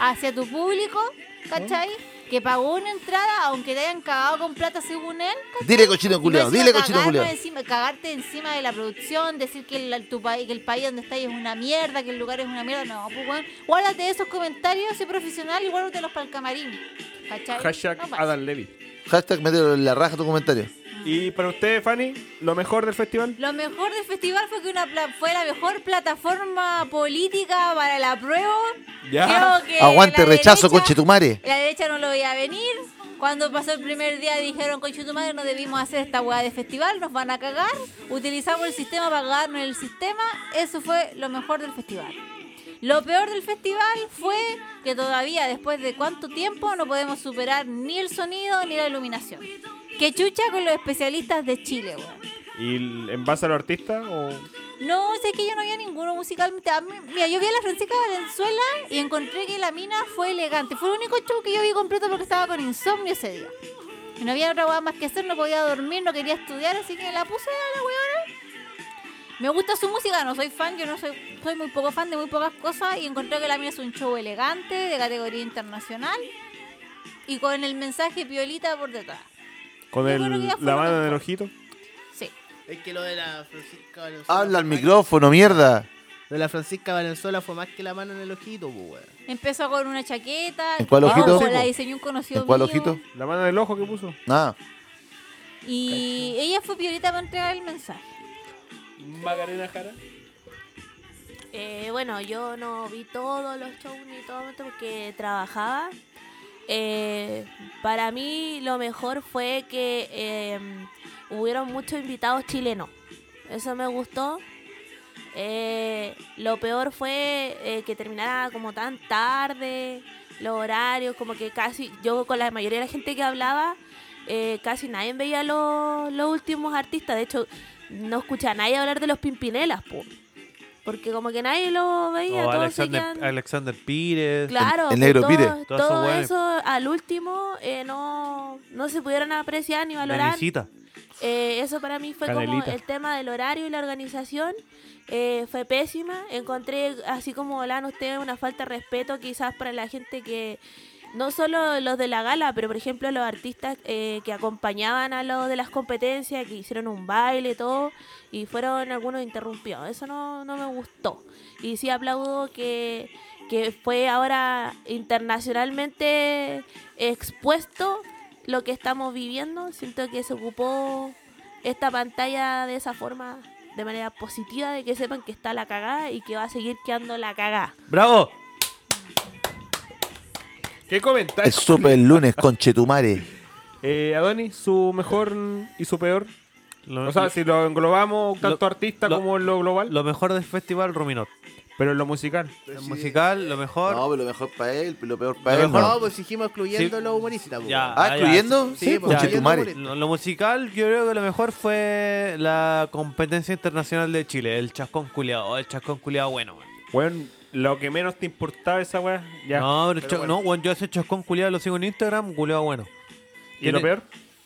Speaker 4: hacia tu público, ¿cachai? Que pagó una entrada, aunque te hayan cagado con plata según él.
Speaker 1: Dile cochino
Speaker 4: y
Speaker 1: culiao,
Speaker 4: más encima
Speaker 1: dile cochino
Speaker 4: cagarnos
Speaker 1: culiao.
Speaker 4: encima- cagarte encima de la producción, decir que el, tu país, que el país donde estás es una mierda, que el lugar es una mierda. No, pues, weón. Guárdate esos comentarios, sé profesional y guárdatelos para el camarín. ¿Cachai?
Speaker 3: hashtag
Speaker 4: No pasa.
Speaker 3: Adam Levine.
Speaker 1: Hashtag mételo en la raja tu comentario.
Speaker 3: Y para usted, Fanny, lo mejor del festival.
Speaker 4: Lo mejor del festival fue que una pla- fue la mejor plataforma política para la prueba.
Speaker 3: Ya.
Speaker 4: Creo que
Speaker 1: Aguante
Speaker 4: la
Speaker 1: rechazo,
Speaker 4: derecha-
Speaker 1: coche tu madre.
Speaker 4: La derecha no lo veía venir. Cuando pasó el primer día dijeron, coche tu madre, no debimos hacer esta hueá de festival, nos van a cagar. Utilizamos el sistema para cagarnos en el sistema. Eso fue lo mejor del festival. Lo peor del festival fue que todavía, después de cuánto tiempo, no podemos superar ni el sonido ni la iluminación. Que chucha con los especialistas de Chile, weón.
Speaker 3: ¿Y el- en base a los artistas? O...
Speaker 4: No, sé que yo no vi a ninguno musicalmente. A mí- mira, yo vi a la Francisca Valenzuela y encontré que la mina fue elegante. Fue el único show que yo vi completo porque estaba con insomnio ese día. Y no había otra hueá más que hacer, no podía dormir, no quería estudiar, así que la puse a la hueona. Me gusta su música, no soy fan, yo no soy, soy muy poco fan de muy pocas cosas y encontré que la mina es un show elegante, de categoría internacional y con el mensaje piolita por detrás.
Speaker 3: Con
Speaker 4: Yo
Speaker 3: el,
Speaker 4: creo que ya fue
Speaker 3: la
Speaker 4: lo
Speaker 3: mano en el
Speaker 4: mejor.
Speaker 3: ojito.
Speaker 4: Sí.
Speaker 5: Es que lo de la Francisca Valenzuela.
Speaker 1: Habla al
Speaker 5: fue más-
Speaker 1: micrófono, mierda.
Speaker 5: Lo de la Francisca Valenzuela fue más que la mano en el ojito, pues, weón.
Speaker 4: Empezó con una chaqueta.
Speaker 1: ¿En cuál
Speaker 4: que
Speaker 1: ojito?
Speaker 4: La diseñó un conocido
Speaker 1: ¿En cuál
Speaker 4: mío.
Speaker 1: ojito? Ah,
Speaker 3: La mano en el ojo que puso.
Speaker 1: Nada.
Speaker 4: Y ella fue priorita para entregar el mensaje.
Speaker 3: Macarena Jara.
Speaker 6: Eh, bueno, yo no vi todos los shows ni todo esto porque trabajaba. Eh, para mí lo mejor fue que eh, hubieron muchos invitados chilenos. Eso me gustó. Eh, lo peor fue eh, que terminara como tan tarde los horarios, como que casi, yo con la mayoría de la gente que hablaba, eh, casi nadie veía los, los últimos artistas. De hecho, no escuchaba a nadie hablar de los Pimpinelas, po. porque como que nadie lo veía,
Speaker 2: O
Speaker 6: todos
Speaker 2: Oh, Alexander,
Speaker 6: seguían...
Speaker 2: Alexander Pires.
Speaker 6: Claro,
Speaker 1: el negro
Speaker 6: todo,
Speaker 1: Pire.
Speaker 2: Todos esos
Speaker 6: todo
Speaker 2: hueones.
Speaker 6: eso al último eh, no, no se pudieron apreciar ni valorar.
Speaker 2: visita.
Speaker 6: Eh, eso para mí fue como
Speaker 2: Canelita.
Speaker 6: el tema del horario y la organización. eh, fue pésima. Encontré, así como hablan ustedes, una falta de respeto quizás para la gente que, no solo los de la gala, pero por ejemplo los artistas eh, que acompañaban a los de las competencias, que hicieron un baile y todo, y fueron algunos interrumpidos. Eso no, no me gustó. Y sí aplaudo que, que fue ahora internacionalmente expuesto lo que estamos viviendo. Siento que se ocupó esta pantalla de esa forma, de manera positiva, de que sepan que está la cagada y que va a seguir quedando la cagada.
Speaker 2: ¡Bravo!
Speaker 3: ¿Qué comentáis?
Speaker 1: Es súper lunes, conchetumare.
Speaker 3: Eh, Adonis, su mejor y su peor.
Speaker 2: Lo,
Speaker 3: O sea, si lo englobamos tanto
Speaker 2: Lo-
Speaker 3: artista
Speaker 2: lo-
Speaker 3: como en lo global,
Speaker 2: lo mejor del festival Ruminot.
Speaker 3: pero en lo musical.
Speaker 2: El musical, lo mejor.
Speaker 1: No, pero lo mejor para él, lo peor
Speaker 2: Lo
Speaker 1: para él.
Speaker 2: mejor-
Speaker 1: no.
Speaker 5: No, pues dijimos excluyendo
Speaker 2: Sí.
Speaker 5: los humoristas. pues,
Speaker 2: Ya.
Speaker 5: weón.
Speaker 1: Ah,
Speaker 2: ya,
Speaker 1: ¿excluyendo?
Speaker 5: sí,
Speaker 1: Sí,
Speaker 5: sí, pues,
Speaker 1: conchetumare.
Speaker 5: ya,
Speaker 2: Lo, lo musical, yo creo que lo mejor fue la competencia internacional de Chile, el chascón culiado, el chascón culiado bueno. man.
Speaker 3: Bueno, lo que menos te importaba esa weá, ya.
Speaker 2: no, pero el
Speaker 3: pero
Speaker 2: cha-
Speaker 3: bueno.
Speaker 2: no, bueno, yo ese chascón culiado lo sigo en Instagram, culiado bueno.
Speaker 3: ¿Y lo
Speaker 2: tiene-
Speaker 3: peor?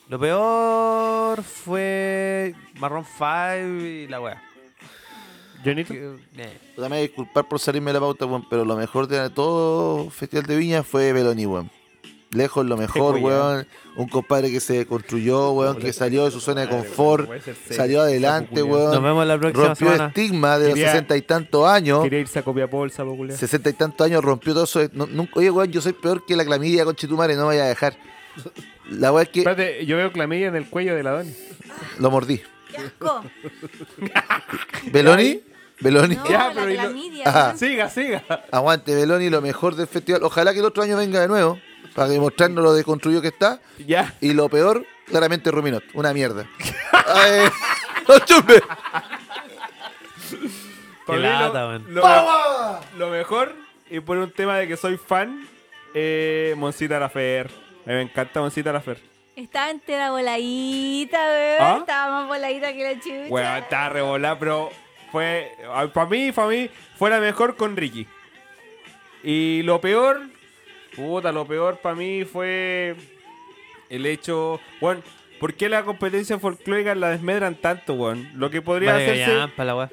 Speaker 2: Lo peor fue Marrón 5 y la wea.
Speaker 3: ¿Jonito?
Speaker 2: Que- eh.
Speaker 1: Dame a disculpar por salirme de la pauta, weón, pero lo mejor de todo Festival de Viña fue Beloni, weón. Lejos lo mejor,
Speaker 3: culiao.
Speaker 1: weón. Un compadre que se construyó, weón, que salió de su zona de confort,
Speaker 3: weón, ese
Speaker 1: salió adelante,
Speaker 3: saco
Speaker 2: Nos
Speaker 1: weón.
Speaker 2: vemos la próxima
Speaker 1: Rompió
Speaker 2: semana.
Speaker 1: estigma de los
Speaker 3: Quería-
Speaker 1: sesenta y tantos años.
Speaker 3: Quería irse a Copiapó el sapo culiao.
Speaker 1: Sesenta y tantos años, rompió todo eso. No- nunca- oye, weón, yo soy peor que la clamidia con Chitumare, no me vaya a dejar. La weón es que
Speaker 3: Espérate, yo veo clamilla en el cuello de la Adonis.
Speaker 1: lo mordí.
Speaker 4: ¡Qué asco!
Speaker 1: ¿Beloni? ¿Beloni?
Speaker 4: No,
Speaker 3: Ya,
Speaker 4: la
Speaker 3: pero y lo-
Speaker 4: clamidia.
Speaker 1: Ajá.
Speaker 3: Siga, siga.
Speaker 1: Aguante, Beloni, lo mejor del festival. Ojalá que el otro año venga de nuevo, para demostrarnos lo deconstruido que está.
Speaker 3: *laughs* Ya.
Speaker 1: Y lo peor, claramente Ruminot, una
Speaker 3: *laughs*
Speaker 1: mierda. Ay, ¡No chupe!
Speaker 3: Para mí
Speaker 2: lata,
Speaker 3: lo,
Speaker 2: man.
Speaker 3: lo- lo mejor, y por un tema de que soy fan, eh, Moncita Lafer. A mí me encanta Moncita Lafer.
Speaker 4: Estaba entera voladita, weón.
Speaker 3: ¿Ah?
Speaker 4: Estaba más voladita que la chucha.
Speaker 3: Bueno, está revolada, pero fue. Para mí, para mí, fue la mejor con Ricky. Y lo peor. Puta, lo peor para mí fue. El hecho. Bueno, ¿por qué la competencia folclórica la desmedran tanto, weón? Lo que podría
Speaker 2: Vale,
Speaker 3: hacerse.
Speaker 2: ya, pa' la wea.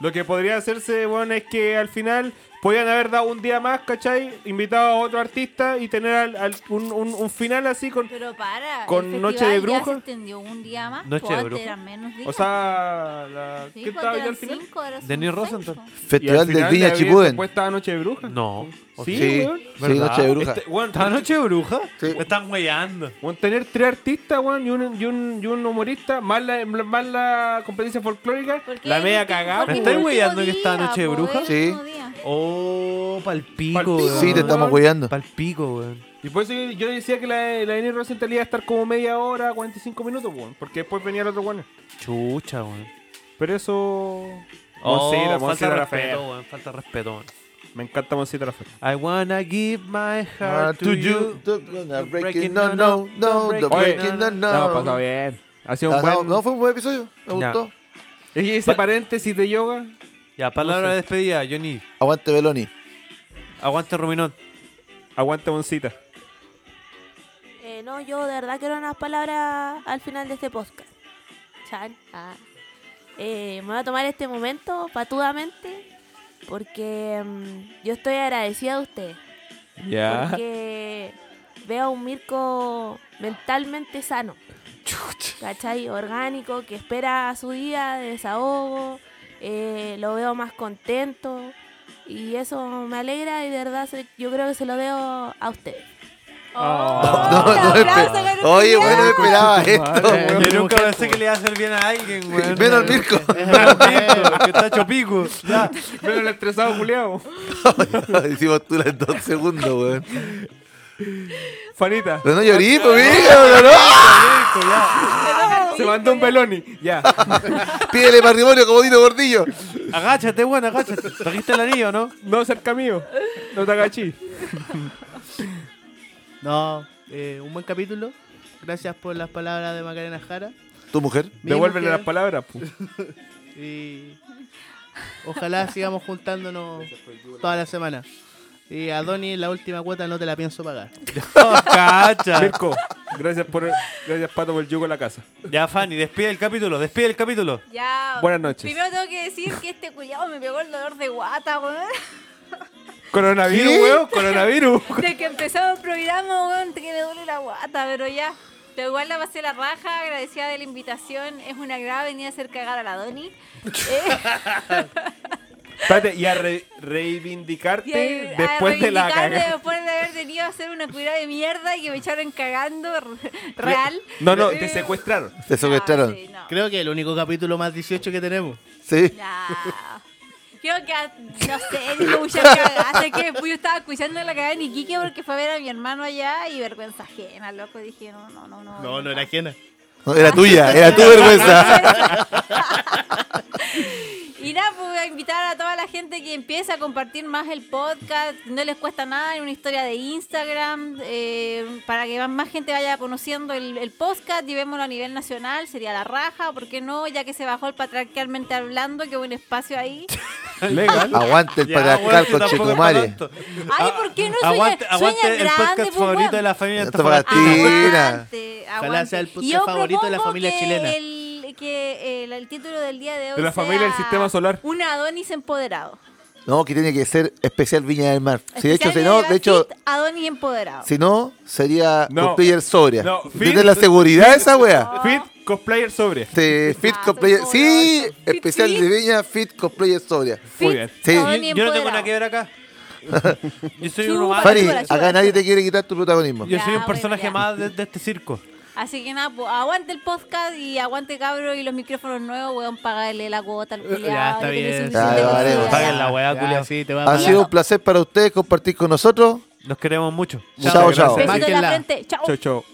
Speaker 3: Lo que podría hacerse, weón, es que al final podían haber dado un día más, ¿cachai? Invitado a otro artista y tener al- al- un, un- un final así con.
Speaker 4: Pero para,
Speaker 3: Con
Speaker 4: el
Speaker 3: Noche de
Speaker 4: festival ya
Speaker 3: Brujas.
Speaker 4: se extendió un día más.
Speaker 2: Noche de
Speaker 4: pues, antes
Speaker 2: Brujas.
Speaker 4: eran menos días.
Speaker 3: O sea, la,
Speaker 4: Sí,
Speaker 3: ¿qué
Speaker 4: pues,
Speaker 3: estaba yo
Speaker 4: eran
Speaker 3: al final?
Speaker 4: cinco, ahora son
Speaker 2: Denis
Speaker 4: seis,
Speaker 2: Rosenthal.
Speaker 4: pues.
Speaker 3: Y al
Speaker 1: Festival de
Speaker 3: final
Speaker 1: Viña
Speaker 3: había
Speaker 1: Chipuden.
Speaker 3: Propuesta de Noche de Bruja.
Speaker 2: No.
Speaker 3: Sí,
Speaker 1: sí,
Speaker 3: weón.
Speaker 1: sí, Noche de Bruja.
Speaker 3: Este, weón,
Speaker 2: ¿Esta noche de bruja?
Speaker 1: Sí.
Speaker 2: Me están weyando.
Speaker 3: weón, tener tres artistas, weón, y un, y un, y un humorista, más la, más la competencia folclórica,
Speaker 4: Porque
Speaker 3: la
Speaker 4: el
Speaker 3: media
Speaker 4: último-
Speaker 3: cagada.
Speaker 4: porque
Speaker 2: ¿Me
Speaker 4: el
Speaker 3: po,
Speaker 2: estáis
Speaker 3: weón.
Speaker 4: último
Speaker 2: hueveando que está
Speaker 4: día,
Speaker 2: Noche de
Speaker 4: po,
Speaker 2: Brujas?
Speaker 4: el
Speaker 1: Sí.
Speaker 4: último día.
Speaker 2: Oh, palpico,
Speaker 3: Palpico.
Speaker 2: weón.
Speaker 1: Sí, te estamos
Speaker 3: Weón.
Speaker 1: cuidando.
Speaker 2: Palpico, weón.
Speaker 3: Y por eso yo, yo le decía que la, la Denis Rosenthal iba a estar como media hora, 45 minutos, weón, porque después venía el otro weón.
Speaker 2: Chucha, weón.
Speaker 3: Pero eso.
Speaker 2: Oh,
Speaker 3: Moncita,
Speaker 2: falta
Speaker 3: Moncita la
Speaker 2: respeto,
Speaker 3: fea.
Speaker 2: weón. Falta respeto, weón.
Speaker 3: Me encanta Moncita la fea.
Speaker 2: I wanna give my
Speaker 1: Ah,
Speaker 2: heart to you.
Speaker 1: No, breaking, no, no, no, no, breaking, no,
Speaker 3: No,
Speaker 1: no.
Speaker 3: pasó bien. Ha sido un
Speaker 1: Ah, No,
Speaker 3: buen.
Speaker 1: no, fue un buen episodio, me
Speaker 2: Ya.
Speaker 1: gustó.
Speaker 3: Y ese paréntesis de yoga.
Speaker 2: Ya, palabra de despedida, Johnny.
Speaker 1: Aguante, Beloni.
Speaker 2: Aguante, Ruminot.
Speaker 3: Aguanta Moncita.
Speaker 6: Eh, no, yo de verdad quiero unas palabras al final de este podcast. Chan. ah. Eh, me voy a tomar este momento patudamente porque mm, yo estoy agradecida a ustedes.
Speaker 3: Ya.
Speaker 6: Porque veo a un Mirko mentalmente sano. ¿Cachai? Orgánico, que espera su día de desahogo. eh, lo veo más contento. Y eso me alegra y de verdad se- yo creo que se lo debo a ustedes.
Speaker 3: Ah.
Speaker 1: No,
Speaker 4: Un
Speaker 1: no,
Speaker 4: aplauso,
Speaker 1: espe-
Speaker 4: garoto.
Speaker 1: Oye, bueno, esperaba
Speaker 3: Concha tu
Speaker 1: esto,
Speaker 3: madre,
Speaker 1: weón.
Speaker 2: Yo nunca pensé que le iba a hacer bien a alguien, *laughs* weón.
Speaker 1: Menos el Mirko. *laughs*
Speaker 2: Menos Mirko, que está chopico. Ya.
Speaker 3: Pero el estresado culiao.
Speaker 1: Hicimos tú en dos segundos, weón.
Speaker 3: Fanita.
Speaker 1: Pero no llorí, pues, mira, no, no.
Speaker 2: Mirko, ya.
Speaker 4: Me toca el
Speaker 3: Se mandó un Beloni. Ya.
Speaker 1: Pídele matrimonio como Dino Gordillo.
Speaker 2: Agáchate, bueno, agáchate. Trajiste el anillo, ¿no?
Speaker 3: No cerca mío. No te agachí.
Speaker 5: No, eh, un buen capítulo. Gracias por las palabras de Macarena Jara.
Speaker 1: ¿Tu mujer?
Speaker 5: Mi
Speaker 3: Devuélvele
Speaker 5: mujer,
Speaker 3: las palabras. pu.
Speaker 5: Y ojalá sigamos juntándonos toda la semana. Y a Donny la última cuota no te la pienso pagar.
Speaker 2: Oh, Cacha.
Speaker 3: Mirko, gracias por gracias Pato por el yugo en la casa.
Speaker 2: Ya, Fanny, despide el capítulo, despide el capítulo.
Speaker 4: Ya.
Speaker 3: Buenas noches.
Speaker 4: Primero tengo que decir que este culiao me pegó el dolor de guata, weón.
Speaker 3: Coronavirus,
Speaker 1: ¿Qué?
Speaker 3: weón, coronavirus.
Speaker 4: Desde que empezamos el programa, weón, que me duele la guata, pero ya. Pero igual la pasé la raja, agradecida de la invitación. Es una grave venir a hacer cagar a la Doni.
Speaker 3: Espérate, y a re-
Speaker 4: Y
Speaker 3: reivindicarte
Speaker 4: a- a
Speaker 3: después de la
Speaker 4: reivindicarme
Speaker 3: cagada.
Speaker 4: Después de haber venido a hacer una cuidada de mierda y que me echaron cagando re- real.
Speaker 3: No, no,
Speaker 4: Eh,
Speaker 3: te secuestraron.
Speaker 1: Te
Speaker 4: no,
Speaker 1: secuestraron.
Speaker 4: sí, no.
Speaker 5: Creo que es el único capítulo más 18 que tenemos.
Speaker 1: Sí.
Speaker 4: Ya. Creo que, a- no sé, digo, mucha cagada. Sé que después yo estaba escuchando la cagada en Iquique porque fue a ver a mi hermano allá y vergüenza ajena, loco. Dije, no, no, no. No,
Speaker 5: No, no era ajena.
Speaker 1: No, era tuya, era tu
Speaker 4: *laughs*
Speaker 1: vergüenza.
Speaker 4: Y nada, pues voy a invitar a toda la gente que empieza a compartir más el podcast. No les cuesta nada en una historia de Instagram. eh, para que más- más gente vaya conociendo el, el podcast. Llevémoslo a nivel nacional. Sería la raja, ¿por qué no? Ya que se bajó el patriarcalmente hablando, que buen
Speaker 2: *laughs*
Speaker 4: espacio ahí.
Speaker 3: Legal.
Speaker 1: Aguante el
Speaker 2: Ya,
Speaker 1: patriarcal
Speaker 2: aguante,
Speaker 1: con
Speaker 2: tampoco es para
Speaker 1: Chetumare.
Speaker 2: tanto. Ah,
Speaker 4: Ay, ¿por qué no sueña,
Speaker 2: Aguante, aguante
Speaker 4: sueña
Speaker 2: el
Speaker 4: grande,
Speaker 2: podcast
Speaker 4: pues,
Speaker 2: favorito
Speaker 4: weón?
Speaker 2: de la familia
Speaker 1: Antofagasta.
Speaker 2: Antofagasta.
Speaker 4: Aguante, aguante.
Speaker 5: sea el
Speaker 4: Y
Speaker 5: podcast
Speaker 4: yo
Speaker 5: favorito de la
Speaker 4: propongo
Speaker 5: familia
Speaker 4: que
Speaker 5: chilena.
Speaker 4: El, que eh, el, el título del día de hoy
Speaker 3: la familia del
Speaker 4: sea
Speaker 3: sistema solar.
Speaker 4: Un Adonis empoderado.
Speaker 1: No, que tiene que ser especial Viña del Mar. Si de hecho, si
Speaker 4: Especial
Speaker 1: no,
Speaker 4: Yoga
Speaker 1: de hecho,
Speaker 4: Fit, Adonis empoderado.
Speaker 1: si no, sería
Speaker 3: No.
Speaker 1: cosplayer sobria.
Speaker 3: No, Fit-
Speaker 1: ¿Tienes la seguridad de esa wea?
Speaker 3: Fit cosplayer sobre.
Speaker 1: Este, fit
Speaker 4: Ah,
Speaker 1: cosplayer.
Speaker 4: son como
Speaker 1: Sí,
Speaker 4: los- Fit,
Speaker 1: especial
Speaker 4: fit.
Speaker 1: de Viña, fit cosplayer sobria.
Speaker 4: Fit,
Speaker 3: Muy bien.
Speaker 1: Sí.
Speaker 4: Adonis
Speaker 2: Yo, yo no tengo
Speaker 4: empoderado.
Speaker 2: nada que ver acá. Yo soy
Speaker 4: Chupa.
Speaker 2: uno más.
Speaker 1: Fari,
Speaker 4: ayuda, ayuda,
Speaker 1: acá nadie
Speaker 4: ayuda.
Speaker 1: te quiere quitar tu protagonismo.
Speaker 2: Yo soy
Speaker 4: Ya,
Speaker 2: un
Speaker 4: bueno,
Speaker 2: personaje
Speaker 4: ya.
Speaker 2: más de, de este circo.
Speaker 4: Así que nada, pues, aguante el podcast y aguante cabro y los micrófonos nuevos, weón, págale la cuota al culiao.
Speaker 5: Ya, está
Speaker 4: que tenés
Speaker 5: bien.
Speaker 4: un
Speaker 1: Ya,
Speaker 4: sueldo
Speaker 1: lo haremos.
Speaker 4: que sea.
Speaker 2: Paguen la weá,
Speaker 5: Ya,
Speaker 2: culiao.
Speaker 5: Sí, te va a
Speaker 1: Ha
Speaker 5: pagar.
Speaker 1: sido un placer para ustedes compartir con nosotros.
Speaker 2: Los queremos mucho.
Speaker 1: Chao, chao.
Speaker 4: Besito en la
Speaker 5: Márquenla.
Speaker 4: frente. Chao.
Speaker 3: Chau, chau.